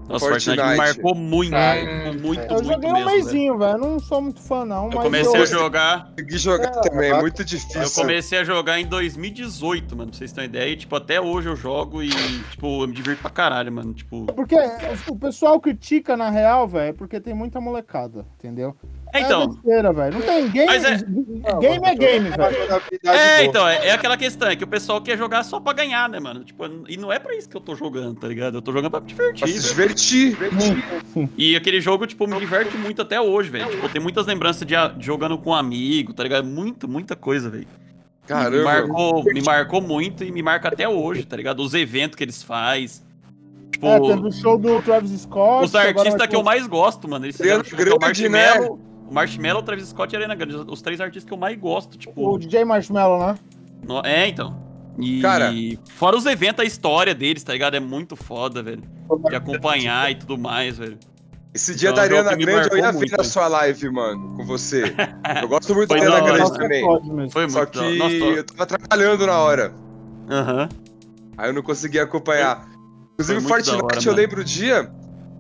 Speaker 3: Nossa, o Fortnite,
Speaker 1: Fortnite.
Speaker 3: me marcou muito,
Speaker 2: Ai,
Speaker 3: muito, muito,
Speaker 4: Eu
Speaker 3: muito
Speaker 4: joguei um
Speaker 3: mesmo. velho.
Speaker 4: mêsinho, velho. Eu não sou muito fã, não.
Speaker 3: Eu
Speaker 4: mas
Speaker 3: comecei a
Speaker 4: eu-
Speaker 3: jogar,
Speaker 1: Consegui jogar
Speaker 6: É,
Speaker 1: também, é
Speaker 6: bacana.
Speaker 1: muito
Speaker 3: eu
Speaker 1: difícil.
Speaker 3: comecei a jogar em 2018, mano, pra vocês terem uma ideia. E, tipo, até hoje eu jogo e, tipo, eu me divirto pra caralho, mano. Tipo,
Speaker 4: Porque o pessoal critica, na real, velho, é porque tem muita molecada, entendeu?
Speaker 3: é, então,
Speaker 4: É besteira, velho. Não tem game.
Speaker 3: Mas é-
Speaker 4: Game é game,
Speaker 6: Uma
Speaker 4: velho.
Speaker 6: jogabilidade
Speaker 3: É,
Speaker 6: boa.
Speaker 3: então, é, é aquela questão, é que o pessoal quer jogar só pra ganhar, né, mano? Tipo, e não é pra isso que eu tô jogando, tá ligado? Eu tô jogando pra me
Speaker 1: Pra se
Speaker 3: divertir. velho.
Speaker 1: divertir.
Speaker 3: E aquele jogo, tipo, me diverte muito até hoje, velho. Tipo, tem muitas lembranças de, a- de jogando com um amigo, tá ligado? Muito, muita coisa, velho. Me
Speaker 1: Caramba.
Speaker 3: marcou, me marcou muito e me marca até hoje, tá ligado? Os eventos que eles fazem. Tipo,
Speaker 4: É, teve o show do Travis Scott.
Speaker 3: os
Speaker 4: agora
Speaker 3: artistas
Speaker 4: vai
Speaker 3: que eu
Speaker 4: ter-
Speaker 3: mais gosto, mano. Eles
Speaker 1: Ariana
Speaker 3: fizeram, tipo,
Speaker 1: Grande, né?
Speaker 3: o Marshmello, o Marshmello, o Travis Scott e a Arena Grande. Os três artistas que eu mais gosto, tipo.
Speaker 4: O DJ Marshmallow, né?
Speaker 3: No- É, então. E
Speaker 1: Cara.
Speaker 3: fora os eventos, a história deles, tá ligado? É muito foda, velho. De acompanhar e tudo mais, velho.
Speaker 1: Esse dia
Speaker 3: Então,
Speaker 1: da
Speaker 3: é um jogo
Speaker 1: Ariana
Speaker 3: que me
Speaker 1: Grande eu ia
Speaker 3: marcou
Speaker 1: ver
Speaker 3: muito.
Speaker 1: na sua live, mano, com você.
Speaker 3: [LAUGHS]
Speaker 1: Eu gosto muito da
Speaker 3: Foi
Speaker 1: Ariana
Speaker 3: da hora.
Speaker 1: Grande
Speaker 4: Nossa,
Speaker 1: também.
Speaker 4: pode mesmo.
Speaker 3: Foi
Speaker 1: Só
Speaker 3: muito
Speaker 1: que
Speaker 3: da- Nossa,
Speaker 1: eu tava trabalhando na hora.
Speaker 3: aham.
Speaker 1: Aí eu não consegui acompanhar. Inclusive,
Speaker 3: muito
Speaker 1: Fortnite,
Speaker 3: da hora,
Speaker 1: eu
Speaker 3: mano.
Speaker 1: lembro o dia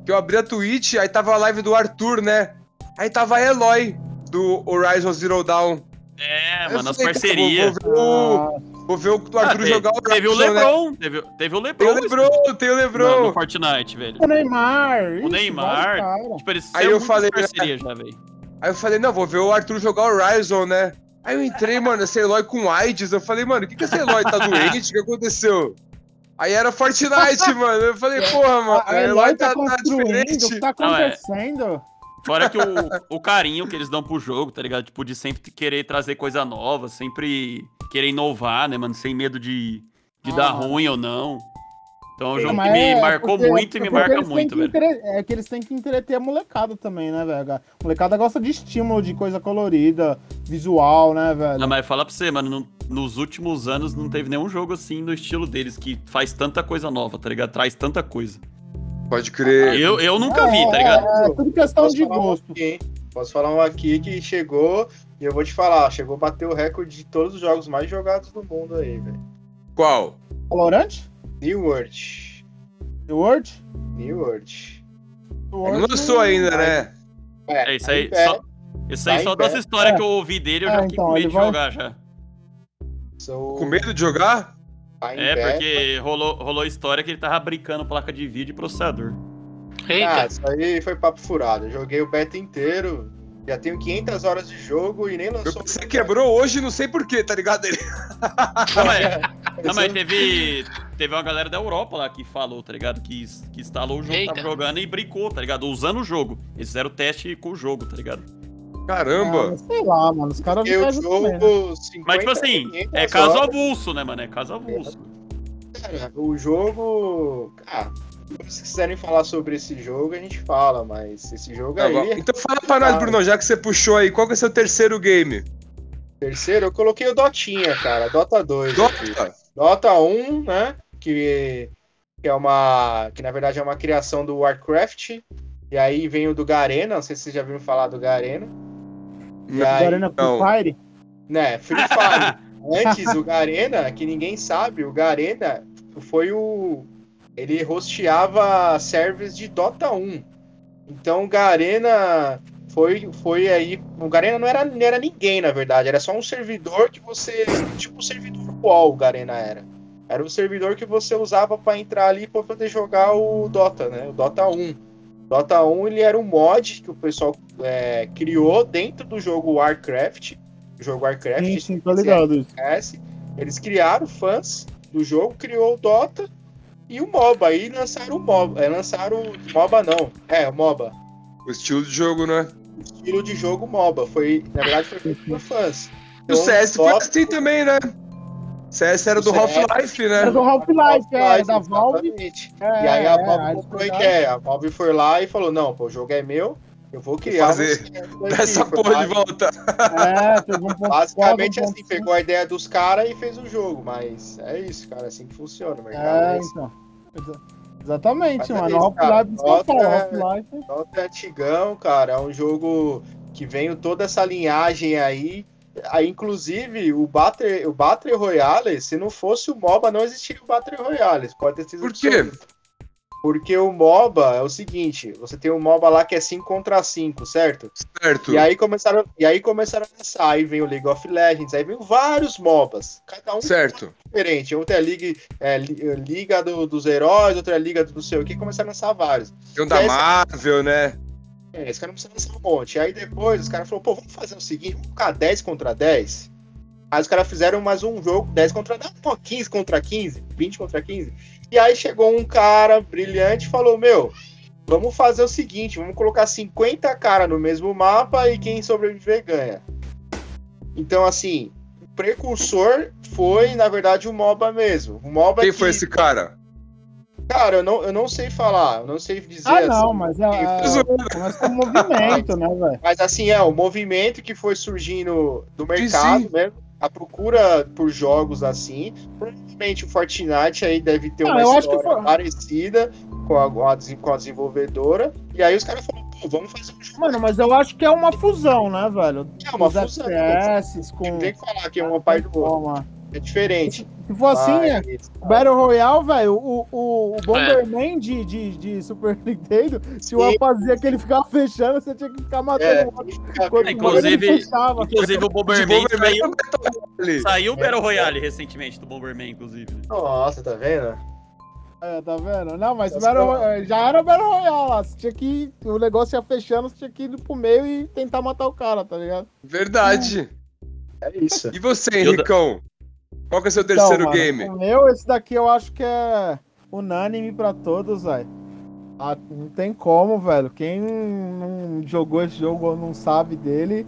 Speaker 1: que eu abri a Twitch, aí tava a live do Arthur, né? Aí tava a Eloy, do Horizon Zero Dawn.
Speaker 3: É,
Speaker 1: Aí eu
Speaker 3: mano, as
Speaker 1: falei, cara,
Speaker 3: parcerias.
Speaker 4: Ah,
Speaker 1: Vou, vou ver o, vou ver o
Speaker 3: Ah,
Speaker 1: Arthur
Speaker 3: te-
Speaker 1: jogar o
Speaker 3: teve o
Speaker 1: Horizon, né?
Speaker 3: Lebron, teve, teve o
Speaker 1: Tem o
Speaker 3: Lebron.
Speaker 1: Lebron, tem o Lebron.
Speaker 3: No, no Fortnite, velho.
Speaker 4: O Neymar.
Speaker 3: O Neymar.
Speaker 4: vários caras.
Speaker 3: Tipo, eles
Speaker 1: Aí
Speaker 3: fizeram
Speaker 1: eu
Speaker 3: muitas
Speaker 1: falei, né?
Speaker 3: parcerias já, velho.
Speaker 1: Aí eu falei, não, vou ver o Arthur jogar o Horizon, né? Aí eu entrei, mano, essa Eloy com AIDS. Eu falei, mano, o que, que essa Eloy tá doente? O que aconteceu? Aí era Fortnite, [LAUGHS] mano. Eu falei, porra, mano,
Speaker 4: A Eloy tá construindo, o que
Speaker 1: diferente.
Speaker 4: tá
Speaker 3: Não, é.
Speaker 4: acontecendo?
Speaker 3: Fora que o, o carinho que eles dão pro jogo, tá ligado? Tipo, de sempre querer trazer coisa nova, sempre querer inovar, né, mano? Sem medo de, de
Speaker 4: Ah,
Speaker 3: dar
Speaker 4: mano.
Speaker 3: ruim ou não. Então é um
Speaker 4: Não,
Speaker 3: jogo que
Speaker 4: mas
Speaker 3: me
Speaker 4: é
Speaker 3: marcou
Speaker 4: porque-
Speaker 3: muito e me
Speaker 4: porque
Speaker 3: marca
Speaker 4: eles têm
Speaker 3: muito,
Speaker 4: que
Speaker 3: velho.
Speaker 4: entre- É que eles têm que entreter a molecada também, né, velho? A molecada gosta de estímulo, de coisa colorida, visual, né, velho?
Speaker 3: Não, mas falar pra você, mano, não- nos últimos anos não teve nenhum jogo assim no estilo deles que faz tanta coisa nova, tá ligado? Traz tanta coisa.
Speaker 1: Pode crer.
Speaker 3: Eu, eu nunca vi, tá
Speaker 4: É,
Speaker 3: ligado?
Speaker 4: É, tudo questão
Speaker 6: Posso
Speaker 4: de
Speaker 6: falar um
Speaker 4: gosto.
Speaker 6: aqui, hein? Posso falar um aqui que chegou, e eu vou te falar, chegou a bater o recorde de todos os jogos mais jogados do mundo aí, velho.
Speaker 1: Qual?
Speaker 4: Valorant?
Speaker 6: New World.
Speaker 4: The World?
Speaker 6: New World.
Speaker 4: The
Speaker 1: Não
Speaker 4: World
Speaker 1: lançou ainda, né?
Speaker 3: É isso aí.
Speaker 6: é,
Speaker 3: Só, isso aí
Speaker 6: Tá
Speaker 3: só
Speaker 6: em
Speaker 3: dessa
Speaker 6: pé.
Speaker 3: história que eu ouvi dele, eu
Speaker 4: É,
Speaker 3: já fiquei
Speaker 4: então,
Speaker 3: com medo
Speaker 4: ele
Speaker 3: de
Speaker 4: vai-
Speaker 3: jogar já.
Speaker 6: So,
Speaker 1: Com medo de jogar?
Speaker 6: tá em
Speaker 3: É,
Speaker 6: beta.
Speaker 3: porque rolou, rolou história que ele tava brincando placa de vídeo e processador.
Speaker 6: Ah,
Speaker 2: Eita,
Speaker 6: isso aí foi papo furado. Eu joguei o beta inteiro, já tenho 500 horas de jogo e nem
Speaker 1: Eu
Speaker 6: lançou.
Speaker 1: pensei que quebrou hoje, não sei porquê, tá ligado? Ele-
Speaker 3: Não,
Speaker 1: É,
Speaker 6: um
Speaker 3: mas, não, mas teve, teve uma galera da Europa lá que falou, tá ligado? Que, que instalou o jogo,
Speaker 2: Eita.
Speaker 3: tava jogando e brincou, tá ligado? Usando o jogo. Eles fizeram o teste com o jogo, tá ligado?
Speaker 4: Ah,
Speaker 1: Caramba.
Speaker 4: mas sei lá, mano. Os caras
Speaker 6: Eu
Speaker 4: viajam também, né?
Speaker 6: jogo 50,
Speaker 3: Mas, tipo assim,
Speaker 6: 500
Speaker 3: é caso
Speaker 6: horas.
Speaker 3: avulso, né, mano? É caso avulso.
Speaker 6: Cara, o jogo. Ah, se vocês quiserem falar sobre esse jogo, a gente fala, mas esse jogo
Speaker 1: Tá bom.
Speaker 6: aí,
Speaker 1: Então fala pra nós,
Speaker 6: Ah.
Speaker 1: Bruno, já que você puxou aí, qual que é seu terceiro game?
Speaker 6: terceiro, eu coloquei o Dotinha, cara, Dota 2. aqui.
Speaker 1: Dota.
Speaker 6: Dota 1, né? Que, que é uma. Que na verdade é uma criação do Warcraft. E aí vem o do Garena, não sei se vocês já viram falar do Garena. E
Speaker 1: Não.
Speaker 6: aí,
Speaker 4: Garena Free
Speaker 1: não.
Speaker 4: Fire?
Speaker 6: né, Free Fire. Antes, o Garena, que ninguém sabe, o Garena foi o. Ele hosteava servers de Dota 1. Então o Garena foi, foi aí. O Garena não era, não era ninguém, na verdade. Era só um servidor que você. Tipo um servidor qual o Garena era. Era um servidor que você usava pra entrar ali pra poder jogar o Dota, né? O Dota 1. Dota 1 ele era um mod que o pessoal é, criou dentro do jogo Warcraft. O jogo Warcraft.
Speaker 4: Sim, sim, tô
Speaker 6: esse
Speaker 4: ligado. isso.
Speaker 6: CS, eles criaram fãs do jogo, criou o Dota e o MOBA. Aí lançaram o MOBA. É, lançaram o MOBA não. É, o MOBA.
Speaker 1: O estilo de jogo, né?
Speaker 6: Estilo de jogo MOBA. Foi, na verdade, foi feito por fãs. Então,
Speaker 1: E o CS foi
Speaker 6: Dota-
Speaker 1: assim também, né? CS era
Speaker 6: O
Speaker 1: do
Speaker 6: CS
Speaker 1: Half-Life, [LAUGHS]
Speaker 4: Era
Speaker 1: né?
Speaker 4: do Half-Life, é,
Speaker 6: Half-Life,
Speaker 4: da Valve.
Speaker 6: exatamente.
Speaker 4: É,
Speaker 6: e aí a
Speaker 4: é,
Speaker 6: Valve
Speaker 4: aí
Speaker 6: comprou a
Speaker 4: foi lá.
Speaker 6: ideia. A Valve foi lá e falou: não, pô, o jogo é meu, eu vou criar. um
Speaker 1: fazer
Speaker 6: servidor aqui.
Speaker 1: Dessa
Speaker 6: Foi lá
Speaker 1: porra
Speaker 6: e
Speaker 1: de volta.
Speaker 4: É, teve um
Speaker 6: [LAUGHS]
Speaker 4: ponto
Speaker 6: Basicamente
Speaker 4: fora, um
Speaker 6: assim,
Speaker 4: ponto
Speaker 6: pegou a ideia dos caras e fez o jogo, mas é isso, cara, assim que funciona, o mercado é
Speaker 4: É,
Speaker 6: esse.
Speaker 4: então. Exa- Exatamente,
Speaker 6: Mas é
Speaker 4: mano.
Speaker 6: isso, cara.
Speaker 4: Half-Life São
Speaker 6: Dota
Speaker 4: Paulo.
Speaker 6: é-
Speaker 4: Half-Life.
Speaker 6: Dota é antigão, cara, é um jogo que veio toda essa linhagem aí. aí inclusive, o Battle, o Battle Royale, se não fosse o MOBA, não existiria o Battle Royale. Pode ter sido
Speaker 1: Por quê?
Speaker 6: Porque o MOBA é o seguinte, você tem um MOBA lá que é 5 contra 5, certo?
Speaker 1: Certo.
Speaker 6: E aí começaram, e aí começaram a lançar, aí vem o League of Legends, aí vem vários MOBAs, cada um
Speaker 1: Certo.
Speaker 6: diferente. Outra é a Liga, é, li- Liga do- dos Heróis, outra é a Liga do não sei o que, começaram a lançar vários.
Speaker 1: Tem um da
Speaker 6: Essa-
Speaker 1: Marvel, né?
Speaker 6: É, esse cara não precisa lançar um monte. Aí depois os caras falaram, pô, vamos fazer o seguinte, vamos ficar 10 contra 10. Aí os caras fizeram mais um jogo, 10 contra 10, pô, 15 contra 15, 20 contra 15. E aí chegou um cara brilhante e falou, meu, vamos fazer o seguinte, vamos colocar 50 caras no mesmo mapa e quem sobreviver ganha. Então, assim, o precursor foi, na verdade, o MOBA mesmo. O MOBA
Speaker 1: Quem
Speaker 6: que-
Speaker 1: foi esse cara?
Speaker 6: Cara, eu não, eu não sei falar, eu não sei dizer
Speaker 4: Ah, não, mas
Speaker 6: assim.
Speaker 4: é, é,
Speaker 1: Zoando.
Speaker 4: começa com movimento, né, velho?
Speaker 6: Mas assim, é, o movimento que foi surgindo do mercado
Speaker 1: sim.
Speaker 6: mesmo, a procura por jogos assim, provavelmente o Fortnite aí deve ter
Speaker 4: Ah,
Speaker 6: uma
Speaker 4: eu acho que
Speaker 6: história
Speaker 4: foi-
Speaker 6: parecida com a, com a des- com a desenvolvedora, e aí os caras falaram, pô, vamos fazer um jogo.
Speaker 4: Mano, mas eu acho que é uma fusão, né, velho?
Speaker 6: é uma
Speaker 4: Os
Speaker 6: fusão.
Speaker 4: FPS
Speaker 6: Não
Speaker 4: com.
Speaker 6: tem que falar que é uma parte do outro,
Speaker 4: Toma.
Speaker 6: é diferente.
Speaker 4: Se for assim, é.
Speaker 6: Mas-
Speaker 4: Battle Royale, velho, o, o, o Bomberman de, de, de Super Nintendo, se o
Speaker 6: Sim.
Speaker 4: fazia que ele ficava fechando, você tinha que ficar matando
Speaker 6: É,
Speaker 4: o outro.
Speaker 6: fica-
Speaker 4: Quanto mais ele
Speaker 3: Inclusive-
Speaker 4: fechava.
Speaker 3: Inclusive o
Speaker 1: É. De
Speaker 3: Bomberman
Speaker 1: Bomberman É.
Speaker 3: saiu,
Speaker 1: ali.
Speaker 3: saiu o Battle Royale recentemente do Bomberman, inclusive. né?
Speaker 6: Nossa, tá vendo?
Speaker 4: É, tá vendo? Não, mas o Battle Royale- já era o Battle Royale lá. Você tinha que. O negócio ia fechando, você tinha que ir pro meio e tentar matar o cara, tá ligado?
Speaker 1: Verdade.
Speaker 6: É isso.
Speaker 1: E você,
Speaker 3: Eu da-
Speaker 1: Henricão? Qual que é o seu terceiro
Speaker 4: Então, mano,
Speaker 1: game?
Speaker 4: O meu, esse daqui eu acho que é unânime pra todos, velho. Ah, não tem como, velho. Quem não jogou esse jogo ou não sabe dele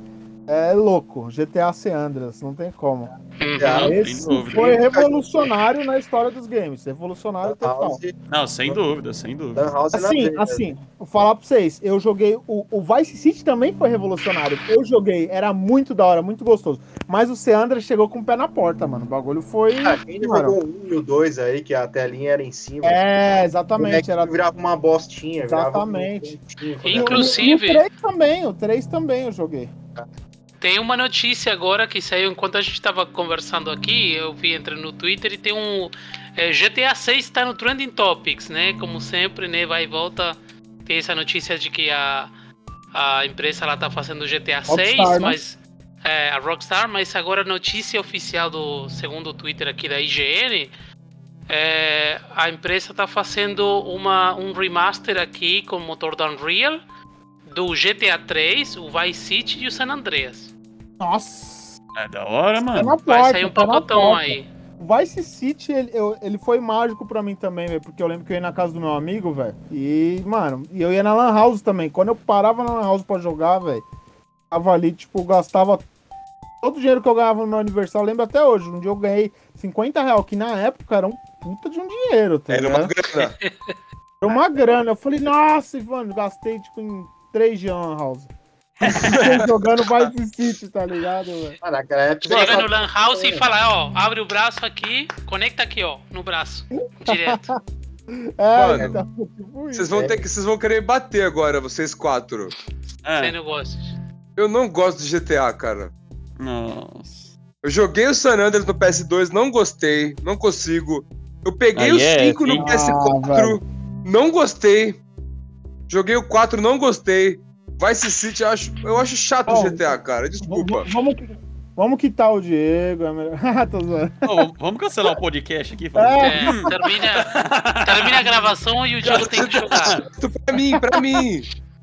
Speaker 4: é louco. GTA San Andreas, não tem como.
Speaker 6: Ah,
Speaker 3: Não, sem
Speaker 4: esse
Speaker 3: dúvida.
Speaker 4: Foi revolucionário na história dos games. Revolucionário total.
Speaker 6: House,
Speaker 3: Não, sem dúvida, sem dúvida.
Speaker 6: Dan House é na
Speaker 4: Tá
Speaker 6: né?
Speaker 4: Assim,
Speaker 6: veia.
Speaker 4: assim, vou falar pra vocês, eu joguei. O, o Vice City também foi revolucionário. Eu joguei, era muito da hora, muito gostoso. Mas o Seandra chegou com o pé na porta, mano. O bagulho foi.
Speaker 6: Ah, quem não
Speaker 4: mano,
Speaker 6: jogou o 1 e o 2 aí, que a telinha era em cima.
Speaker 4: É,
Speaker 6: O boneco
Speaker 4: exatamente. Era...
Speaker 6: virava uma bostinha.
Speaker 4: Exatamente.
Speaker 6: Virava um pontinho,
Speaker 2: Inclu-
Speaker 4: O
Speaker 2: Inclusive-
Speaker 4: 3 também, o 3 também eu joguei.
Speaker 2: Tem uma notícia agora que saiu enquanto a gente tava conversando aqui, eu vi entrando no Twitter e tem um é, GTA 6 está no trending topics, né? Como sempre, né? Vai e volta. Tem essa notícia de que a, a empresa lá tá fazendo o GTA 6,
Speaker 4: Rockstar, né?
Speaker 2: mas é, a Rockstar, mas agora a notícia oficial do segundo o Twitter aqui da IGN é, a empresa tá fazendo uma um remaster aqui com o motor da Unreal do GTA 3, o Vice City e o San Andreas.
Speaker 4: Nossa,
Speaker 3: É da hora,
Speaker 4: pé
Speaker 3: mano.
Speaker 4: Tá na porta.
Speaker 2: Vai sair um
Speaker 4: pé na
Speaker 2: pacotão
Speaker 4: porta.
Speaker 2: aí.
Speaker 4: O Vice City, ele, eu- ele foi mágico pra mim também, velho. Porque eu lembro que eu ia na casa do meu amigo, velho. E, mano, e eu ia na Lan House também. Quando eu parava na Lan House pra jogar, velho, tava ali, tipo, gastava todo o dinheiro que eu ganhava no meu aniversário. Eu lembro até hoje. Um dia eu ganhei 50 real, que na época era um puta de um dinheiro, tá
Speaker 1: Era
Speaker 4: ligado?
Speaker 1: uma grana.
Speaker 4: Era uma grana. Eu falei, nossa, Ivano, gastei tipo em três de Lan House.
Speaker 1: [LAUGHS]
Speaker 4: jogando Vice City, tá ligado, velho?
Speaker 6: Ah, naquela época.
Speaker 2: Chega
Speaker 6: Nossa,
Speaker 2: no Lan
Speaker 3: um [LAUGHS]
Speaker 2: House e fala, ó, abre o braço aqui, conecta aqui, ó, no braço. Direto.
Speaker 4: É,
Speaker 1: Mano,
Speaker 4: então, tipo isso.
Speaker 1: Vocês vão ter que. Vocês vão querer bater agora, vocês quatro.
Speaker 2: Sem
Speaker 3: É.
Speaker 2: negócios.
Speaker 1: Eu não gosto de GTA, cara.
Speaker 3: Nossa.
Speaker 1: Eu joguei o San Andreas no PS2, não gostei, não consigo. Eu peguei
Speaker 3: Ah,
Speaker 1: o
Speaker 3: é,
Speaker 1: 5
Speaker 3: sim.
Speaker 1: no PS4,
Speaker 3: Ah,
Speaker 1: não gostei. Joguei o 4, não gostei. Vice City, eu acho, eu acho chato o
Speaker 4: Bom,
Speaker 1: GTA, cara.
Speaker 4: V-
Speaker 1: Desculpa.
Speaker 4: v- Vamos, vamos quitar o Diego, é melhor. [LAUGHS] Tô zoando.
Speaker 3: Ô, vamos cancelar o podcast aqui?
Speaker 4: É.
Speaker 3: Fala.
Speaker 2: É, termina, termina a gravação e o Diego tem que jogar.
Speaker 1: Isso pra mim, pra
Speaker 3: [LAUGHS]
Speaker 1: mim.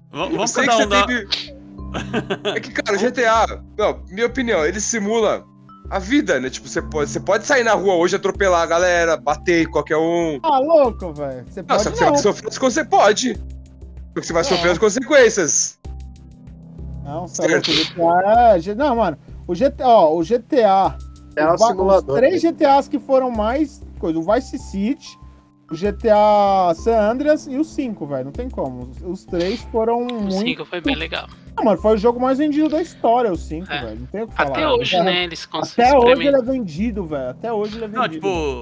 Speaker 3: Vamos,
Speaker 1: Eu
Speaker 3: vamos
Speaker 1: sei
Speaker 3: cada
Speaker 1: que
Speaker 3: um dar.
Speaker 1: você teve- É que, cara, o GTA, não, minha opinião, ele simula a vida, né? Tipo, você pode, você pode sair na rua hoje, atropelar a galera, bater em qualquer um.
Speaker 4: Ah, louco, velho. Você
Speaker 1: Não,
Speaker 4: pode
Speaker 1: só que você vai
Speaker 4: não. É.
Speaker 1: sofrer as consequências. Pode. Só que você vai sofrer as consequências.
Speaker 4: Não, só louco, GTA. é, G- Não, mano. O GTA, ó, o GTA.
Speaker 6: É um
Speaker 4: os ba-
Speaker 6: simulador.
Speaker 4: Os três GTAs que foram mais coisa, o Vice City, o GTA San Andreas e o 5, velho. Não tem como. Os, os três foram
Speaker 2: O
Speaker 4: muito.
Speaker 2: 5 foi bem legal.
Speaker 4: Ah, mano, foi o jogo mais vendido da história, o 5,
Speaker 2: É.
Speaker 4: velho. Não tem o que falar.
Speaker 2: Até hoje,
Speaker 4: Tá Até-
Speaker 2: né? Eles conseguem.
Speaker 4: Até hoje ele
Speaker 2: experimentar.
Speaker 4: é vendido, velho. Até hoje ele é vendido.
Speaker 3: Não,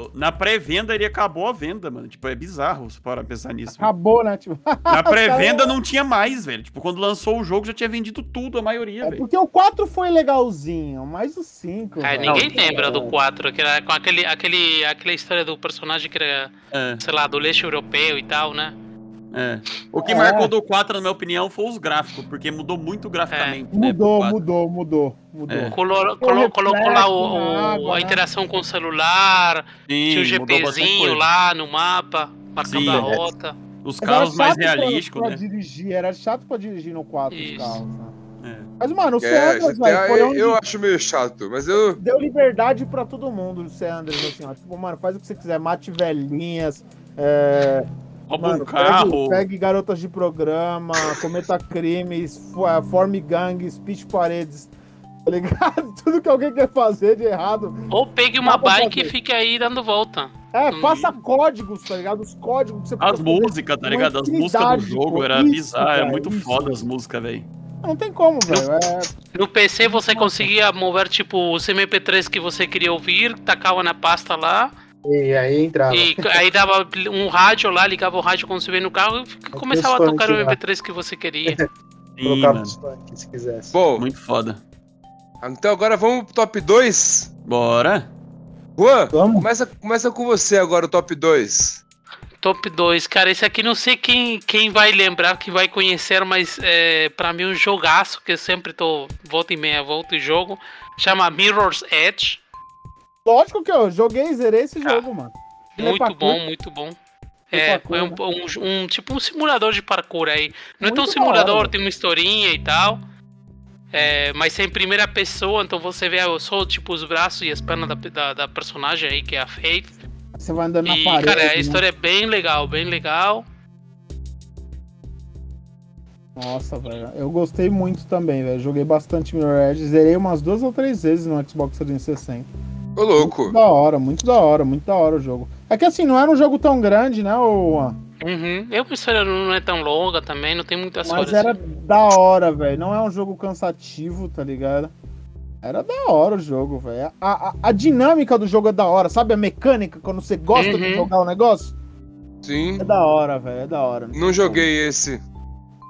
Speaker 3: tipo, na pré-venda ele acabou a venda, mano. Tipo, é bizarro se parar pra pensar nisso. mano.
Speaker 4: Acabou, né? Tipo,
Speaker 3: Na pré-venda não tinha mais, velho. Tipo, quando lançou o jogo já tinha vendido tudo, a maioria,
Speaker 4: é
Speaker 3: velho.
Speaker 4: porque o 4 foi legalzinho, mas o 5.
Speaker 2: Cara,
Speaker 4: velho.
Speaker 2: ninguém lembra do 4, que era com aquele, aquele, aquela história do personagem que era,
Speaker 3: É,
Speaker 2: sei lá, do leixo europeu e tal, né?
Speaker 3: é. O que
Speaker 4: É.
Speaker 3: marcou do 4, na minha opinião, foi os gráficos, porque mudou muito graficamente. né, pro
Speaker 4: Mudou,
Speaker 3: 4.
Speaker 4: mudou, mudou, mudou.
Speaker 3: É.
Speaker 2: Colo-
Speaker 4: Pô,
Speaker 2: colo-
Speaker 4: reflexo
Speaker 2: colocou lá o-
Speaker 4: na
Speaker 2: o-
Speaker 4: água,
Speaker 2: a
Speaker 4: né?
Speaker 2: interação com o celular,
Speaker 3: Sim,
Speaker 2: tinha um o
Speaker 3: mudou bastante
Speaker 2: GPzinho
Speaker 3: coisa.
Speaker 2: lá no mapa, marcando
Speaker 3: Sim,
Speaker 2: a
Speaker 3: é.
Speaker 2: rota.
Speaker 3: Os
Speaker 4: Mas era
Speaker 3: carros mais
Speaker 4: chato pra-
Speaker 3: realísticos,
Speaker 4: pra
Speaker 3: né?
Speaker 4: dirigir, era chato pra dirigir no 4 os
Speaker 2: Isso.
Speaker 4: carros. né?
Speaker 3: É.
Speaker 4: Mas, mano, o
Speaker 1: É,
Speaker 4: Sanders, velho,
Speaker 1: GTA,
Speaker 4: foi
Speaker 1: eu,
Speaker 4: onde
Speaker 1: eu acho meio chato, mas eu.
Speaker 4: deu liberdade pra todo mundo, o Sanders, assim, ó. Tipo, mano, faz o que você quiser, mate velhinhas, é,
Speaker 3: Rouba
Speaker 4: mano,
Speaker 3: um carro.
Speaker 4: pegue, pegue garotas de programa, cometa crimes, fo- eh, forme gangues, pite paredes, tá ligado? [LAUGHS] Tudo que alguém quer fazer de errado,
Speaker 2: Ou pegue uma
Speaker 4: Dá pra
Speaker 2: bike e
Speaker 4: fazer.
Speaker 2: fique aí dando volta.
Speaker 4: É,
Speaker 2: Hum.
Speaker 4: faça códigos, tá ligado? Os códigos que você
Speaker 3: As
Speaker 4: pode fazer.
Speaker 3: músicas, tá
Speaker 4: uma
Speaker 3: ligado? As músicas do
Speaker 4: infinidade,
Speaker 3: jogo
Speaker 4: pô.
Speaker 3: era
Speaker 4: Isso,
Speaker 3: bizarro, era
Speaker 4: cara,
Speaker 3: muito
Speaker 4: isso.
Speaker 3: foda as músicas, velho.
Speaker 4: Não tem como, velho. É,
Speaker 2: No PC você conseguia mover tipo os MP3 que você queria ouvir, tacava na pasta lá,
Speaker 6: né? E aí entrava.
Speaker 2: e aí dava um rádio lá, ligava o rádio quando você veio no carro e fica-
Speaker 6: É
Speaker 2: começava a
Speaker 6: funk
Speaker 2: tocar o
Speaker 6: lá.
Speaker 2: MP3 que você queria.
Speaker 3: Sim,
Speaker 6: Colocava
Speaker 3: mano.
Speaker 6: os funk se quisesse.
Speaker 1: Bom,
Speaker 3: Muito foda.
Speaker 1: então agora vamos pro top 2.
Speaker 3: Bora.
Speaker 1: Juan,
Speaker 4: vamos.
Speaker 1: começa, começa com você agora o top 2.
Speaker 2: Top 2, cara, esse aqui não sei quem, quem vai lembrar, que vai conhecer, mas é, pra mim um jogaço que eu sempre tô volta e meia, volta e jogo, chama Mirror's Edge.
Speaker 4: Lógico que eu joguei, zerei esse
Speaker 2: Ah,
Speaker 4: jogo, mano. Ele é
Speaker 2: Muito
Speaker 4: parkour?
Speaker 2: bom, muito bom.
Speaker 4: Ele é
Speaker 2: É,
Speaker 4: parkour,
Speaker 2: foi um, um- um- tipo um simulador de parkour aí. Não é tão
Speaker 4: Muito da hora,
Speaker 2: simulador,
Speaker 4: mano.
Speaker 2: tem uma historinha e tal. É, mas é em primeira pessoa, então você vê só tipo os braços e as pernas da, da, da personagem aí, que é a Faith.
Speaker 4: Você vai andando
Speaker 2: E,
Speaker 4: na parede.
Speaker 2: cara, a
Speaker 4: né?
Speaker 2: história é bem legal, bem legal.
Speaker 4: Nossa, velho. Eu gostei muito também, velho. Joguei bastante Mirror Edge. Zerei umas duas ou três vezes no Xbox 360.
Speaker 1: Ô, louco.
Speaker 4: Muito da hora, muito da hora, muito da hora o jogo. É que assim, não era um jogo tão grande, né, ô Juan?
Speaker 2: Uhum. Eu a história não é tão longa também, não tem muitas
Speaker 4: Mas
Speaker 2: horas.
Speaker 4: era da hora, velho. Não é um jogo cansativo, tá ligado? Era da hora o jogo, velho. A, a- a dinâmica do jogo é da hora, sabe? A mecânica, quando você gosta de
Speaker 2: Uhum.
Speaker 4: jogar o negócio.
Speaker 1: Sim.
Speaker 4: É da hora, velho. É da hora.
Speaker 1: Não joguei esse.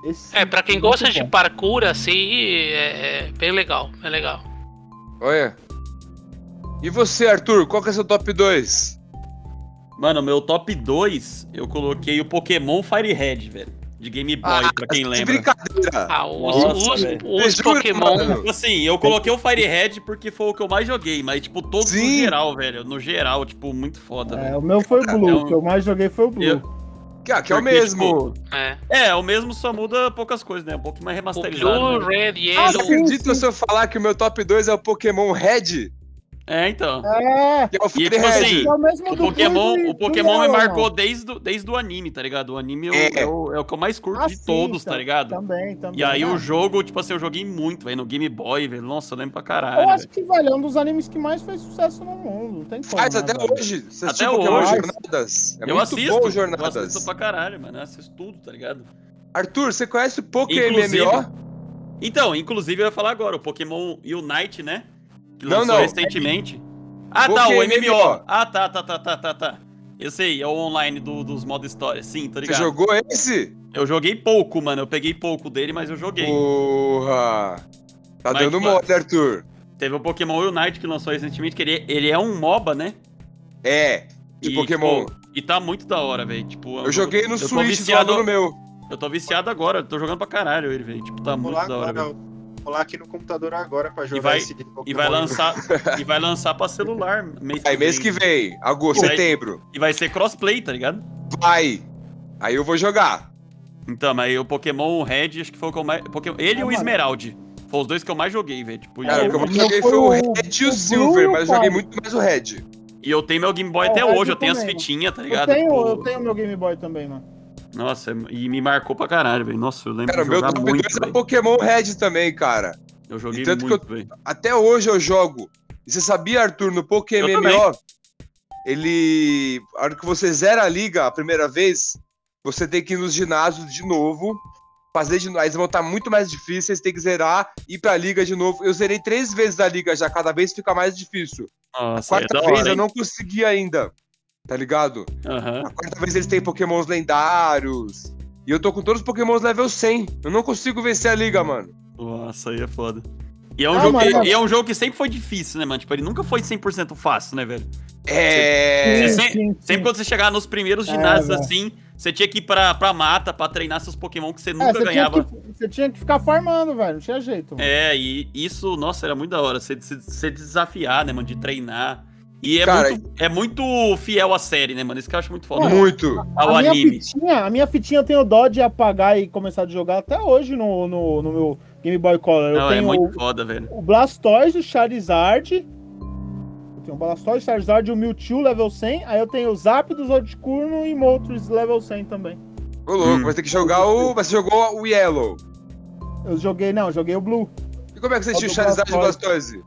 Speaker 4: Esse
Speaker 2: É, pra quem
Speaker 4: muito
Speaker 2: gosta de
Speaker 4: bom.
Speaker 2: parkour, assim, é, é bem legal, bem legal.
Speaker 1: Olha. E você, Arthur, qual que é seu top 2?
Speaker 3: Mano, meu top 2, eu coloquei o Pokémon Fire Red, velho. De Game Boy, pra quem
Speaker 1: De
Speaker 3: lembra.
Speaker 1: brincadeira.
Speaker 2: Ah, os,
Speaker 3: Nossa,
Speaker 2: os,
Speaker 3: velho.
Speaker 2: os
Speaker 1: Eu juro,
Speaker 2: Pokémon.
Speaker 1: mano.
Speaker 3: Tipo assim, eu coloquei o Fire Red porque foi o que eu mais joguei, mas, tipo, todo no
Speaker 1: Sim.
Speaker 3: geral, velho. No geral, tipo, muito foda,
Speaker 4: É,
Speaker 3: velho.
Speaker 4: o meu foi o Blue,
Speaker 3: É
Speaker 4: o
Speaker 3: um-
Speaker 4: que eu mais joguei foi o Blue.
Speaker 3: Eu-
Speaker 1: Que, ah, que é o
Speaker 3: Porque,
Speaker 1: mesmo.
Speaker 3: tipo,
Speaker 2: É.
Speaker 3: é, o mesmo só muda poucas coisas, né? Um pouquinho mais
Speaker 1: é
Speaker 2: O
Speaker 3: remasterizado. né.
Speaker 2: Blue,
Speaker 3: mas-
Speaker 2: Red,
Speaker 1: Ah,
Speaker 2: Yellow.
Speaker 1: não acredito se eu falar que o meu top 2 é o Pokémon Red,
Speaker 3: É, então.
Speaker 4: É,
Speaker 1: que é o Fire
Speaker 3: tipo
Speaker 1: Red.
Speaker 3: assim,
Speaker 4: é o mesmo
Speaker 3: O
Speaker 4: do
Speaker 3: Pokémon,
Speaker 4: Blue e
Speaker 3: o
Speaker 4: do
Speaker 3: Pokémon me
Speaker 4: Yellow,
Speaker 3: marcou
Speaker 4: mano.
Speaker 3: desde do, desde o anime, tá ligado? O anime é, o-
Speaker 1: É.
Speaker 3: é o, é o que eu mais curto
Speaker 4: Ah,
Speaker 3: de
Speaker 4: sim,
Speaker 3: todos, tá
Speaker 4: tam-
Speaker 3: ligado?
Speaker 4: Também, também.
Speaker 3: E aí
Speaker 4: né?
Speaker 3: o jogo, tipo assim, eu joguei muito, velho, no Game Boy, velho. Nossa, eu lembro pra caralho.
Speaker 4: Eu acho
Speaker 3: velho.
Speaker 4: que, velho, é um dos animes que mais fez sucesso no mundo. Não tem como.
Speaker 1: Faz
Speaker 4: né,
Speaker 1: até
Speaker 4: velho?
Speaker 1: hoje. Você
Speaker 3: Até
Speaker 1: assistiu Pokémon
Speaker 4: hoje.
Speaker 1: Jornadas? É
Speaker 3: eu
Speaker 1: muito
Speaker 3: assisto,
Speaker 1: bom
Speaker 3: eu
Speaker 1: Jornadas.
Speaker 3: assisto pra caralho, mano. Eu assisto tudo, tá ligado?
Speaker 1: Arthur, você conhece o Pokémon
Speaker 3: Inclusive-
Speaker 1: MMO?
Speaker 3: Então, inclusive eu ia falar agora, o Pokémon Unite, né? Que
Speaker 1: Não,
Speaker 3: lançou
Speaker 1: não.
Speaker 3: recentemente. Ah, tá, o
Speaker 1: Pokémon
Speaker 3: MMO. Ah, tá, tá, tá, tá, tá, tá. Eu sei, é o online do- dos modos história. Sim, tô
Speaker 1: Você
Speaker 3: ligado.
Speaker 1: jogou esse?
Speaker 3: Eu joguei pouco, mano. Eu peguei pouco dele, mas eu joguei.
Speaker 1: Porra! Tá
Speaker 3: Mas,
Speaker 1: dando
Speaker 3: mano-
Speaker 1: mole, Arthur.
Speaker 3: Teve o Pokémon Unite que lançou recentemente, que ele, ele é um MOBA, né?
Speaker 1: É, de
Speaker 3: E,
Speaker 1: Pokémon.
Speaker 3: tipo, e tá muito da hora, velho. Tipo,
Speaker 1: eu joguei no
Speaker 3: eu tô
Speaker 1: Switch do
Speaker 3: viciado-
Speaker 1: lado no meu.
Speaker 3: Eu tô viciado agora, eu tô jogando pra caralho ele, velho. Tipo, tá
Speaker 6: Vou
Speaker 3: muito
Speaker 6: lá
Speaker 3: da hora,
Speaker 6: agora,
Speaker 3: velho.
Speaker 6: vou lá aqui no computador agora pra jogar
Speaker 3: vai-
Speaker 6: esse de Pokémon.
Speaker 3: E vai
Speaker 1: [LAUGHS]
Speaker 3: lançar, e vai lançar pra celular mês
Speaker 1: Aí, mês que vem, agosto,
Speaker 3: Vai.
Speaker 1: setembro.
Speaker 3: E vai ser crossplay, tá ligado?
Speaker 1: Vai! Aí eu vou jogar.
Speaker 3: Então, mas aí o Pokémon Red, acho que foi o que eu mais. Pokémon- ele
Speaker 4: É,
Speaker 3: e o
Speaker 4: mano.
Speaker 3: Esmeralda. Foram os dois que eu mais joguei, velho. Tipo, e
Speaker 1: Cara, o
Speaker 4: eu-
Speaker 1: que eu mais
Speaker 4: meu
Speaker 1: joguei
Speaker 4: foi
Speaker 1: foi o
Speaker 4: o-
Speaker 1: Red e o
Speaker 4: o
Speaker 1: Silver,
Speaker 4: Blue,
Speaker 1: mas eu joguei
Speaker 4: cara.
Speaker 1: muito mais o Red.
Speaker 3: E eu tenho meu Game Boy até
Speaker 4: É,
Speaker 3: hoje, eu
Speaker 4: eu
Speaker 3: tenho as
Speaker 4: também.
Speaker 3: fitinhas, tá
Speaker 4: Eu
Speaker 3: ligado?
Speaker 4: tenho,
Speaker 3: Tipo,
Speaker 4: eu tenho meu Game Boy também, mano.
Speaker 3: Nossa, e me marcou pra caralho, velho. Nossa, eu lembro
Speaker 1: Cara, o
Speaker 3: de
Speaker 1: meu
Speaker 3: jogar
Speaker 1: top 2
Speaker 3: muito,
Speaker 1: é
Speaker 3: velho.
Speaker 1: Pokémon Red também, cara.
Speaker 3: Eu joguei
Speaker 1: E tanto que
Speaker 3: muito, velho.
Speaker 1: Até hoje eu jogo. E você sabia, Arthur, no Pokémon
Speaker 3: Eu também.
Speaker 1: MMO, ele. A hora que você zera a liga a primeira vez, você tem que ir nos ginásios de novo. Fazer de novo. Eles vão estar muito mais difíceis, tem que zerar, ir pra liga de novo. Eu zerei três vezes a liga já, cada vez fica mais difícil. A
Speaker 3: Nossa, é
Speaker 1: quarta
Speaker 3: da
Speaker 1: vez
Speaker 3: hora,
Speaker 1: eu
Speaker 3: hein?
Speaker 1: não consegui ainda. Tá ligado?
Speaker 3: Aham.
Speaker 1: A quarta vez eles têm pokémons lendários. E eu tô com todos os pokémons level 100. Eu não consigo vencer a liga, mano.
Speaker 3: Nossa, aí é foda. E é, um
Speaker 4: Não,
Speaker 3: jogo,
Speaker 4: mas-
Speaker 3: e- e é um jogo que sempre foi difícil, né, mano? Tipo, ele nunca foi 100% fácil, né, velho?
Speaker 1: É.
Speaker 3: Sim, Sempre quando você chegava nos primeiros
Speaker 4: É,
Speaker 3: ginásios,
Speaker 4: velho.
Speaker 3: assim, você tinha que ir pra, pra mata pra treinar seus Pokémon que você
Speaker 4: É,
Speaker 3: nunca
Speaker 4: você, tinha
Speaker 3: ganhava.
Speaker 4: que, você tinha que ficar farmando, velho. Não tinha jeito. mano.
Speaker 3: É, e isso, nossa, era muito da hora. Você se você desafiar, né, mano? De treinar. E é,
Speaker 1: Cara,
Speaker 3: muito, é muito fiel à série, né, mano? Isso que eu acho muito foda.
Speaker 1: Muito.
Speaker 3: Ao
Speaker 4: a, minha
Speaker 3: tá anime.
Speaker 4: fitinha, a minha fitinha eu tenho dó de apagar e começar a jogar até hoje no, no, no meu Game Boy Color. Eu
Speaker 3: Não, é
Speaker 4: tenho
Speaker 3: muito foda, velho.
Speaker 4: o Blastoise, o Charizard. Eu tenho o Blastoise, o Charizard e o Mewtwo level 100. Aí eu tenho o Zapdos, Odcurno e Moltres level 100 também.
Speaker 1: Ô louco,
Speaker 3: Hum.
Speaker 1: vai ter que jogar o. Mas você jogou o Yellow.
Speaker 4: Eu joguei, não, eu joguei o Blue.
Speaker 1: E como é que você
Speaker 3: Tá
Speaker 4: Só
Speaker 1: tinha o
Speaker 4: do
Speaker 1: Charizard e o Blastoise?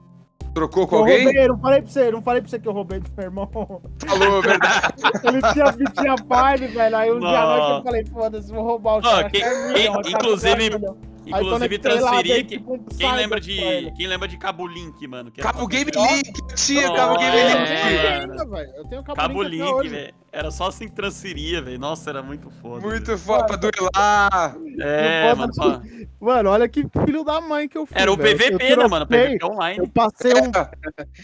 Speaker 1: Trocou com
Speaker 4: eu
Speaker 1: alguém?
Speaker 4: roubei, não falei pra você, não falei pra você que eu roubei do meu irmão.
Speaker 1: Falou, verdade.
Speaker 4: Ele tinha fitinha party, velho. Aí um dia à noite eu
Speaker 3: Nossa.
Speaker 4: falei, foda-se, vou roubar o
Speaker 3: Ó,
Speaker 4: Charizard.
Speaker 3: quem-
Speaker 4: Não, o Charizard
Speaker 3: inclusive-
Speaker 4: não. Aí
Speaker 3: Inclusive,
Speaker 4: conectei lá,
Speaker 3: transferir
Speaker 4: dei
Speaker 3: aqui.
Speaker 4: tipo um
Speaker 3: Quem
Speaker 4: cyber
Speaker 3: lembra,
Speaker 4: pra ele.
Speaker 3: de, quem lembra de Cabo Link, mano? Que era
Speaker 1: Cabo
Speaker 3: [LAUGHS] só-
Speaker 1: Game Link, tia, Cabo
Speaker 3: Nossa,
Speaker 1: Game
Speaker 4: Eu
Speaker 1: Link.
Speaker 4: tenho
Speaker 3: É.
Speaker 4: ainda, velho. Eu tenho o
Speaker 3: Cabo
Speaker 4: até
Speaker 3: Link,
Speaker 4: hoje.
Speaker 3: velho. Era só assim que transferia, velho. Nossa, era muito foda.
Speaker 1: Muito foda pra duelar.
Speaker 3: velho. É,
Speaker 4: Não
Speaker 3: mano.
Speaker 4: posso-
Speaker 3: ó,
Speaker 4: Mano, olha que filho da mãe que eu fui.
Speaker 3: Era o
Speaker 4: velho. Eu um
Speaker 3: PVP, né, mano?
Speaker 4: tropei,
Speaker 3: PVP online.
Speaker 4: Eu passei um,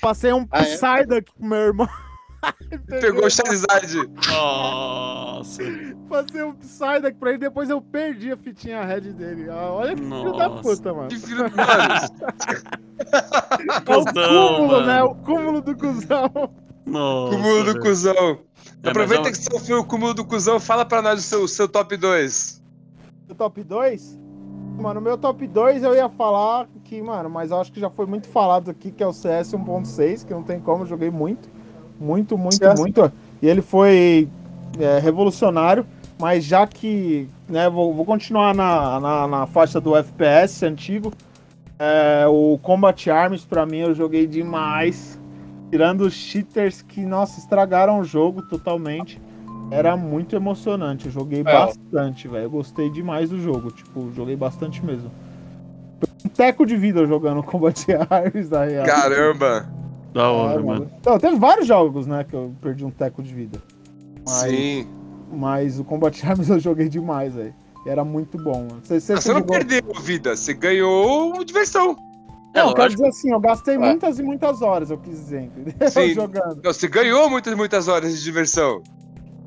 Speaker 4: passei um
Speaker 5: Ah, é?
Speaker 4: Psyduck pro meu irmão. [LAUGHS]
Speaker 1: Pegou o Charizard.
Speaker 3: Nossa.
Speaker 4: Passei um Psyduck pra ele, depois eu perdi a fitinha red dele. Ah, Olha que filho da
Speaker 3: Nossa.
Speaker 4: puta, mano.
Speaker 1: Que filho do
Speaker 3: [LAUGHS]
Speaker 1: mano.
Speaker 4: É o
Speaker 3: cuzão,
Speaker 4: cúmulo,
Speaker 3: mano.
Speaker 4: né? O cúmulo do cuzão.
Speaker 3: Nossa.
Speaker 1: Cúmulo do
Speaker 3: velho.
Speaker 1: cuzão.
Speaker 3: É, mas
Speaker 1: Aproveita
Speaker 3: é um-
Speaker 1: que você foi o cúmulo do cuzão, fala pra nós o seu, seu top 2.
Speaker 4: do top 2? Mano, meu top 2 eu ia falar que, mano, mas eu acho que já foi muito falado aqui, que é o CS 1.6, que não tem como, eu joguei muito. Muito, muito,
Speaker 6: CS.
Speaker 4: muito. E ele foi é, revolucionário, mas já que, né, vou, vou continuar na, na, na faixa do FPS antigo. É, o Combat Arms, pra mim, eu joguei demais. Tirando os cheaters que, nossa, estragaram o jogo totalmente. Era muito emocionante, eu joguei bastante, velho. Eu gostei demais do jogo, tipo, joguei bastante mesmo. Um teco de vida jogando [LAUGHS] Combat Arms, na
Speaker 3: Tá.
Speaker 4: real.
Speaker 1: Caramba.
Speaker 3: um- Da
Speaker 4: É,
Speaker 3: hora, mano.
Speaker 4: Não, teve vários jogos, né, que eu perdi um teco de vida. Mas,
Speaker 1: Sim.
Speaker 4: mas o Combat Arms eu joguei demais, velho. E Era muito bom, mano. Você, você,
Speaker 1: Ah, Você não
Speaker 4: jogou-
Speaker 1: perdeu vida, você ganhou diversão.
Speaker 3: É,
Speaker 4: Não, eu quero
Speaker 3: lógico.
Speaker 4: dizer assim, eu gastei
Speaker 5: É.
Speaker 4: muitas e muitas horas, eu quis dizer, entendeu?
Speaker 1: Sim.
Speaker 4: [LAUGHS] Jogando.
Speaker 1: Não, você ganhou muitas, muitas horas de diversão.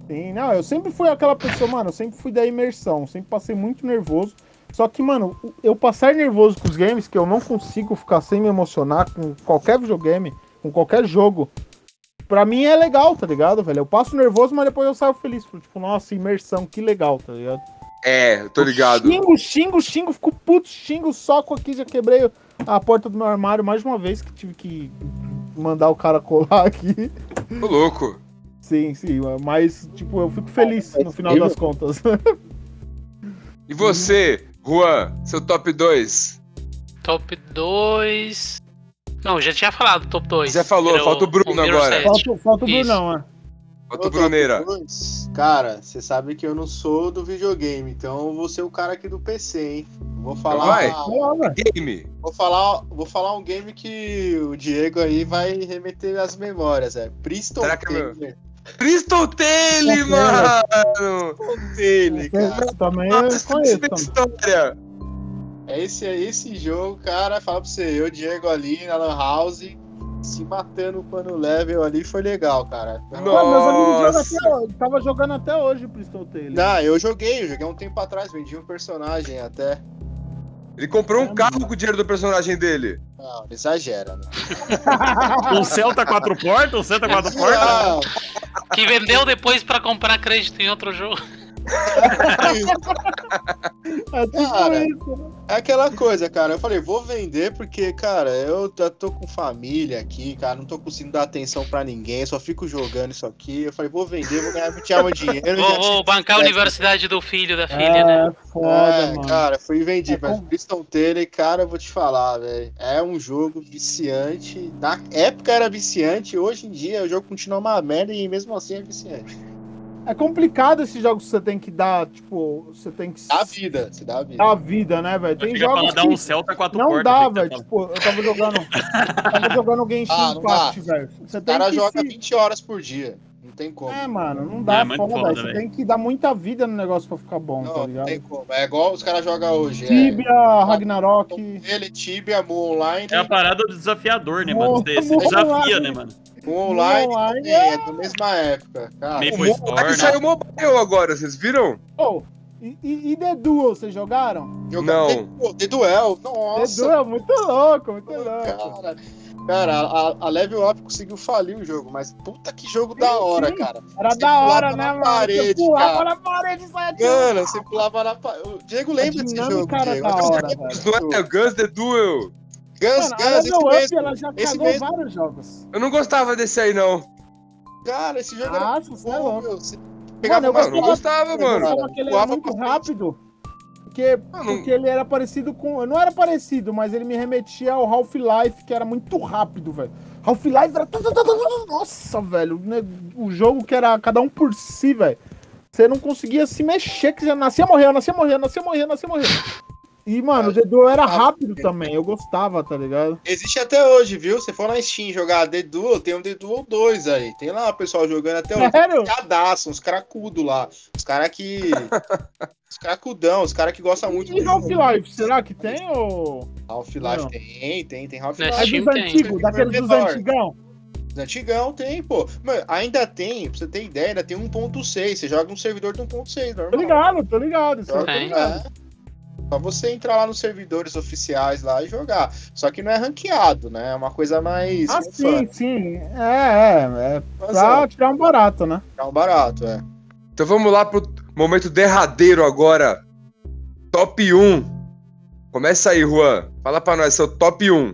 Speaker 4: Sim, não, eu sempre fui aquela pessoa, mano, eu sempre fui da imersão, sempre passei muito nervoso. Só que, mano, eu passar nervoso com os games, que eu não consigo ficar sem me emocionar com qualquer videogame, com qualquer jogo, pra mim é legal, tá ligado, velho? Eu passo nervoso, mas depois eu saio feliz. Tipo, nossa, imersão, que legal, tá ligado?
Speaker 1: É, eu tô ligado.
Speaker 4: Eu Xingo, xingo, xingo, fico puto, xingo, soco aqui, já quebrei a porta do meu armário mais uma vez, que tive que mandar o cara colar aqui.
Speaker 1: Tô louco.
Speaker 4: Sim, sim, mas, tipo, eu fico feliz no final das contas.
Speaker 6: É
Speaker 1: E você, Juan, seu top 2?
Speaker 2: Top 2. Não, já tinha falado top 2.
Speaker 1: Já falou, falta o Bruno agora.
Speaker 4: [LAUGHS] Falta, falta o
Speaker 2: Isso.
Speaker 4: Brunão, é.
Speaker 1: Bota o
Speaker 6: Ô,
Speaker 1: Bruneira.
Speaker 6: Top dois, Cara, você sabe que eu não sou do videogame, então eu vou ser o cara aqui do PC, hein? Vou
Speaker 1: Vai.
Speaker 6: falar,
Speaker 4: Vamos lá, velho.
Speaker 1: Game.
Speaker 6: vou falar, vou falar um game que o Diego aí vai remeter às memórias, é Priston
Speaker 1: Será que é
Speaker 6: Tamer.
Speaker 1: Crystal Tale, mano!
Speaker 6: Dele, cara.
Speaker 4: Esse né? também
Speaker 6: Ah,
Speaker 4: eu
Speaker 1: Nossa,
Speaker 4: conheço.
Speaker 1: essa
Speaker 4: também.
Speaker 1: história!
Speaker 6: Esse, esse jogo, cara, fala pra você, eu, Diego ali na Lan House, se matando quando level ali, foi legal, cara.
Speaker 1: Não.
Speaker 4: Ah, meus amigos
Speaker 1: Nossa.
Speaker 4: jogam até hoje. Tava jogando até hoje o Crystal Tale.
Speaker 6: Não, Ah, eu joguei, eu joguei há um tempo atrás, vendi um personagem até.
Speaker 1: Ele comprou um carro com o dinheiro do personagem dele.
Speaker 6: Não, exagera, né?
Speaker 3: Um Celta quatro portas, um Celta quatro
Speaker 4: ah,
Speaker 3: portas.
Speaker 6: Não,
Speaker 2: Que vendeu depois pra comprar crédito em outro jogo.
Speaker 4: É tipo
Speaker 6: Cara.
Speaker 4: isso. né?
Speaker 6: É aquela coisa, cara. Eu falei, vou vender porque, cara, eu já tô com família aqui, cara. Não tô conseguindo dar atenção pra ninguém, só fico jogando isso aqui. Eu falei, vou vender, vou ganhar, vou tirar
Speaker 2: [LAUGHS]
Speaker 6: meu dinheiro.
Speaker 2: Vou,
Speaker 6: já-
Speaker 2: vou bancar a
Speaker 6: É.
Speaker 2: universidade do filho, da filha, né?
Speaker 4: É foda,
Speaker 6: é,
Speaker 4: mano.
Speaker 6: cara, fui vendido.
Speaker 4: É
Speaker 6: mas
Speaker 4: com-
Speaker 6: Crystal Tale, cara, eu vou te falar, velho. É um jogo viciante. Na época era viciante, hoje em dia o jogo continua uma merda e mesmo assim é viciante.
Speaker 4: É complicado esses jogos que você tem que dar, tipo, você tem que
Speaker 6: Dá vida, você dá vida.
Speaker 4: dar vida, né, velho? Tem
Speaker 3: Chega pra lá
Speaker 4: jogos
Speaker 3: dar um
Speaker 4: que
Speaker 3: Celta quatro
Speaker 4: não
Speaker 3: portas.
Speaker 4: dá,
Speaker 3: gente,
Speaker 4: velho.
Speaker 3: tá
Speaker 4: Tipo, eu tava
Speaker 3: [LAUGHS]
Speaker 4: jogando, tava jogando Genshin
Speaker 6: Ah, não
Speaker 4: Impact, velho. Você
Speaker 6: O
Speaker 4: tem
Speaker 6: cara
Speaker 4: que
Speaker 6: joga
Speaker 4: se-
Speaker 6: 20 horas por dia. Não tem como.
Speaker 4: É, mano, não dá,
Speaker 3: É,
Speaker 4: é,
Speaker 3: muito
Speaker 4: foda,
Speaker 3: foda,
Speaker 4: velho. Você
Speaker 3: velho.
Speaker 4: tem que dar muita vida no negócio pra ficar bom,
Speaker 6: não,
Speaker 4: tá
Speaker 6: não
Speaker 4: ligado?
Speaker 6: tem como. É igual os caras jogam hoje. é.
Speaker 4: Tibia, Ragnarok.
Speaker 6: Ele, Tibia, Mu Online.
Speaker 3: É a parada do desafiador, né, mano?
Speaker 4: Mo-
Speaker 3: Você, você
Speaker 4: mo-
Speaker 3: desafia,
Speaker 4: online.
Speaker 3: né, mano?
Speaker 6: Mu Online,
Speaker 4: Mu Online,
Speaker 6: também, é da mesma época. Cara,
Speaker 3: Meio
Speaker 1: O
Speaker 3: Foi
Speaker 1: mobile
Speaker 3: Store,
Speaker 2: né?
Speaker 1: saiu mobile agora, vocês viram?
Speaker 4: Oh, e, e, e The Duel, vocês jogaram?
Speaker 6: jogar-
Speaker 1: Não.
Speaker 6: Pô, The Duel.
Speaker 4: The
Speaker 6: Nossa,
Speaker 4: Duel é muito louco, muito louco.
Speaker 6: cara. Cara, a, a Level Up conseguiu falir o jogo, mas puta que jogo da hora,
Speaker 4: sim.
Speaker 6: cara.
Speaker 4: Era
Speaker 6: Você
Speaker 4: da hora,
Speaker 6: pulava
Speaker 4: né,
Speaker 6: na
Speaker 4: mano?
Speaker 6: parede,
Speaker 4: você pulava
Speaker 6: cara.
Speaker 4: na parede, saia
Speaker 6: Cara, você pulava na parede. O Diego lembra desse
Speaker 4: dinâmica
Speaker 6: jogo,
Speaker 4: era
Speaker 6: Diego.
Speaker 4: da
Speaker 6: Eu
Speaker 4: hora,
Speaker 6: lembro
Speaker 4: velho.
Speaker 6: disso.
Speaker 1: Não é Guns The Duel.
Speaker 6: Guns,
Speaker 4: Mano, a
Speaker 6: Guns,
Speaker 4: Level
Speaker 6: esse
Speaker 4: Up,
Speaker 6: mesmo.
Speaker 4: ela já
Speaker 6: esse
Speaker 4: cagou
Speaker 6: mesmo.
Speaker 4: vários jogos.
Speaker 1: Eu não gostava desse aí, não.
Speaker 6: Cara, esse jogo era
Speaker 4: Ah, você é
Speaker 6: bom,
Speaker 4: louco.
Speaker 6: meu. Você pegava
Speaker 4: eu
Speaker 1: Mano, eu
Speaker 6: uma
Speaker 1: não gostava,
Speaker 4: Eu
Speaker 1: mano.
Speaker 4: gostava que ele era
Speaker 6: Voava
Speaker 4: muito
Speaker 6: pra
Speaker 4: rápido. Porque,
Speaker 1: Ah, não-
Speaker 4: porque ele era parecido com. Não era parecido, mas ele me remetia ao Half-Life, que era muito rápido, velho. Half-Life era. Nossa, velho. né, O jogo que era cada um por si, velho. Você não conseguia se mexer, que já nascia, morreu, nascia, morreu, nascia, morreu, nascia, morreu. E, mano, o Dedo era rápido também. Eu gostava, tá ligado?
Speaker 6: Existe até hoje, viu? Se for na Steam jogar The Duel, tem um The Duel 2 aí. Tem lá o pessoal jogando até
Speaker 4: [LAUGHS]
Speaker 6: hoje.
Speaker 4: Sério?
Speaker 6: Cadaço, uns cracudos lá. Os caras
Speaker 4: [LAUGHS]
Speaker 6: que. os cracudão, os caras que gostam muito
Speaker 4: E Half-Life, será que tem? Ou...
Speaker 6: Half-Life
Speaker 4: Não.
Speaker 6: tem, tem, tem
Speaker 4: É
Speaker 2: Mas
Speaker 6: Half-Life.
Speaker 2: Steam
Speaker 4: dos
Speaker 2: tem.
Speaker 4: antigos, daqueles dos
Speaker 6: Menor.
Speaker 4: antigão.
Speaker 6: Antigão tem, pô. Mano, ainda tem, pra você ter ideia, ainda tem 1.6. Você joga num servidor de 1.6, normal.
Speaker 4: Tô ligado, tô ligado. Isso aí,
Speaker 6: Joga,
Speaker 4: tô
Speaker 2: Tem.
Speaker 4: ligado.
Speaker 6: é. Só você entrar lá nos servidores oficiais lá e jogar. Só que não é ranqueado, né? É uma coisa mais.
Speaker 4: Ah,
Speaker 6: mais fã.
Speaker 4: sim, sim. É, é. é
Speaker 6: Mas,
Speaker 4: pra
Speaker 6: ó,
Speaker 4: tirar um barato, né?
Speaker 6: é um barato, é.
Speaker 1: Então vamos lá pro momento derradeiro agora. Top 1. Começa aí, Juan. Fala pra nós, seu top 1.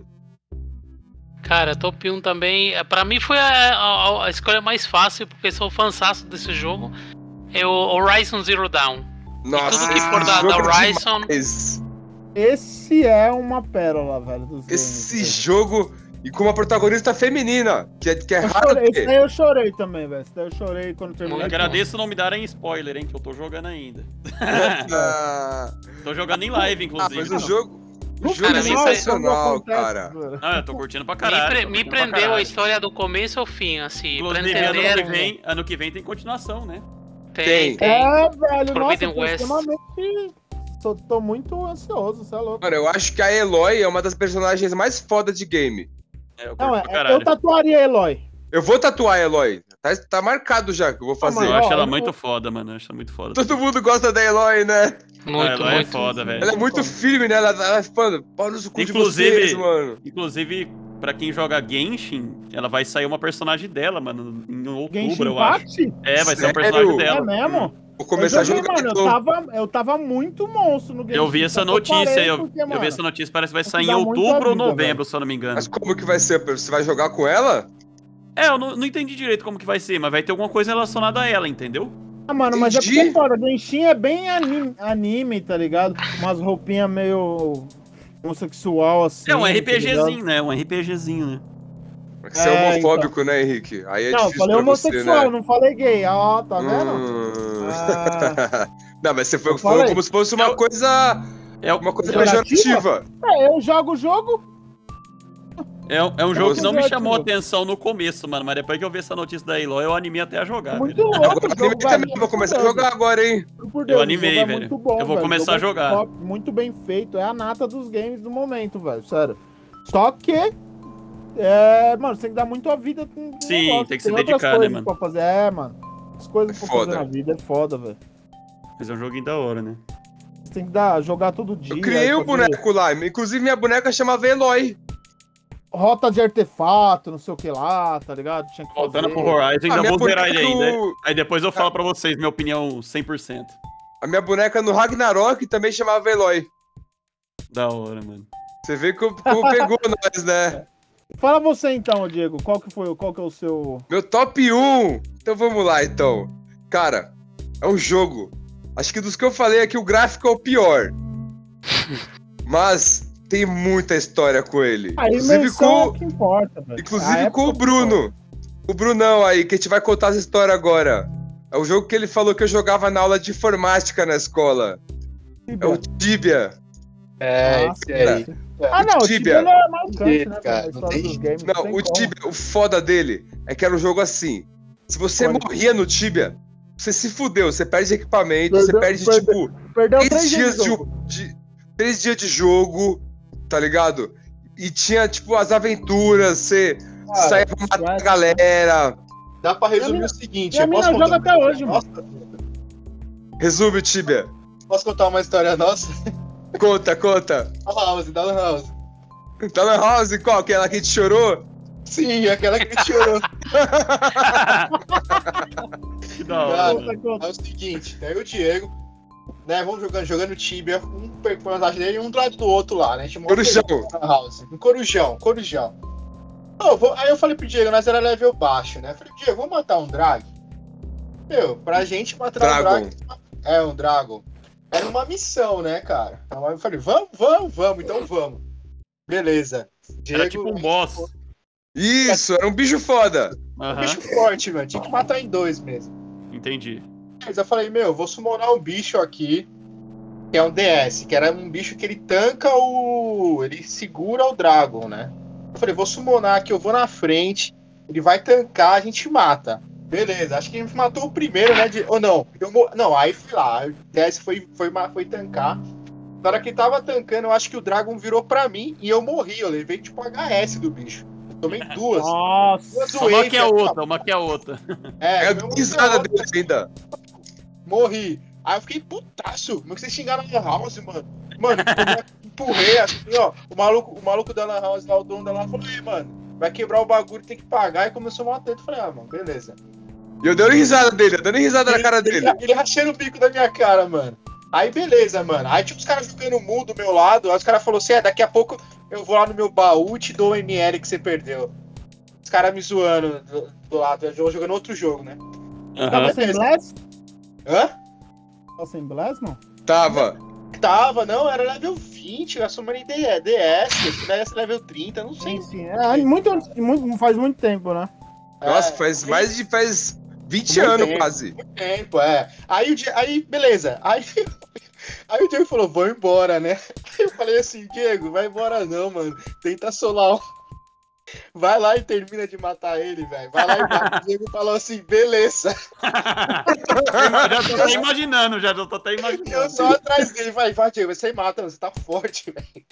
Speaker 2: Cara, top 1 também. eh, Pra mim foi a, a- a escolha mais fácil, porque sou fansaço desse jogo. É o Horizon Zero Dawn.
Speaker 1: Nossa,
Speaker 2: Tudo que for da,
Speaker 1: esse
Speaker 2: da
Speaker 1: jogo é
Speaker 2: Horizon.
Speaker 1: demais.
Speaker 4: Esse é uma pérola, velho. Dos
Speaker 1: Esse
Speaker 4: games,
Speaker 1: jogo e com uma protagonista feminina, que é, que é
Speaker 4: velho. eu
Speaker 1: raro
Speaker 4: chorei, né? esse
Speaker 1: ter.
Speaker 4: daí eu chorei também, velho. Esse daí eu chorei quando terminei.
Speaker 3: Agradeço não me darem spoiler, hein, que eu tô jogando ainda. [LAUGHS]
Speaker 1: Ah,
Speaker 3: tô jogando em live, inclusive. então.
Speaker 1: mas o jogo, o
Speaker 4: No
Speaker 1: jogo é
Speaker 2: Cara,
Speaker 4: final, quando
Speaker 1: sensacional,
Speaker 4: acontece,
Speaker 1: cara.
Speaker 4: velho.
Speaker 3: Ah, eu tô curtindo pra
Speaker 2: me,
Speaker 3: caralho.
Speaker 2: pre-
Speaker 3: tô
Speaker 2: me
Speaker 3: curtindo pra
Speaker 2: prendeu a
Speaker 3: caralho.
Speaker 2: história do começo ao fim, assim.
Speaker 3: Inclusive,
Speaker 2: pra
Speaker 3: ano que,
Speaker 2: entender.
Speaker 3: vem, ano que vem tem continuação, né?
Speaker 1: Tem.
Speaker 2: Tem, tem.
Speaker 4: É, velho, nossa,
Speaker 2: Forbidden
Speaker 4: eu tô
Speaker 2: West.
Speaker 4: extremamente... Tô, tô muito ansioso, você é louco.
Speaker 1: Mano, eu acho que a Eloy é uma das personagens mais foda de game.
Speaker 3: É, eu curto
Speaker 4: Não, é,
Speaker 3: pra caralho.
Speaker 4: eu tatuaria a Eloy.
Speaker 1: Eu vou tatuar a Eloy. Tá, tá marcado já que eu vou fazer.
Speaker 3: Eu
Speaker 4: mano,
Speaker 3: acho
Speaker 4: ó,
Speaker 3: ela
Speaker 4: eu-
Speaker 3: muito foda, mano. Eu acho ela muito foda.
Speaker 1: Todo mundo gosta da Eloy, né?
Speaker 3: Ah,
Speaker 2: Muito,
Speaker 3: ela é
Speaker 2: muito.
Speaker 3: foda, velho.
Speaker 1: Ela é muito firme, né? Ela, ela mano, pau no cu
Speaker 3: Inclusive-
Speaker 1: de vocês, mano.
Speaker 3: Inclusive, pra quem joga Genshin, ela vai sair uma personagem dela, mano, em outubro,
Speaker 4: Genshin
Speaker 3: eu acho.
Speaker 4: Impact?
Speaker 3: É, vai ser um
Speaker 1: Sério?
Speaker 3: personagem
Speaker 4: É
Speaker 3: dela.
Speaker 4: mesmo?
Speaker 1: Vou começar
Speaker 4: eu joguei,
Speaker 1: a jogar.
Speaker 4: mano, tá-
Speaker 1: de
Speaker 4: eu
Speaker 1: novo.
Speaker 4: tava, eu tava muito monstro no game.
Speaker 3: Eu vi essa notícia, eu, eu vi essa notícia, parece que vai
Speaker 4: Isso
Speaker 3: sair em
Speaker 4: dá muita
Speaker 3: outubro ou
Speaker 4: vida,
Speaker 3: novembro, se eu não me engano.
Speaker 1: Mas como que vai ser? Você vai jogar com ela?
Speaker 3: É, eu não, não entendi direito como que vai ser, mas vai ter alguma coisa relacionada a ela, entendeu?
Speaker 4: Ah, mano, mas é
Speaker 1: Entendi.
Speaker 4: porque fora, Genshin é bem anime, anime, tá ligado? Umas roupinhas meio homossexual, assim.
Speaker 3: é um
Speaker 4: tá ligado?
Speaker 3: RPGzinho, né? Um RPGzinho, né?
Speaker 1: Você é,
Speaker 4: É,
Speaker 1: homofóbico, né, Henrique? Aí é
Speaker 4: não, eu
Speaker 1: difícil
Speaker 4: falei
Speaker 1: pra você,
Speaker 4: homossexual,
Speaker 1: né?
Speaker 4: não falei gay. Ó, tá vendo?
Speaker 1: Hum.
Speaker 4: Ah,
Speaker 1: [LAUGHS] não, mas você foi,
Speaker 4: Eu
Speaker 1: falou
Speaker 4: falei.
Speaker 1: como se fosse uma
Speaker 3: Eu-
Speaker 1: coisa.
Speaker 3: É, o-
Speaker 1: Uma coisa
Speaker 4: Pejorativa?
Speaker 1: pejorativa.
Speaker 4: é, eu jogo o jogo.
Speaker 3: É, um- é um jogo que não me
Speaker 4: Muito
Speaker 3: chamou
Speaker 4: ótimo.
Speaker 3: atenção no começo, mano, mas depois que eu vi essa notícia da Eloy, eu animei até a jogar.
Speaker 4: Muito
Speaker 3: velho.
Speaker 4: louco,
Speaker 1: Agora eu
Speaker 4: o jogo,
Speaker 1: também, também
Speaker 4: velho.
Speaker 1: vou começar a jogar agora, hein?
Speaker 4: Juro por Deus, o
Speaker 3: animei,
Speaker 4: jogo é
Speaker 3: velho.
Speaker 4: muito bom,
Speaker 3: Eu vou
Speaker 4: velho.
Speaker 3: começar
Speaker 4: O
Speaker 3: a
Speaker 4: jogo é
Speaker 3: jogar.
Speaker 4: top, muito bem feito. É a nata dos games do momento, velho. Sério. Só que. É, mano, você tem que dar muito a vida com. com
Speaker 3: Sim,
Speaker 4: o negócio.
Speaker 3: tem que se
Speaker 4: outras
Speaker 3: dedicar, né,
Speaker 4: coisas
Speaker 3: mano?
Speaker 4: Pra fazer. É, mano. As coisas
Speaker 1: É
Speaker 4: pra
Speaker 1: foda.
Speaker 4: fazer na vida é foda, velho.
Speaker 3: Mas é um joguinho da hora, né?
Speaker 4: Você tem que dar, jogar todo dia.
Speaker 1: Eu criei um
Speaker 4: fazer
Speaker 1: boneco lá. Inclusive, minha boneca chamava Eloy.
Speaker 4: Rota de artefato, não sei o que lá, tá ligado? Tinha que
Speaker 3: Voltando
Speaker 4: fazer.
Speaker 3: pro Horizon,
Speaker 1: A
Speaker 6: Ah,
Speaker 3: ainda
Speaker 1: minha
Speaker 3: vou zerar ele
Speaker 1: boneca
Speaker 3: ainda.
Speaker 1: no-
Speaker 3: Aí depois eu falo pra vocês minha opinião 100%.
Speaker 1: A minha boneca no Ragnarok também chamava Eloy.
Speaker 3: Da hora, mano.
Speaker 1: Você vê
Speaker 4: [LAUGHS]
Speaker 1: como, como pegou nós, né?
Speaker 4: Fala você então, Diego, qual que foi, o- qual que é o seu
Speaker 1: Meu top 1. Então vamos lá, então. Cara, é um jogo. Acho que dos que eu falei aqui, o gráfico é o
Speaker 4: [LAUGHS]
Speaker 1: pior. Mas tem muita história com ele.
Speaker 4: A
Speaker 1: Inclusive
Speaker 4: imersão é
Speaker 1: com,
Speaker 4: o que importa, velho. A
Speaker 1: Inclusive
Speaker 4: época
Speaker 1: com o
Speaker 4: que
Speaker 1: Bruno. O Brunão aí, que a gente vai contar essa história agora. É o jogo que ele falou que eu jogava na aula de informática na escola. É o
Speaker 4: importa.
Speaker 1: Tibia.
Speaker 6: É,
Speaker 4: Nossa,
Speaker 6: esse aí.
Speaker 4: Ah, não, o
Speaker 1: Tibia.
Speaker 4: Tibia não é marcante, né,
Speaker 6: Cara,
Speaker 4: cara?
Speaker 6: não tem jeito.
Speaker 1: Não, o Tibia, o foda dele é que era um jogo assim. Se você
Speaker 4: Olha.
Speaker 1: morria no Tibia, você se fudeu, você perde equipamento, você
Speaker 4: Perdeu-
Speaker 1: perde,
Speaker 4: perdeu-
Speaker 1: tipo,
Speaker 4: Perdeu
Speaker 1: três
Speaker 4: três
Speaker 1: dias
Speaker 4: vezes.
Speaker 1: de, de- três dias de jogo, tá ligado? E tinha, tipo, as aventuras, você
Speaker 6: Cara,
Speaker 1: saia pra matar a
Speaker 4: suave.
Speaker 1: galera.
Speaker 6: Dá pra resumir
Speaker 4: Minha
Speaker 6: o seguinte.
Speaker 4: minha
Speaker 6: eu posso
Speaker 4: mina joga
Speaker 6: contar uma
Speaker 4: até
Speaker 6: história
Speaker 4: hoje,
Speaker 6: nossa?
Speaker 1: Resume o Tibia.
Speaker 6: Posso contar uma história nossa? [LAUGHS]
Speaker 1: Conta, conta.
Speaker 6: Da Lan House, da Lan House.
Speaker 1: Tá na house, qual? Aquela que te chorou?
Speaker 6: Sim, aquela que me tirou.
Speaker 3: Que da hora,
Speaker 6: Cara,
Speaker 3: mano.
Speaker 6: É o seguinte, aí o Diego, né, vamos jogando, jogando Tibia, um personagem dele e um do lado do outro lá, né? A gente mó
Speaker 1: Corujão.
Speaker 6: feliz na House. Um corujão, corujão. Não, eu vou- aí eu falei pro Diego, nós era level baixo, né? Eu falei, Diego, vamos matar um drag? Meu, pra gente matar um
Speaker 1: Dragon.
Speaker 6: drag. É, um dragon. Era uma missão, né, cara? Aí eu falei, vamos, vamos, vamos, então vamos. Beleza. Diego, é
Speaker 3: Era tipo um boss.
Speaker 1: Isso, era um bicho foda.
Speaker 3: Aham,
Speaker 6: um Bicho forte, mano. Tinha que matar em dois mesmo.
Speaker 3: entendi.
Speaker 6: Beleza, eu falei, meu, vou summonar um bicho aqui, que é um DS, que era um bicho que ele tanca o. Ele segura o Dragon, né? Eu falei, vou summonar aqui, eu vou na frente, ele vai tancar, a gente mata. Beleza, acho que a gente matou o primeiro, né? de- Ou não, eu mo- não, aí fui lá, o DS foi, foi, ma- foi tancar. Na hora que ele tava tancando, eu acho que o Dragon virou pra mim e eu morri, eu levei tipo HS do bicho. Eu tomei duas.
Speaker 4: Nossa.
Speaker 6: duas
Speaker 3: Uma que é
Speaker 6: waves,
Speaker 3: outra, uma que é outra.
Speaker 6: É,
Speaker 1: É
Speaker 6: eu
Speaker 1: a risada
Speaker 6: morri,
Speaker 1: dele ainda.
Speaker 6: Morri. Aí eu fiquei putaço. Como é que vocês xingaram a Lan House, mano? Mano, eu empurrei assim, ó. O maluco, o maluco da Lan House lá, o dono da Lan House, falou, ei, mano, vai quebrar o bagulho, tem que pagar. E começou a matar. Eu falei, ah, mano, beleza.
Speaker 1: E eu dei risada dele, eu dando risada na cara [LAUGHS] dele.
Speaker 6: Ele, ele rachando o bico da minha cara, mano. Aí beleza, mano. Aí tinha os caras jogando o mundo do meu lado. Aí os caras falaram assim: é, daqui a pouco eu vou lá no meu baú e te dou o ML que você perdeu. Os caras me zoando do, do lado, eu jogando outro jogo, né?
Speaker 4: Tava
Speaker 3: Aham.
Speaker 4: sem bless?
Speaker 6: Hã?
Speaker 4: Tava Uhum. Tá sem bless, não?
Speaker 1: Tava.
Speaker 6: Tava, não, era level 20, eu assumi DS, DS, DS level 30, não sei.
Speaker 4: Sim, sim. É, muito, antes- muito, faz muito tempo, né?
Speaker 1: Nossa,
Speaker 6: É,
Speaker 1: faz
Speaker 6: aí-
Speaker 1: mais de faz 20
Speaker 6: Muito
Speaker 1: anos
Speaker 6: tempo.
Speaker 1: quase.
Speaker 6: Tempo, é. Aí o Di- aí, beleza. Aí, [LAUGHS] aí o Diego falou, vou embora, né? Aí eu falei assim, Diego, vai embora não, mano. Tenta solar um. Vai lá e termina de matar ele, velho. Vai lá e mata. O Diego falou assim, beleza.
Speaker 3: [LAUGHS] já tô até imaginando, já, já tô até
Speaker 6: Eu
Speaker 3: imaginando.
Speaker 6: só atrás dele, vai, vai, Diego, você mata, você tá forte, velho.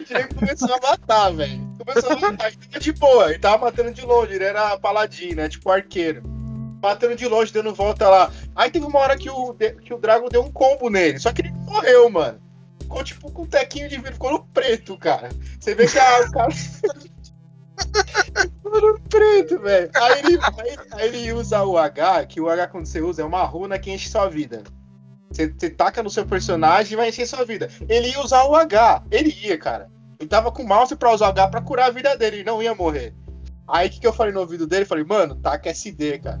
Speaker 6: O Diego começou a matar, velho. Começou a matar, ele tava de boa, ele tava matando de longe, ele era paladino, né? Tipo arqueiro. Matando de longe, dando volta lá. Aí teve uma hora que o, de- que o Drago deu um combo nele, só que ele morreu, mano. Ficou tipo com um tequinho de vidro, ficou no preto, cara. Você vê que a, o cara. [LAUGHS] Ficou no preto, velho. Aí ele, aí, aí ele usa o H, que o H quando você usa é uma runa que enche sua vida. Você, você taca no seu personagem e vai encher sua vida. Ele ia usar o H. Ele ia, cara. Ele tava com o mouse pra usar o H pra curar a vida dele. Ele não ia morrer. Aí o que, que eu falei no ouvido dele? Falei, mano, taca SD, cara.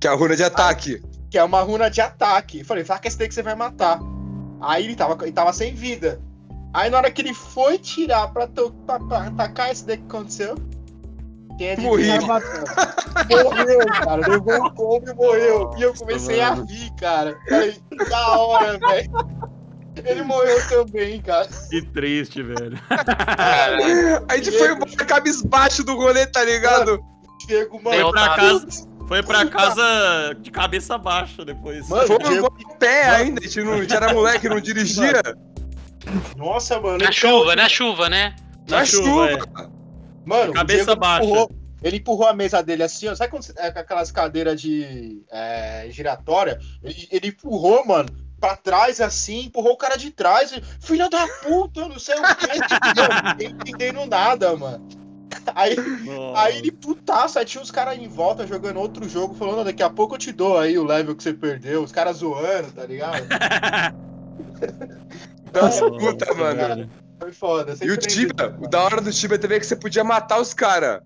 Speaker 1: Que é a runa de ataque.
Speaker 6: Que é uma runa de ataque. Eu falei, taca SD que você vai matar. Aí ele tava, ele tava sem vida. Aí na hora que ele foi tirar pra, to- pra, pra atacar SD que aconteceu. Quem é de
Speaker 1: Morri.
Speaker 6: Tava- Morreu,
Speaker 3: [LAUGHS]
Speaker 6: cara. Levou um o combo e morreu. E eu comecei a rir, cara. Falei, que da hora, velho. Ele morreu também, cara.
Speaker 3: Que triste, velho.
Speaker 1: A gente foi embora cabisbaixo do rolê, tá ligado?
Speaker 6: Chega uma.
Speaker 2: Tem
Speaker 3: Foi pra
Speaker 2: Otário.
Speaker 3: casa, foi pra casa de cabeça baixa depois.
Speaker 6: Mano,
Speaker 1: Foi
Speaker 6: Diego-
Speaker 1: embora em pé ainda, a gente, não, a gente era moleque, não dirigia.
Speaker 6: Nossa, mano.
Speaker 2: Na
Speaker 6: então,
Speaker 2: chuva, na chuva, né?
Speaker 1: Na chuva.
Speaker 3: é.
Speaker 6: Mano, o
Speaker 3: Cabeça
Speaker 6: Diego
Speaker 3: baixa.
Speaker 6: empurrou- ele empurrou a mesa dele assim, ó. Sabe quando você- é, com aquelas cadeiras de é, giratória? Ele, ele empurrou, mano, pra trás assim, empurrou o cara de trás. e, Filha da puta, não sei o que. Não, não entendendo nada, mano. Aí,
Speaker 3: Nossa.
Speaker 6: aí ele putaço, aí tinha os caras em volta jogando outro jogo, falando, "Não, daqui a pouco eu te dou aí o level que você perdeu, os caras zoando, tá ligado?
Speaker 1: Nossa,
Speaker 3: Nossa,
Speaker 1: puta, mano.
Speaker 3: velho.
Speaker 6: Foi foda.
Speaker 1: E o
Speaker 6: sempre
Speaker 1: Tibia,
Speaker 6: lembro,
Speaker 1: o da hora do Tibia também é que você podia matar os caras.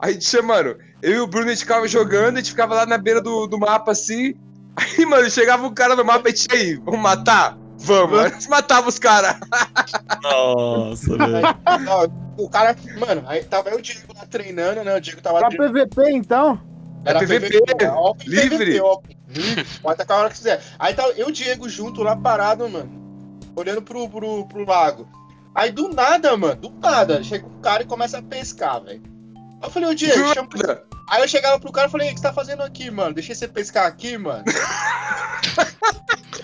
Speaker 1: Aí tinha, mano, eu e o Bruno a gente ficava jogando, a gente ficava lá na beira do, do mapa assim. [LAUGHS] Aí, mano, chegava um cara no mapa e tinha aí, vamos matar? Vamos. Aí Eles matavam os caras. [LAUGHS]
Speaker 3: Nossa, velho.
Speaker 6: Não, o cara, mano, aí tava eu e o Diego lá treinando, né? O Diego tava
Speaker 4: Pra
Speaker 6: treinando.
Speaker 4: PVP, então?
Speaker 1: É PVP,
Speaker 6: né? Open
Speaker 1: livre.
Speaker 6: PVP, open. Livre, Pode atacar a hora que quiser. Aí tá eu e o Diego junto lá parado, mano. Olhando pro, pro, pro lago. Aí do nada, mano, do nada, chega um cara e começa a pescar, velho. Aí Eu falei, ô Diego, chama... Aí eu chegava pro cara e falei, o que você tá fazendo aqui, mano? Deixei você pescar aqui, mano. [LAUGHS]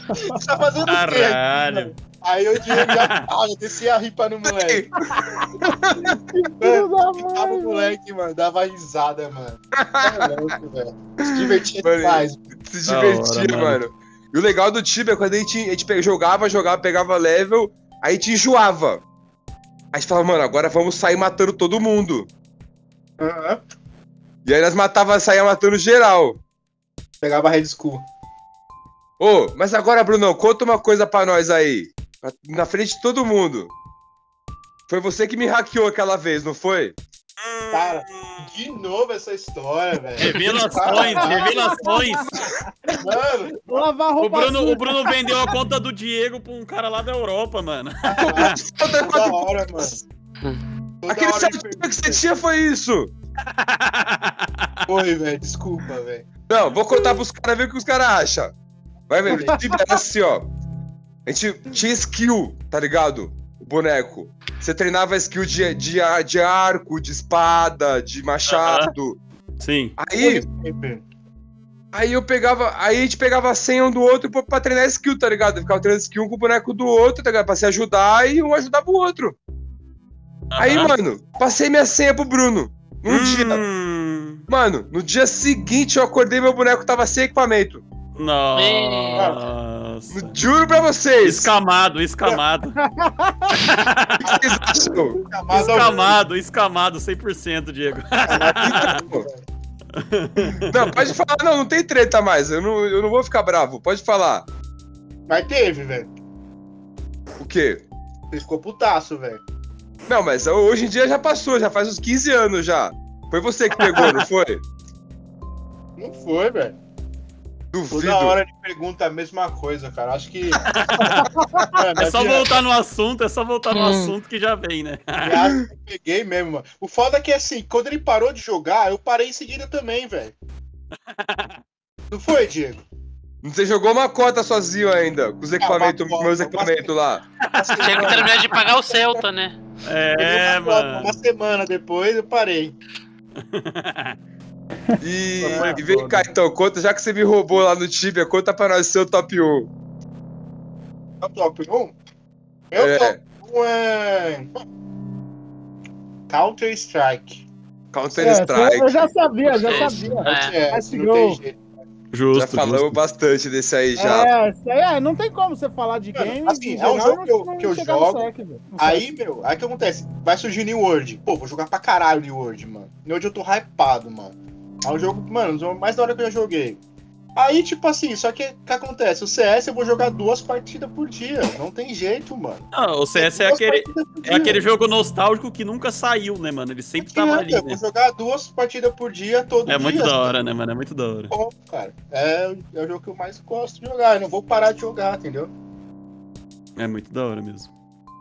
Speaker 6: você tá fazendo o quê? aqui?
Speaker 3: Caralho.
Speaker 6: Aí o Diego já ah, já descia a ripa no moleque. É.
Speaker 4: Filho da
Speaker 6: Tava o
Speaker 4: mãe.
Speaker 6: moleque, mano, dava risada, mano. Tá louco, velho. Se divertia
Speaker 1: Mano,
Speaker 6: demais,
Speaker 1: se
Speaker 3: Da hora,
Speaker 1: divertia,
Speaker 3: mano.
Speaker 1: mano. E o legal do Tibia é quando a gente, a gente pe- jogava, jogava, pegava level, aí te enjoava. Aí a gente falava, mano, agora vamos sair matando todo mundo.
Speaker 6: Aham.
Speaker 1: E aí nós matava, saía matando geral.
Speaker 6: Pegava Red School.
Speaker 1: Ô, mas agora, Brunão, conta uma coisa pra nós aí. Pra- Na frente de todo mundo. Foi você que me hackeou aquela vez, não foi?
Speaker 6: Cara, de novo essa história, velho.
Speaker 3: Revelações, revelações.
Speaker 6: Mano,
Speaker 4: Lavar
Speaker 3: O
Speaker 4: roupa
Speaker 3: Bruno, o
Speaker 4: suja.
Speaker 3: Bruno vendeu a conta do Diego pra um cara lá da Europa, mano.
Speaker 6: toda hora, mano. Toda
Speaker 1: Aquele
Speaker 6: hora
Speaker 1: seu
Speaker 6: ele
Speaker 1: tiro
Speaker 6: pergunta.
Speaker 1: que você tinha foi isso.
Speaker 6: Foi, velho, desculpa, velho.
Speaker 1: Não, vou contar pros caras ver o que os caras acham. Vai ver, tipo, era assim, ó. A gente tinha skill, tá ligado? O boneco. Você treinava skill de, de, ar- de arco, de espada, de machado.
Speaker 3: [LAUGHS] Sim.
Speaker 1: Aí, aí eu pegava. Aí a gente pegava a senha um do outro pra, pra treinar skill, tá ligado? Eu ficava treinando skill um com o boneco do outro, tá ligado? Pra se ajudar e um ajudava o outro. Aí,
Speaker 3: Aham.
Speaker 1: mano, passei minha senha pro Bruno. Um dia.
Speaker 3: Hum,
Speaker 1: Mano, no dia seguinte eu acordei meu boneco tava sem equipamento.
Speaker 3: Nossa.
Speaker 1: Juro pra vocês.
Speaker 3: Escamado, escamado.
Speaker 1: O que vocês acham?
Speaker 3: Escamado, escamado, 100%, Diego.
Speaker 1: Então, Não, pode falar, não, não tem treta mais. Eu não, eu não vou ficar bravo. Pode falar.
Speaker 6: Mas teve, velho.
Speaker 1: O quê?
Speaker 6: Você ficou putaço, velho.
Speaker 1: Não, mas hoje em dia já passou, já faz uns 15 anos já. Foi você que pegou, não foi?
Speaker 6: Não foi, velho.
Speaker 1: Duvido.
Speaker 6: Toda hora ele pergunta a mesma coisa, cara. Acho que. [LAUGHS] Mano,
Speaker 3: É só
Speaker 6: adianta.
Speaker 3: voltar no assunto, é só voltar no
Speaker 2: Hum.
Speaker 3: assunto que já
Speaker 1: [LAUGHS]
Speaker 3: vem, né?
Speaker 6: Eu acho que eu peguei mesmo, mano. O foda é que assim, quando ele parou de jogar, eu parei em seguida
Speaker 3: [LAUGHS]
Speaker 6: também, velho. Não foi, Diego?
Speaker 1: Você jogou uma cota sozinho ainda, com os equipamentos,
Speaker 6: É, uma cota,
Speaker 1: meus
Speaker 6: uma
Speaker 1: equipamentos lá.
Speaker 6: Assim,
Speaker 2: Tinha que
Speaker 6: mano,
Speaker 2: terminar de pagar o Celta, né?
Speaker 3: É,
Speaker 6: peguei uma foto,
Speaker 3: mano.
Speaker 6: Uma semana depois eu parei.
Speaker 4: [LAUGHS]
Speaker 1: E,
Speaker 6: Ah,
Speaker 4: é
Speaker 1: e vem cá então, conta, já que você me roubou lá no Tibia, conta pra nós seu top 1.
Speaker 6: É o top 1? Meu
Speaker 1: É,
Speaker 6: top 1 é. Counter Strike.
Speaker 1: Counter
Speaker 4: É,
Speaker 1: Strike.
Speaker 4: eu já sabia, já
Speaker 2: É,
Speaker 4: sabia.
Speaker 2: É.
Speaker 6: É,
Speaker 4: Mas
Speaker 6: não tem
Speaker 4: chegou.
Speaker 6: jeito.
Speaker 3: Justo.
Speaker 1: né? Já falamos
Speaker 3: justo.
Speaker 1: bastante desse aí já.
Speaker 4: É, isso aí, é, não tem como você falar de
Speaker 6: Mano,
Speaker 4: game.
Speaker 6: assim,
Speaker 4: em
Speaker 6: é um
Speaker 4: geral,
Speaker 6: jogo que eu-
Speaker 4: não
Speaker 6: que eu
Speaker 4: chegar no
Speaker 6: jogo,
Speaker 4: sec, velho. No
Speaker 6: Aí, meu, aí o que acontece? Vai surgir New World. Pô, vou jogar pra caralho New World, mano. New World eu tô hypado, mano. É um jogo, mano, o jogo mais da hora que eu já joguei. Aí, tipo assim, só que o que acontece? O CS eu vou jogar duas partidas por dia. Não tem jeito, mano.
Speaker 3: Não, o CS é
Speaker 6: Duas
Speaker 3: aquele,
Speaker 6: partidas por
Speaker 3: é
Speaker 6: dia.
Speaker 3: aquele jogo nostálgico que nunca saiu, né, mano? Ele sempre
Speaker 1: É
Speaker 6: Não
Speaker 3: tava ali,
Speaker 6: adianta, eu
Speaker 3: né?
Speaker 6: vou jogar duas partidas por dia todo dia. assim,
Speaker 3: É muito da hora, né, mano? É muito da hora.
Speaker 6: Bom, cara. É, é o jogo que eu mais gosto de jogar. Eu não vou parar de jogar, entendeu?
Speaker 3: É muito da hora mesmo.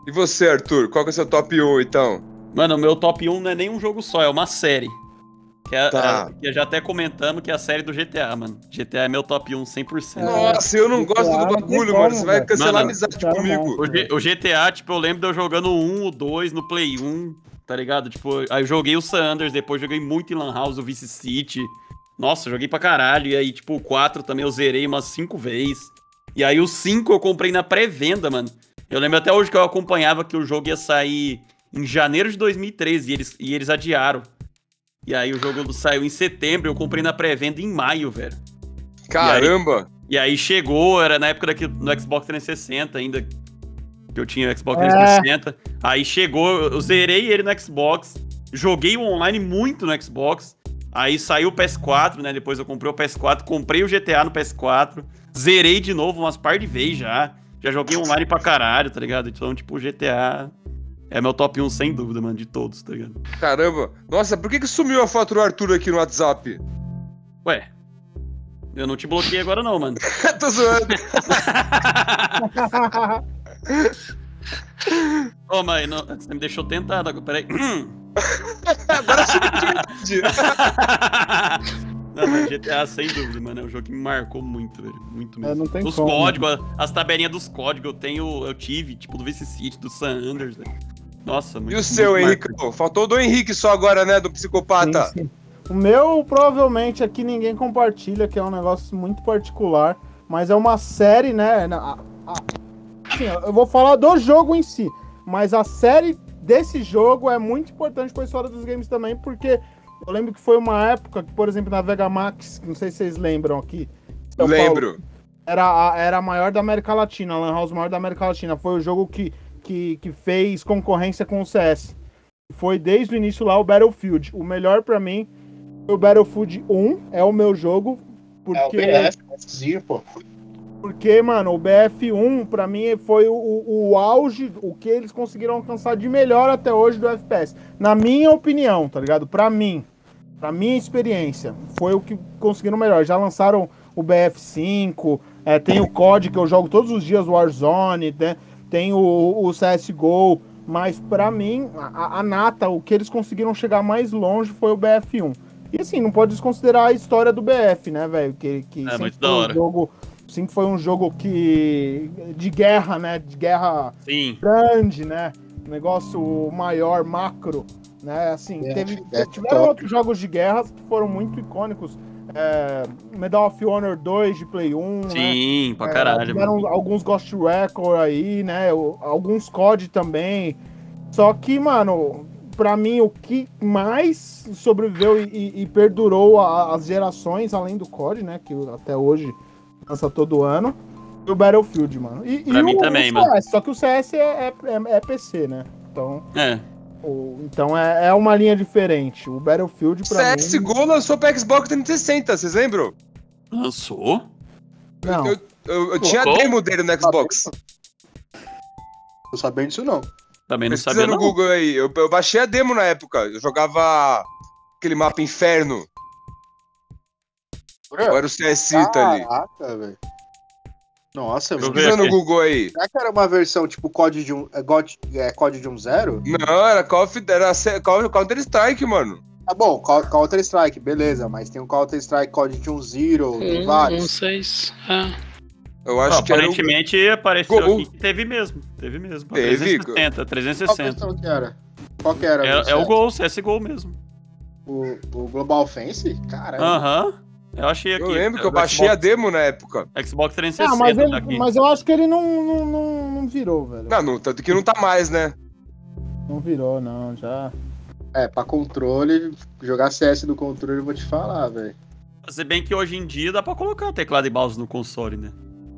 Speaker 1: E você, Arthur, qual que é o seu top 1 então?
Speaker 3: um Mano, o meu top 1 não é nem um jogo só, é uma série. Que é-
Speaker 1: Tá.
Speaker 3: é- que já até comentamos que é a série do GTA, mano. GTA é meu top 1
Speaker 4: É,
Speaker 3: 100%.
Speaker 1: Nossa, eu não
Speaker 4: Cara,
Speaker 1: gosto do
Speaker 4: não tem
Speaker 1: bagulho,
Speaker 4: como,
Speaker 1: mano. Você vai
Speaker 4: velho. tá
Speaker 1: cancelar
Speaker 3: Mano,
Speaker 1: a amizade
Speaker 4: não.
Speaker 1: comigo.
Speaker 3: O, G- o GTA, tipo, eu lembro de eu jogando o 1, o 2 no Play 1, tá ligado? Tipo, aí eu joguei o San Andreas, depois joguei muito em Lan House, o Vice City. Nossa, joguei pra caralho. E aí, tipo, o 4 também eu zerei umas 5 vezes. E aí o 5 eu comprei na pré-venda, mano. Eu lembro até hoje que eu acompanhava que o jogo ia sair em janeiro de 2013 e eles, e eles adiaram. E aí o jogo saiu em setembro, eu comprei na pré-venda em maio, velho.
Speaker 1: Caramba.
Speaker 3: E aí chegou, era na época daqui, no Xbox 360 ainda, que eu tinha o Xbox
Speaker 4: É.
Speaker 3: 360. Aí chegou, eu zerei ele no Xbox, joguei o online muito no Xbox. Aí saiu o PS4, né? Depois eu comprei o PS4, comprei o GTA no PS4, zerei de novo umas par de vezes já. Já joguei online pra caralho, tá ligado? Então, tipo, o GTA é meu top 1 sem dúvida, mano, de todos, tá ligado?
Speaker 1: Caramba. Nossa, por que, que sumiu a foto do Arthur aqui no WhatsApp? [LAUGHS]
Speaker 3: Ué, eu não te bloqueei agora não, mano.
Speaker 1: Tô zoando.
Speaker 3: Ô, mas não- você me deixou tentado agora, peraí.
Speaker 1: Agora sumiu de verdade.
Speaker 3: Não, mas GTA, sem dúvida, mano. É um jogo que me marcou muito, velho. Muito mesmo.
Speaker 4: É, não tem
Speaker 3: Os
Speaker 4: como.
Speaker 3: códigos, a- as tabelinhas dos códigos eu tenho, eu tive, tipo, do Vice City, do San Andreas, velho. Nossa, muito
Speaker 1: E o seu,
Speaker 3: muito
Speaker 1: Henrique? pô? Faltou o do Henrique só agora, né? Do psicopata.
Speaker 4: Sim, sim. O meu, provavelmente, aqui ninguém compartilha, que é um negócio muito particular. Mas é uma série, né? na- a- a- assim, eu vou falar do jogo em si. Mas a série desse jogo é muito importante pra história dos games também, porque eu lembro que foi uma época que, por exemplo, na Vega Max, que não sei se vocês lembram aqui. em São Paulo,
Speaker 1: Lembro.
Speaker 4: era a, era a maior da América Latina, a Lan House maior da América Latina. Foi o jogo que, que, que fez concorrência com o CS. Foi desde o início lá o Battlefield. O melhor pra mim foi o Battlefield 1, é o meu jogo.
Speaker 6: É o
Speaker 4: Porque,
Speaker 6: BF, pô.
Speaker 4: porque mano, o BF1 pra mim foi o, o, o auge, o que eles conseguiram alcançar de melhor até hoje do FPS. Na minha opinião, tá ligado? Pra mim, pra minha experiência, foi o que conseguiram melhor. Já lançaram o BF5, é, tem o COD que eu jogo todos os dias, o Warzone, né? tem o, o CSGO, mas pra mim, a, a nata, o que eles conseguiram chegar mais longe foi o BF1. E assim, não pode desconsiderar a história do BF, né, velho? Que, que
Speaker 3: É,
Speaker 4: sempre
Speaker 3: muito
Speaker 4: foi
Speaker 3: da
Speaker 4: um
Speaker 3: hora.
Speaker 4: jogo- sempre foi um jogo que. de guerra, né? De guerra
Speaker 3: Sim.
Speaker 4: grande, né? Um negócio maior, macro, né? Assim,
Speaker 6: É,
Speaker 4: teve,
Speaker 6: é
Speaker 4: tiveram
Speaker 6: top.
Speaker 4: outros jogos de guerra que foram muito icônicos. É, Medal of Honor 2 de Play 1, né?
Speaker 3: Sim, pra
Speaker 4: É,
Speaker 3: caralho, mano.
Speaker 4: tiveram alguns Ghost Record aí, né? o- Alguns COD também. Só que, mano, pra mim, o que mais sobreviveu e, e- e perdurou a- as gerações, além do COD, né? Que até hoje lança todo ano. E o Battlefield, mano. E, e
Speaker 3: Pra mim
Speaker 4: o,
Speaker 3: também,
Speaker 4: o
Speaker 3: mano.
Speaker 4: CS, Só que o CS é, é, é- é PC, né? Então,
Speaker 3: É.
Speaker 4: o- então é, é uma linha diferente. O Battlefield, pra mim...
Speaker 1: CSGO lançou pra Xbox 360, vocês lembram?
Speaker 3: Lançou?
Speaker 4: Não.
Speaker 1: Eu, eu tinha a
Speaker 2: Gol?
Speaker 1: demo dele no Xbox.
Speaker 6: Tô sabendo disso não.
Speaker 3: Também não
Speaker 1: Pesquisa
Speaker 3: sabia,
Speaker 1: no
Speaker 3: não.
Speaker 1: Google aí. Eu, eu baixei a demo na época. Eu jogava aquele mapa Inferno. Ou era o CSI
Speaker 4: Ah.
Speaker 1: tá ali.
Speaker 6: Caraca, velho. Nossa,
Speaker 3: Eu
Speaker 6: mano.
Speaker 3: vejo.
Speaker 1: Pesquisa no
Speaker 3: aqui.
Speaker 1: Google aí.
Speaker 6: Será que era uma versão tipo COD de um, é, God- é, COD de um zero?
Speaker 1: Não, era Call of era C- Call- Counter Strike, mano.
Speaker 6: Tá bom, Co- Counter Strike, beleza, mas tem um Counter Strike COD de um zero,
Speaker 2: Hum,
Speaker 6: tem vários.
Speaker 2: 1-6. Ah,
Speaker 1: Eu acho que era o...
Speaker 3: Aparentemente apareceu
Speaker 1: Gol.
Speaker 3: aqui que teve mesmo. Teve mesmo. pra
Speaker 1: Teve?
Speaker 3: 360,
Speaker 6: Qual
Speaker 3: 360.
Speaker 6: versão que era? Qual que era?
Speaker 3: É, é
Speaker 6: Vicente?
Speaker 3: o gol, CSGol mesmo.
Speaker 6: O, o Global Offense? Caramba.
Speaker 3: Aham. Eu achei aqui. é
Speaker 1: Eu lembro que eu
Speaker 3: O
Speaker 1: baixei a demo na época.
Speaker 3: Xbox, Xbox 360
Speaker 4: Ah, mas,
Speaker 3: tá aqui.
Speaker 4: ele, mas eu acho que ele não, não, não, não virou, velho.
Speaker 1: Não, não, tanto que não tá mais, né?
Speaker 4: Não virou, não, já...
Speaker 6: É, pra controle, jogar CS no controle, eu vou te falar, velho.
Speaker 3: Se bem que hoje em dia dá pra colocar teclado e mouse no console, né?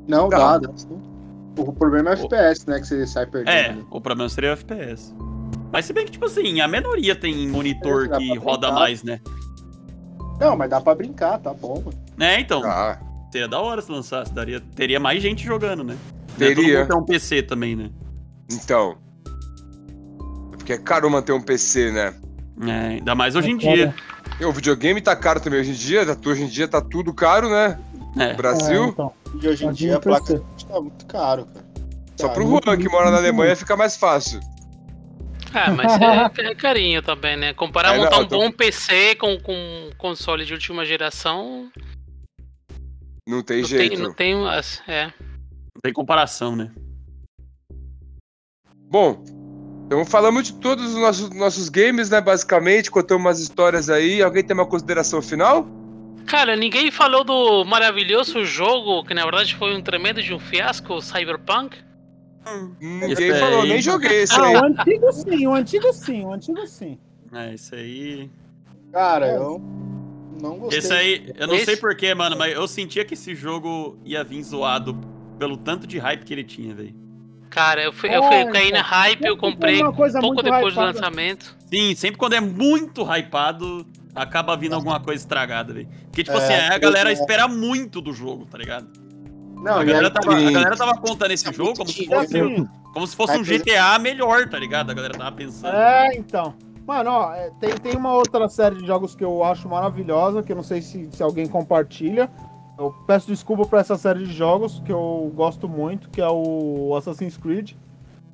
Speaker 6: Não,
Speaker 1: Tá.
Speaker 6: dá. dá. O problema é o
Speaker 3: Pô.
Speaker 6: FPS, né? Que você sai
Speaker 3: É,
Speaker 6: perdendo.
Speaker 3: o problema seria o FPS. Mas se bem que, tipo assim, a minoria tem monitor
Speaker 6: Dá pra
Speaker 3: que roda
Speaker 6: brincar.
Speaker 3: mais, né?
Speaker 6: Não, mas dá pra brincar, tá bom, mano.
Speaker 3: Né, então,
Speaker 1: Ah,
Speaker 3: seria da hora se lançasse, daria, teria mais gente jogando, né?
Speaker 1: Teria.
Speaker 3: Né, todo mundo tem um PC também, né?
Speaker 1: então. Porque é caro manter um PC, né?
Speaker 3: É, ainda mais hoje em
Speaker 4: É, cara.
Speaker 3: dia.
Speaker 1: E o videogame tá caro também hoje em dia. tá- Hoje em dia tá tudo caro, né?
Speaker 3: É.
Speaker 1: No Brasil.
Speaker 4: É, então.
Speaker 6: E hoje em
Speaker 4: Imagina
Speaker 6: dia a
Speaker 4: o
Speaker 6: placa
Speaker 4: PC.
Speaker 6: de vídeo tá muito caro, cara.
Speaker 1: Só
Speaker 6: Cara,
Speaker 1: pro
Speaker 4: muito,
Speaker 1: Juan que
Speaker 4: muito,
Speaker 1: mora na
Speaker 4: muito
Speaker 1: Alemanha fica mais fácil.
Speaker 2: Ah, mas
Speaker 4: [LAUGHS]
Speaker 2: é, é carinho também, né? Comparar
Speaker 1: É,
Speaker 2: montar
Speaker 1: não,
Speaker 2: um
Speaker 1: eu tô-
Speaker 2: bom PC com, com um console de última geração.
Speaker 1: Não tem
Speaker 2: Não
Speaker 1: jeito.
Speaker 2: tem, né? não tem. as- É.
Speaker 3: Não tem comparação, né?
Speaker 1: Bom, então falamos de todos os nossos, nossos games, né? Basicamente, contamos umas histórias aí. Alguém tem uma consideração final?
Speaker 2: Cara, ninguém falou do maravilhoso jogo, que na verdade foi um tremendo de um fiasco, o Cyberpunk.
Speaker 1: Hum, Ninguém
Speaker 3: Esse
Speaker 1: falou,
Speaker 3: aí.
Speaker 1: nem joguei esse aí.
Speaker 4: Ah, o antigo sim, o antigo sim, o antigo sim.
Speaker 3: É, isso aí.
Speaker 6: Cara, eu não gostei.
Speaker 3: Esse aí, eu não
Speaker 2: Esse-
Speaker 3: sei porquê, mano, mas eu sentia que esse jogo ia vir zoado pelo tanto de hype que ele tinha, velho.
Speaker 2: Cara, eu, fui, eu, fui, eu
Speaker 4: Olha,
Speaker 2: caí na hype, eu comprei
Speaker 4: Uma coisa
Speaker 2: pouco
Speaker 4: muito
Speaker 2: depois do
Speaker 4: hypada.
Speaker 2: lançamento.
Speaker 3: Sim, sempre quando é muito hypado, acaba vindo alguma coisa estragada, velho. Porque, tipo
Speaker 6: É,
Speaker 3: assim, aí a
Speaker 6: eu-
Speaker 3: galera espera muito do jogo, tá ligado?
Speaker 6: Não,
Speaker 3: A
Speaker 6: e
Speaker 3: galera
Speaker 6: aí,
Speaker 3: tava, a
Speaker 1: Sim.
Speaker 3: galera tava contando esse jogo como se
Speaker 4: É
Speaker 3: fosse,
Speaker 4: assim,
Speaker 3: como se fosse um GTA melhor, tá ligado? A galera tava pensando.
Speaker 4: É, então. Mano, ó, é, tem, tem uma outra série de jogos que eu acho maravilhosa, que eu não sei se, se alguém compartilha. Eu peço desculpa pra essa série de jogos que eu gosto muito, que é o Assassin's Creed.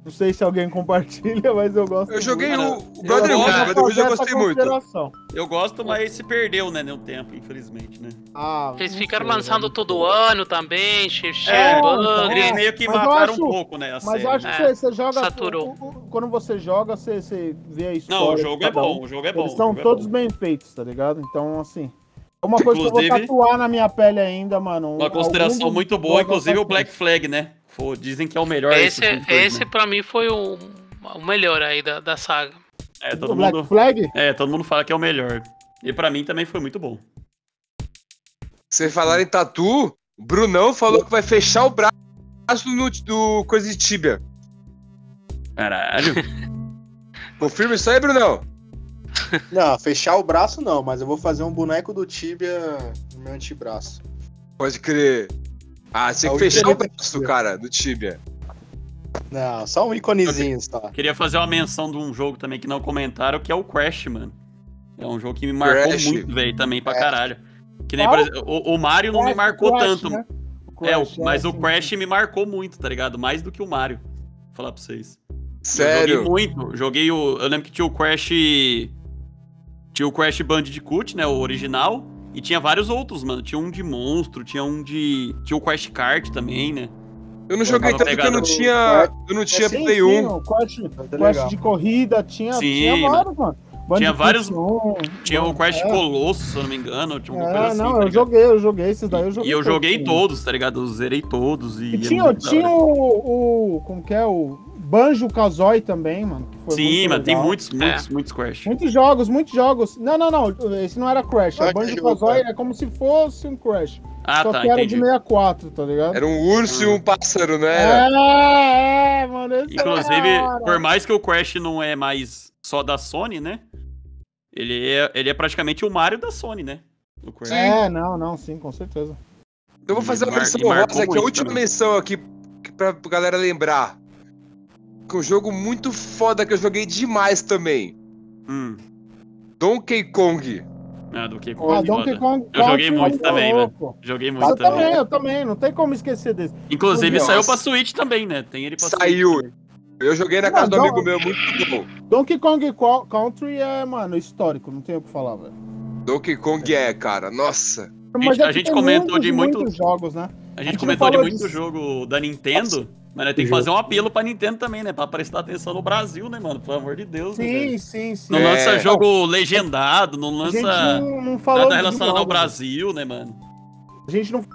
Speaker 4: Não sei se alguém [LAUGHS] compartilha, mas eu gosto
Speaker 1: Eu joguei
Speaker 3: Cara,
Speaker 1: o, o Brotherhood,
Speaker 3: eu-
Speaker 1: o Brotherhood eu gostei muito.
Speaker 3: Eu gosto, mas se perdeu, né, no tempo, infelizmente, né?
Speaker 4: Ah,
Speaker 2: Eles ficaram lançando todo ano também, cheio cheio de
Speaker 4: então,
Speaker 2: bug.
Speaker 3: Eles meio que
Speaker 4: mas eu
Speaker 3: mataram
Speaker 4: acho-
Speaker 3: um pouco, né, a
Speaker 4: Mas
Speaker 3: série.
Speaker 4: eu acho que
Speaker 2: É,
Speaker 4: você, você joga.
Speaker 2: saturou.
Speaker 4: o- o- Quando você joga, você, você vê a história.
Speaker 3: Não, o
Speaker 4: de
Speaker 3: jogo é
Speaker 4: cada um.
Speaker 3: bom, o jogo é bom.
Speaker 4: Eles
Speaker 3: o
Speaker 4: são
Speaker 3: jogo é
Speaker 4: todos
Speaker 3: bom.
Speaker 4: bem feitos, tá ligado? Então, assim. É uma coisa que eu
Speaker 3: Inclusive-
Speaker 4: vou tatuar na minha pele ainda, mano.
Speaker 3: Uma consideração
Speaker 4: Algum-
Speaker 3: muito boa,
Speaker 4: algum-
Speaker 3: inclusive o Black Flag, né? Pô, dizem que é o melhor.
Speaker 2: Esse,
Speaker 3: filme todo,
Speaker 2: esse
Speaker 3: né?
Speaker 2: pra mim foi o, o melhor aí da, da saga.
Speaker 3: É,
Speaker 4: O
Speaker 3: todo
Speaker 4: Black
Speaker 3: mundo,
Speaker 4: Flag?
Speaker 3: é, todo mundo fala que é o melhor. E pra mim também foi muito bom.
Speaker 1: Você falar em tatu, o Brunão falou que vai fechar o braço no, do coisa de tíbia.
Speaker 3: Caralho.
Speaker 1: Confirma isso aí, Brunão.
Speaker 6: Não, fechar o braço não, mas eu vou fazer um boneco do Tibia no meu antebraço.
Speaker 1: Pode crer. Ah, tinha que
Speaker 6: É o
Speaker 1: fechar o
Speaker 6: interesse
Speaker 1: braço, cara, do tíbia.
Speaker 6: Não, só um iconezinho,
Speaker 3: [LAUGHS]
Speaker 6: tá?
Speaker 3: Queria fazer uma menção de um jogo também que não comentaram, que é o Crash, mano. É um jogo que me marcou
Speaker 1: Crash.
Speaker 3: muito, velho, também pra caralho. Que nem,
Speaker 4: Qual?
Speaker 3: por exemplo, o, o Mario não me
Speaker 4: Crash,
Speaker 3: marcou
Speaker 4: Crash,
Speaker 3: tanto.
Speaker 4: né?
Speaker 3: é, o-
Speaker 4: Crash,
Speaker 3: mas o
Speaker 4: sim,
Speaker 3: Crash
Speaker 4: sim.
Speaker 3: me marcou muito, tá ligado? Mais do que o Mario. Vou falar pra vocês. Eu
Speaker 1: Sério.
Speaker 3: joguei muito. Joguei o. Eu lembro que tinha o Crash. Tinha o Crash Bandicoot, né? O original. E tinha vários outros, mano. Tinha um de monstro, tinha um de. Tinha o Crash Kart também, né?
Speaker 1: Eu não joguei
Speaker 3: Tava
Speaker 1: tanto que eu não
Speaker 3: pegado.
Speaker 1: tinha. Eu não tinha
Speaker 4: É Sim,
Speaker 1: Play
Speaker 4: sim,
Speaker 1: 1.
Speaker 4: o Crash,
Speaker 6: Tá
Speaker 4: Crash
Speaker 6: legal.
Speaker 4: de corrida, tinha,
Speaker 3: um. Sim,
Speaker 4: tinha vários, mano.
Speaker 3: Tinha vários-
Speaker 4: um,
Speaker 3: Tinha o Crash
Speaker 4: é.
Speaker 3: Colosso, se eu não me engano. Tinha alguma coisa
Speaker 4: É,
Speaker 3: assim.
Speaker 4: não,
Speaker 3: tá
Speaker 4: eu
Speaker 3: ligado?
Speaker 4: joguei, eu joguei esses daí, eu joguei.
Speaker 3: E eu joguei
Speaker 4: sim.
Speaker 3: todos, tá ligado? Eu zerei todos. E,
Speaker 4: E
Speaker 3: é
Speaker 4: tinha,
Speaker 3: muito da
Speaker 4: tinha um,
Speaker 3: hora.
Speaker 4: o, o. Como que é? O Banjo Kazooie também, mano. que foi
Speaker 3: Sim,
Speaker 4: muito
Speaker 3: mano, tem
Speaker 4: legal. É.
Speaker 3: muitos, muitos, muitos Crash.
Speaker 4: Muitos jogos, muitos jogos. Não, não, não. Esse não era Crash.
Speaker 6: Ah,
Speaker 4: O
Speaker 6: que
Speaker 4: Banjo
Speaker 6: jogo,
Speaker 4: Kazooie é como se fosse um Crash.
Speaker 3: Ah,
Speaker 4: só
Speaker 3: tá,
Speaker 4: que era de
Speaker 3: entendi.
Speaker 4: 64, tá ligado?
Speaker 1: Era um urso e
Speaker 3: É.
Speaker 1: um pássaro, não era?
Speaker 4: É, é, mano. esse era
Speaker 3: Inclusive,
Speaker 4: da hora.
Speaker 3: por mais que o Crash não é mais só da Sony, né? Ele é, ele é praticamente o Mario da Sony, né? O Crash.
Speaker 1: Sim.
Speaker 4: É, não, não, sim, com certeza.
Speaker 1: Então Eu vou fazer
Speaker 3: E
Speaker 1: a
Speaker 3: mar-
Speaker 1: menção
Speaker 3: e marcou
Speaker 1: rosa aqui, a
Speaker 3: muito
Speaker 1: última
Speaker 3: também.
Speaker 1: menção aqui que- pra galera lembrar. Que é um jogo muito foda que eu joguei demais também.
Speaker 3: Hum.
Speaker 1: Donkey Kong.
Speaker 3: Ah, Donkey Kong.
Speaker 4: Ah,
Speaker 3: foda.
Speaker 4: Donkey Kong
Speaker 3: Eu joguei
Speaker 4: Country
Speaker 3: muito
Speaker 4: é
Speaker 3: também,
Speaker 4: louco.
Speaker 3: Joguei muito
Speaker 4: Eu
Speaker 3: também.
Speaker 4: também, eu também, não tem como esquecer desse.
Speaker 3: Inclusive
Speaker 1: Nossa.
Speaker 3: saiu pra Switch também, né? Tem ele pra
Speaker 1: Saiu.
Speaker 3: Switch.
Speaker 1: Eu joguei na casa do
Speaker 4: Não,
Speaker 1: amigo
Speaker 4: não.
Speaker 1: meu, muito bom.
Speaker 4: Donkey Kong Co- Country é, mano, histórico, não tem o que falar, velho.
Speaker 1: Donkey Kong é, cara. Nossa.
Speaker 4: Mas é
Speaker 3: a
Speaker 4: que
Speaker 3: gente
Speaker 4: tem
Speaker 3: comentou
Speaker 4: muitos,
Speaker 3: de muito-
Speaker 4: muitos jogos, né?
Speaker 3: A
Speaker 4: gente
Speaker 3: gente
Speaker 4: não
Speaker 3: comentou de
Speaker 4: falou
Speaker 3: muito
Speaker 4: disso.
Speaker 3: jogo da Nintendo, mas né, tem que fazer um apelo pra Nintendo também, né? Pra prestar atenção no Brasil, né, mano? Pelo amor de Deus, né, velho?
Speaker 4: Sim, sim, sim.
Speaker 3: Não
Speaker 1: É.
Speaker 3: lança jogo legendado, não
Speaker 4: A gente
Speaker 3: lança
Speaker 4: não, não falou
Speaker 3: nada
Speaker 4: de
Speaker 3: relacionado ao
Speaker 4: jogos.
Speaker 3: Brasil, né, mano?
Speaker 4: A gente não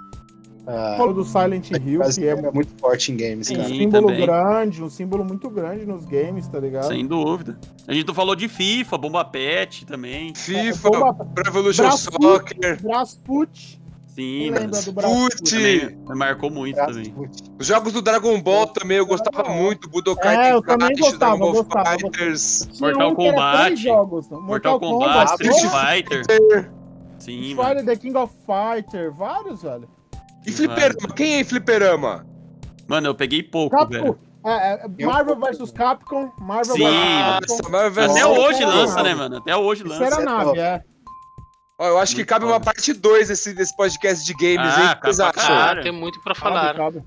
Speaker 6: Ah,
Speaker 4: falou do Silent
Speaker 6: o
Speaker 4: Hill, que
Speaker 6: Brasil
Speaker 4: é
Speaker 6: é muito forte em games,
Speaker 4: um
Speaker 6: cara.
Speaker 3: Sim,
Speaker 4: símbolo
Speaker 3: também.
Speaker 4: grande, um símbolo muito grande nos games, tá ligado?
Speaker 3: Sem dúvida. A gente não falou de FIFA, Bomba Pet também.
Speaker 4: É
Speaker 1: FIFA,
Speaker 4: Bomba-
Speaker 1: Pro Evolution
Speaker 4: Braço-
Speaker 1: Soccer,
Speaker 4: Brasfoot,
Speaker 3: Sim,
Speaker 4: quem
Speaker 3: mano.
Speaker 4: lembra do Brasfoot?
Speaker 1: Foot,
Speaker 3: Também, né, marcou muito
Speaker 4: Tá.
Speaker 3: também.
Speaker 1: os jogos do Dragon Ball também eu gostava muito, Budokai
Speaker 4: É, eu também
Speaker 1: Tenkaichi,
Speaker 4: gostava,
Speaker 1: Dragon Ball
Speaker 4: gostava,
Speaker 1: Fighters,
Speaker 4: Tinha
Speaker 3: Mortal
Speaker 4: um que era
Speaker 3: Kombat,
Speaker 4: três jogos, Mortal,
Speaker 3: Mortal Kombat,
Speaker 4: Kombat,
Speaker 3: Street
Speaker 1: Street
Speaker 3: Fighter.
Speaker 1: Fighter.
Speaker 3: Sim, mano.
Speaker 4: Fighter, The King of Fighter, vários, velho.
Speaker 1: e Fliperama. Quem é em Fliperama?
Speaker 3: Mano, eu peguei pouco,
Speaker 4: Capcom.
Speaker 3: velho.
Speaker 4: É, é, Marvel vs Capcom. Marvel
Speaker 3: Sim.
Speaker 4: vs Capcom.
Speaker 1: Nossa, mas
Speaker 3: Até
Speaker 1: versão-
Speaker 3: hoje lança,
Speaker 4: Capcom.
Speaker 3: né, mano? Até hoje
Speaker 4: Isso
Speaker 3: lança.
Speaker 4: era
Speaker 6: é
Speaker 4: nave,
Speaker 6: top.
Speaker 4: é.
Speaker 1: Ó, eu acho que
Speaker 3: Muito
Speaker 1: cabe uma
Speaker 3: foda.
Speaker 1: parte 2 desse, desse podcast de games,
Speaker 3: Ah,
Speaker 1: hein? O que vocês
Speaker 3: cabe pra
Speaker 1: acham?
Speaker 3: caralho.
Speaker 2: Cara, tem muito pra
Speaker 4: Cabe,
Speaker 2: falar.
Speaker 4: cabe.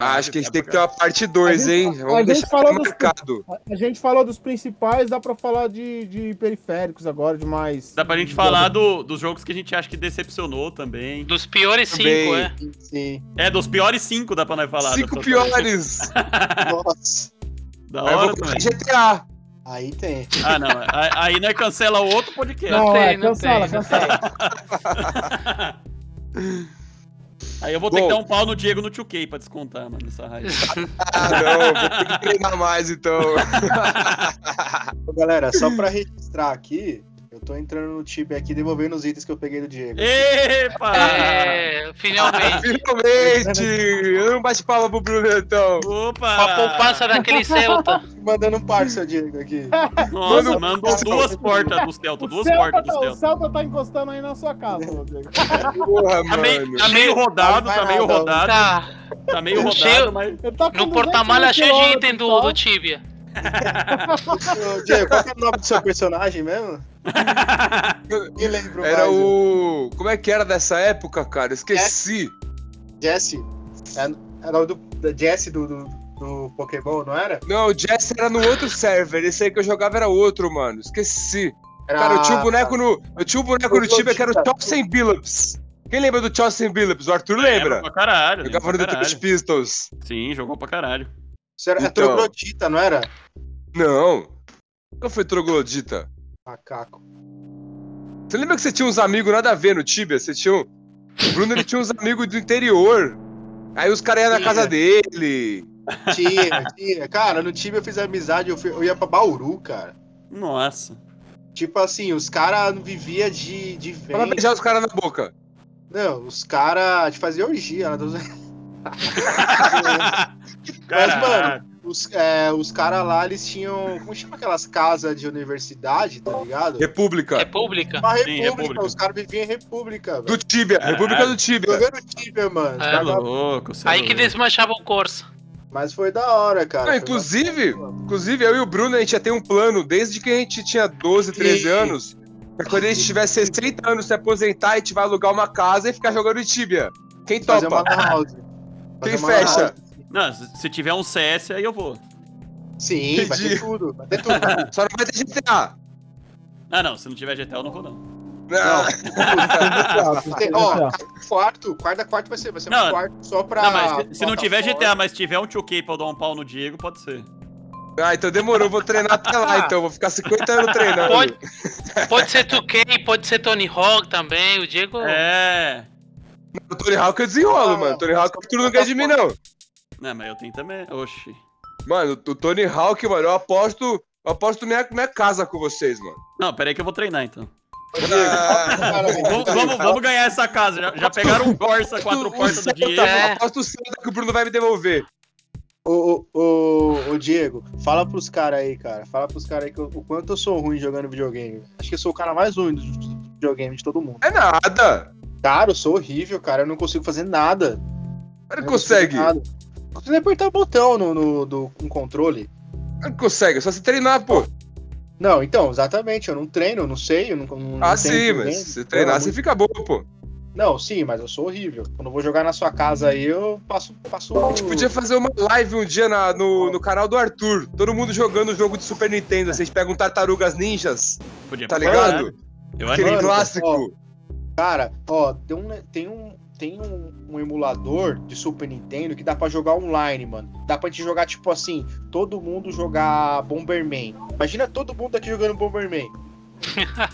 Speaker 1: Ah, acho que a gente tem que ter uma parte 2,
Speaker 4: A gente-
Speaker 1: hein?
Speaker 4: a- a
Speaker 1: Vamos
Speaker 4: gente
Speaker 1: deixar
Speaker 4: falou
Speaker 1: aqui
Speaker 4: dos-
Speaker 1: marcado.
Speaker 4: A gente falou dos principais, dá pra falar de, de periféricos agora, de mais.
Speaker 3: Dá pra gente falar do- dos jogos que a gente acha que decepcionou também.
Speaker 2: Dos piores
Speaker 1: Também.
Speaker 2: cinco, é.
Speaker 6: Sim.
Speaker 3: É, dos piores cinco dá pra nós falar. dá
Speaker 1: Cinco
Speaker 3: pra-
Speaker 1: piores.
Speaker 6: Nossa.
Speaker 3: Da
Speaker 1: Aí eu
Speaker 3: hora
Speaker 1: vou
Speaker 3: também.
Speaker 1: colocar GTA.
Speaker 6: Aí tem.
Speaker 3: Ah, não. a- Aí nós cancela o outro podcast.
Speaker 4: Não,
Speaker 2: tem,
Speaker 4: é,
Speaker 2: não
Speaker 4: cancela,
Speaker 2: tem, não
Speaker 4: cancela.
Speaker 3: Aí eu vou ter que
Speaker 1: Bom.
Speaker 3: dar um pau no Diego no 2K pra descontar, mano, essa [LAUGHS] raiva.
Speaker 1: Ah, não, vou ter que treinar mais então.
Speaker 6: Ô, galera, só pra registrar aqui, eu tô entrando no Tibia aqui devolvendo os itens que eu peguei do Diego.
Speaker 3: Epa!
Speaker 2: É,
Speaker 3: [LAUGHS]
Speaker 2: finalmente.
Speaker 1: Finalmente! Eu não bate palma pro Bruno então.
Speaker 3: Opa!
Speaker 2: Com a poupança daquele Celta.
Speaker 6: Mandando um parcel, Diego, aqui.
Speaker 3: Nossa,
Speaker 1: Mano,
Speaker 3: mandou
Speaker 1: Celta.
Speaker 3: duas portas do Celta,
Speaker 4: O
Speaker 3: duas
Speaker 4: Celta,
Speaker 3: portas
Speaker 4: tá,
Speaker 3: do
Speaker 4: o
Speaker 3: Celta.
Speaker 4: Celta tá encostando aí na sua casa, Rodrigo.
Speaker 1: Porra,
Speaker 3: Tá meio,
Speaker 1: mano.
Speaker 3: tá meio rodado, [LAUGHS]
Speaker 6: Vai
Speaker 3: tá meio
Speaker 6: nada.
Speaker 3: rodado,
Speaker 2: Tá.
Speaker 3: tá meio rodado,
Speaker 2: Cheio-
Speaker 3: mas...
Speaker 4: Ele tá com
Speaker 2: No
Speaker 4: 200
Speaker 2: porta-malha cheio de
Speaker 4: quilômetros
Speaker 2: item
Speaker 4: e
Speaker 2: do,
Speaker 4: tal.
Speaker 2: do Tibia.
Speaker 6: Ô, Diego, qual que é o nome do seu personagem mesmo? Me lembro
Speaker 1: Era
Speaker 6: mais, eu-
Speaker 1: o. Como é que era dessa época, cara? Eu Esqueci.
Speaker 6: Jesse. É- Era o do, da Jesse do, do, do Pokémon, não era?
Speaker 1: Não, o Jess era no outro server. Esse aí que eu jogava era outro, mano. Esqueci.
Speaker 6: Era-
Speaker 1: Cara, eu tinha um boneco no. Eu tinha um boneco
Speaker 6: Ah, Eu
Speaker 1: no
Speaker 6: tô
Speaker 1: Tibia que era o
Speaker 6: digitando.
Speaker 1: Chauncey Billups. Quem lembra do Chauncey Billups? O Arthur lembra?
Speaker 3: Pra caralho, lembra
Speaker 1: Jogava no
Speaker 3: pra
Speaker 1: The
Speaker 3: caralho.
Speaker 1: Beach Pistols.
Speaker 3: Sim, jogou pra caralho.
Speaker 6: Isso era é
Speaker 1: Então.
Speaker 6: troglodita, não era?
Speaker 1: Não. Nunca foi troglodita.
Speaker 6: Macaco.
Speaker 1: Você lembra que você tinha uns amigos nada a ver no Tibia? Você tinha um... O Bruno ele tinha uns amigos do interior. Aí os caras iam na
Speaker 6: Sim,
Speaker 1: casa
Speaker 6: é.
Speaker 1: dele.
Speaker 6: Tinha, [LAUGHS] tinha. Cara, no time eu fiz amizade, eu, fui- eu ia pra Bauru, cara.
Speaker 3: Nossa.
Speaker 6: Tipo assim, os caras não vivia de, de venda.
Speaker 1: Pra beijar os caras na boca.
Speaker 6: Não, os caras de fazer orgia. né?
Speaker 3: Caralho.
Speaker 6: Os, é, os caras lá, eles tinham. Como chama aquelas casas de universidade, tá ligado?
Speaker 2: É
Speaker 1: República.
Speaker 2: República.
Speaker 6: Uma
Speaker 3: Sim,
Speaker 6: república,
Speaker 3: república.
Speaker 6: os caras viviam em república,
Speaker 1: Do
Speaker 6: velho.
Speaker 1: Tibia.
Speaker 3: Caralho.
Speaker 1: República do Tibia.
Speaker 6: Jogando Tibia, mano. Os
Speaker 2: É.
Speaker 3: Tá
Speaker 6: caras-
Speaker 3: louco, cê é
Speaker 2: Aí que
Speaker 3: louco.
Speaker 2: desmanchava o Corsa.
Speaker 6: Mas foi da hora, cara.
Speaker 1: Não,
Speaker 6: Foi
Speaker 1: inclusive,
Speaker 6: bacana, mano.
Speaker 1: inclusive, eu e o Bruno, a gente já tem um plano desde que a gente tinha 12, 13
Speaker 6: Sim.
Speaker 1: anos. Pra quando a gente tiver 60 anos, se aposentar, a gente vai alugar uma casa e ficar jogando Tibia. Quem
Speaker 6: Fazer
Speaker 1: topa?
Speaker 6: uma lan house.
Speaker 1: Quem
Speaker 6: Fazer uma lan
Speaker 1: fecha?
Speaker 6: house.
Speaker 3: Não, se se tiver um CS, aí eu vou.
Speaker 6: Sim, vai ter
Speaker 1: Entendi.
Speaker 6: tudo. Vai ter tudo.
Speaker 1: Só não vai ter GTA.
Speaker 3: Ah, não, se não tiver GTA, eu não vou, não.
Speaker 1: [LAUGHS] Não.
Speaker 6: Tem- ó, quarto, quarta, quarto vai ser, vai ser
Speaker 3: Não,
Speaker 6: um quarto só pra.
Speaker 3: Não, mas se- se não
Speaker 6: botar
Speaker 3: tiver
Speaker 6: tá fora.
Speaker 3: GTA, mas tiver um 2K pra eu dar um pau no Diego, pode ser.
Speaker 1: Ah, então demorou. Vou treinar até lá, então. Vou ficar 50 anos treinando.
Speaker 2: Pode, pode
Speaker 3: [LAUGHS]
Speaker 2: ser 2K, pode ser Tony Hawk também. O Diego.
Speaker 3: É.
Speaker 1: O Tony Hawk eu desenrolo,
Speaker 6: Ah,
Speaker 1: mano. Tony Hawk o Arthur não quer de mim, não.
Speaker 3: Não, mas eu tenho também. Oxi.
Speaker 1: Mano, o Tony Hawk, mano, eu aposto. Eu aposto minha, minha casa com vocês, mano.
Speaker 3: Não, peraí que eu vou treinar então.
Speaker 1: Ah,
Speaker 6: Cara,
Speaker 3: Vamos, vamos- vamos ganhar essa casa. Já, já pegaram um
Speaker 1: [LAUGHS]
Speaker 3: Corsa, quatro portas
Speaker 1: Tá
Speaker 3: do Diego.
Speaker 2: É.
Speaker 1: Aposto o Santa que o Bruno vai me devolver.
Speaker 6: Ô, ô, ô, ô, Diego, fala pros caras aí, cara. Fala pros caras aí que eu- o quanto eu sou ruim jogando videogame. Acho que eu sou o cara mais ruim do do videogame de todo mundo.
Speaker 1: É nada.
Speaker 6: Cara, eu sou horrível, cara. Eu não consigo fazer nada.
Speaker 1: O cara
Speaker 6: Eu não
Speaker 1: consegue.
Speaker 6: consigo
Speaker 1: O
Speaker 6: nada. Não consigo nem apertar o botão no, no, do, no controle.
Speaker 1: cara consegue. É só se treinar, pô.
Speaker 6: Não, então, exatamente. Eu não treino, eu não sei. Eu não, não
Speaker 1: Ah,
Speaker 6: não tenho
Speaker 1: sim,
Speaker 6: videogame.
Speaker 1: mas se treinar,
Speaker 6: Então,
Speaker 1: você fica bom, pô.
Speaker 6: Não, sim, mas eu sou horrível. Quando eu vou jogar na sua casa aí, eu passo. passo...
Speaker 1: A gente podia fazer uma live um dia na- no, no canal do Arthur. Todo mundo jogando o jogo de Super Nintendo. Vocês pegam um Tartarugas Ninjas,
Speaker 3: Podia
Speaker 1: tá
Speaker 3: pegar,
Speaker 1: ligado?
Speaker 3: né? Eu
Speaker 1: Aquele
Speaker 6: Mano,
Speaker 3: animo.
Speaker 1: clássico.
Speaker 6: Cara, ó, tem um, ne- tem um, tem um, um emulador de Super Nintendo que dá pra jogar online, mano. Dá pra gente jogar, tipo assim, todo mundo jogar Bomberman. Imagina todo mundo aqui jogando Bomberman.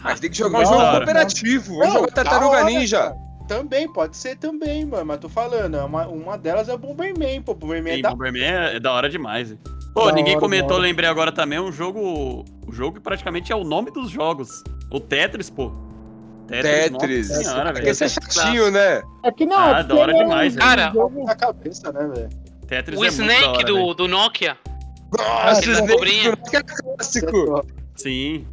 Speaker 1: Mas tem que jogar um
Speaker 4: Da
Speaker 1: jogo
Speaker 3: hora.
Speaker 1: cooperativo. Vamos
Speaker 6: Não,
Speaker 1: jogar
Speaker 6: da
Speaker 1: Tartaruga
Speaker 6: hora,
Speaker 1: Ninja.
Speaker 6: cara. Também, pode ser também, mano. Mas tô falando, é uma, uma delas é Bomberman, pô. Bomberman é
Speaker 3: Sim,
Speaker 6: da...
Speaker 3: Bomberman é, é da hora demais. hein? Pô,
Speaker 4: Da
Speaker 3: ninguém
Speaker 4: hora, da
Speaker 3: comentou,
Speaker 4: hora.
Speaker 3: lembrei agora também, um jogo. O jogo que praticamente é o nome dos jogos. O Tetris, pô.
Speaker 1: Tetris.
Speaker 3: Nossa senhora,
Speaker 1: Porque
Speaker 3: velho.
Speaker 1: esse é chatinho, né?
Speaker 4: É que não,
Speaker 3: Ah,
Speaker 4: é porque
Speaker 3: da hora
Speaker 4: ele é um
Speaker 3: demais, né?
Speaker 2: Cara,
Speaker 4: jogo-
Speaker 6: da cabeça, né, velho?
Speaker 3: Tetris
Speaker 2: O
Speaker 3: é muito da
Speaker 2: Um Snake
Speaker 3: hora, velho.
Speaker 2: do, do Nokia.
Speaker 1: Nossa,
Speaker 2: aquele da
Speaker 1: Snake
Speaker 2: cobrinha.
Speaker 1: do- que é clássico.
Speaker 3: Sim.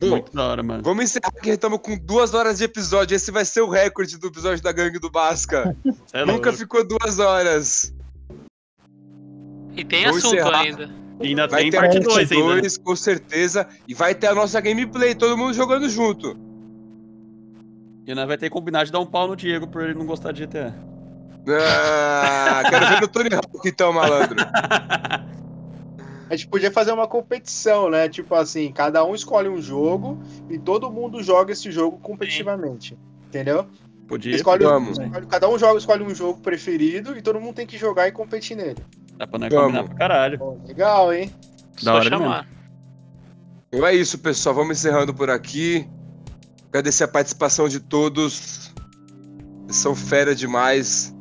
Speaker 1: Pô.
Speaker 3: Muito da hora, mano.
Speaker 1: Vamos encerrar que estamos com duas horas de episódio. Esse vai ser o recorde do episódio da Gangue do Basca.
Speaker 3: Cê é
Speaker 1: Nunca
Speaker 3: louco.
Speaker 1: ficou duas horas.
Speaker 2: E tem
Speaker 1: Vou
Speaker 2: assunto
Speaker 1: encerrar.
Speaker 2: ainda.
Speaker 3: E ainda
Speaker 1: Vai
Speaker 3: tem
Speaker 1: ter
Speaker 3: parte
Speaker 1: a parte
Speaker 3: 2 ainda. né?
Speaker 1: 2, com certeza. E vai ter a nossa gameplay, todo mundo jogando junto.
Speaker 3: E nós vai ter que combinar de dar um pau no Diego por ele não gostar de GTA. [LAUGHS]
Speaker 1: Ah, quero ver no Tony Hawk então, malandro.
Speaker 6: A gente podia fazer uma competição, né? Tipo assim, cada um escolhe um jogo e todo mundo joga esse jogo competitivamente. Entendeu?
Speaker 3: Podia.
Speaker 6: Escolhe,
Speaker 1: Vamos.
Speaker 6: escolhe- cada um joga, escolhe um jogo preferido e todo mundo tem que jogar e competir nele.
Speaker 3: Dá pra nós
Speaker 1: um. Vamos.
Speaker 3: combinar pra caralho.
Speaker 6: Pô, legal, hein?
Speaker 3: Da
Speaker 2: Só
Speaker 3: hora
Speaker 2: chamar.
Speaker 1: Então é isso, pessoal. Vamos encerrando por aqui. Agradecer a participação de todos. Vocês São fera demais.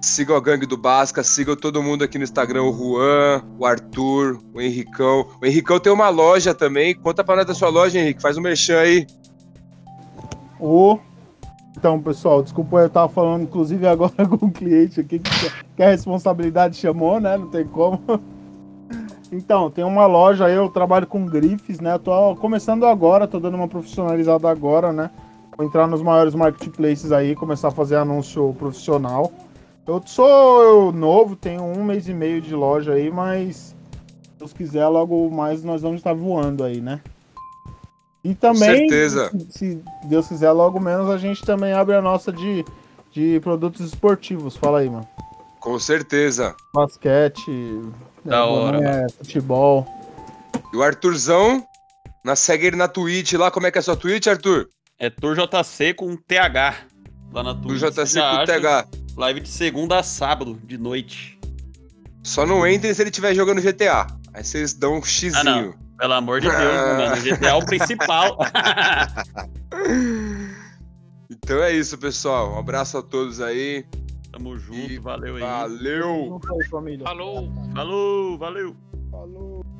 Speaker 1: Sigam a Gangue do Basca, sigam todo mundo aqui no Instagram, o Juan, o Arthur, o Henricão. O Henricão tem uma loja também. Conta pra nós da sua loja, Henrique. Faz um merchan aí.
Speaker 4: O. Então, pessoal, desculpa, eu tava falando, inclusive, agora [LAUGHS] com o cliente aqui, que, que a responsabilidade chamou, né? Não tem como. Então, tem uma loja aí, eu trabalho com grifes, né? Eu tô começando agora, tô dando uma profissionalizada agora, né? Vou entrar nos maiores marketplaces aí, começar a fazer anúncio profissional. Eu sou novo, tenho um mês e meio de loja aí, mas se Deus quiser, logo mais nós vamos estar voando aí, né? E também,
Speaker 1: certeza.
Speaker 4: se- se Deus quiser, logo menos a gente também abre a nossa de, de produtos esportivos. Fala aí, mano.
Speaker 1: Com certeza.
Speaker 4: Basquete,
Speaker 3: Da
Speaker 4: é,
Speaker 3: hora,
Speaker 4: boné, futebol.
Speaker 1: E o Arthurzão, na, segue ele na Twitch lá. Como é que é a sua Twitch, Arthur?
Speaker 3: É TurJC com TH. Lá na
Speaker 1: Do
Speaker 3: Twitch.
Speaker 1: JC
Speaker 3: você já
Speaker 1: com
Speaker 3: acha.
Speaker 1: TH.
Speaker 3: Live de segunda a sábado, de noite.
Speaker 1: Só não entre se ele estiver jogando GTA. Aí vocês dão um xizinho.
Speaker 3: Ah, não. Pelo amor
Speaker 1: [LAUGHS]
Speaker 3: de Deus,
Speaker 1: Ah.
Speaker 3: mano. GTA é
Speaker 1: [LAUGHS]
Speaker 3: o principal.
Speaker 1: Então é isso, pessoal. Um abraço a todos aí.
Speaker 3: Tamo junto,
Speaker 1: E
Speaker 3: valeu aí.
Speaker 1: Valeu!
Speaker 4: Não foi, família.
Speaker 2: Falou.
Speaker 3: Falou, valeu.
Speaker 6: Falou.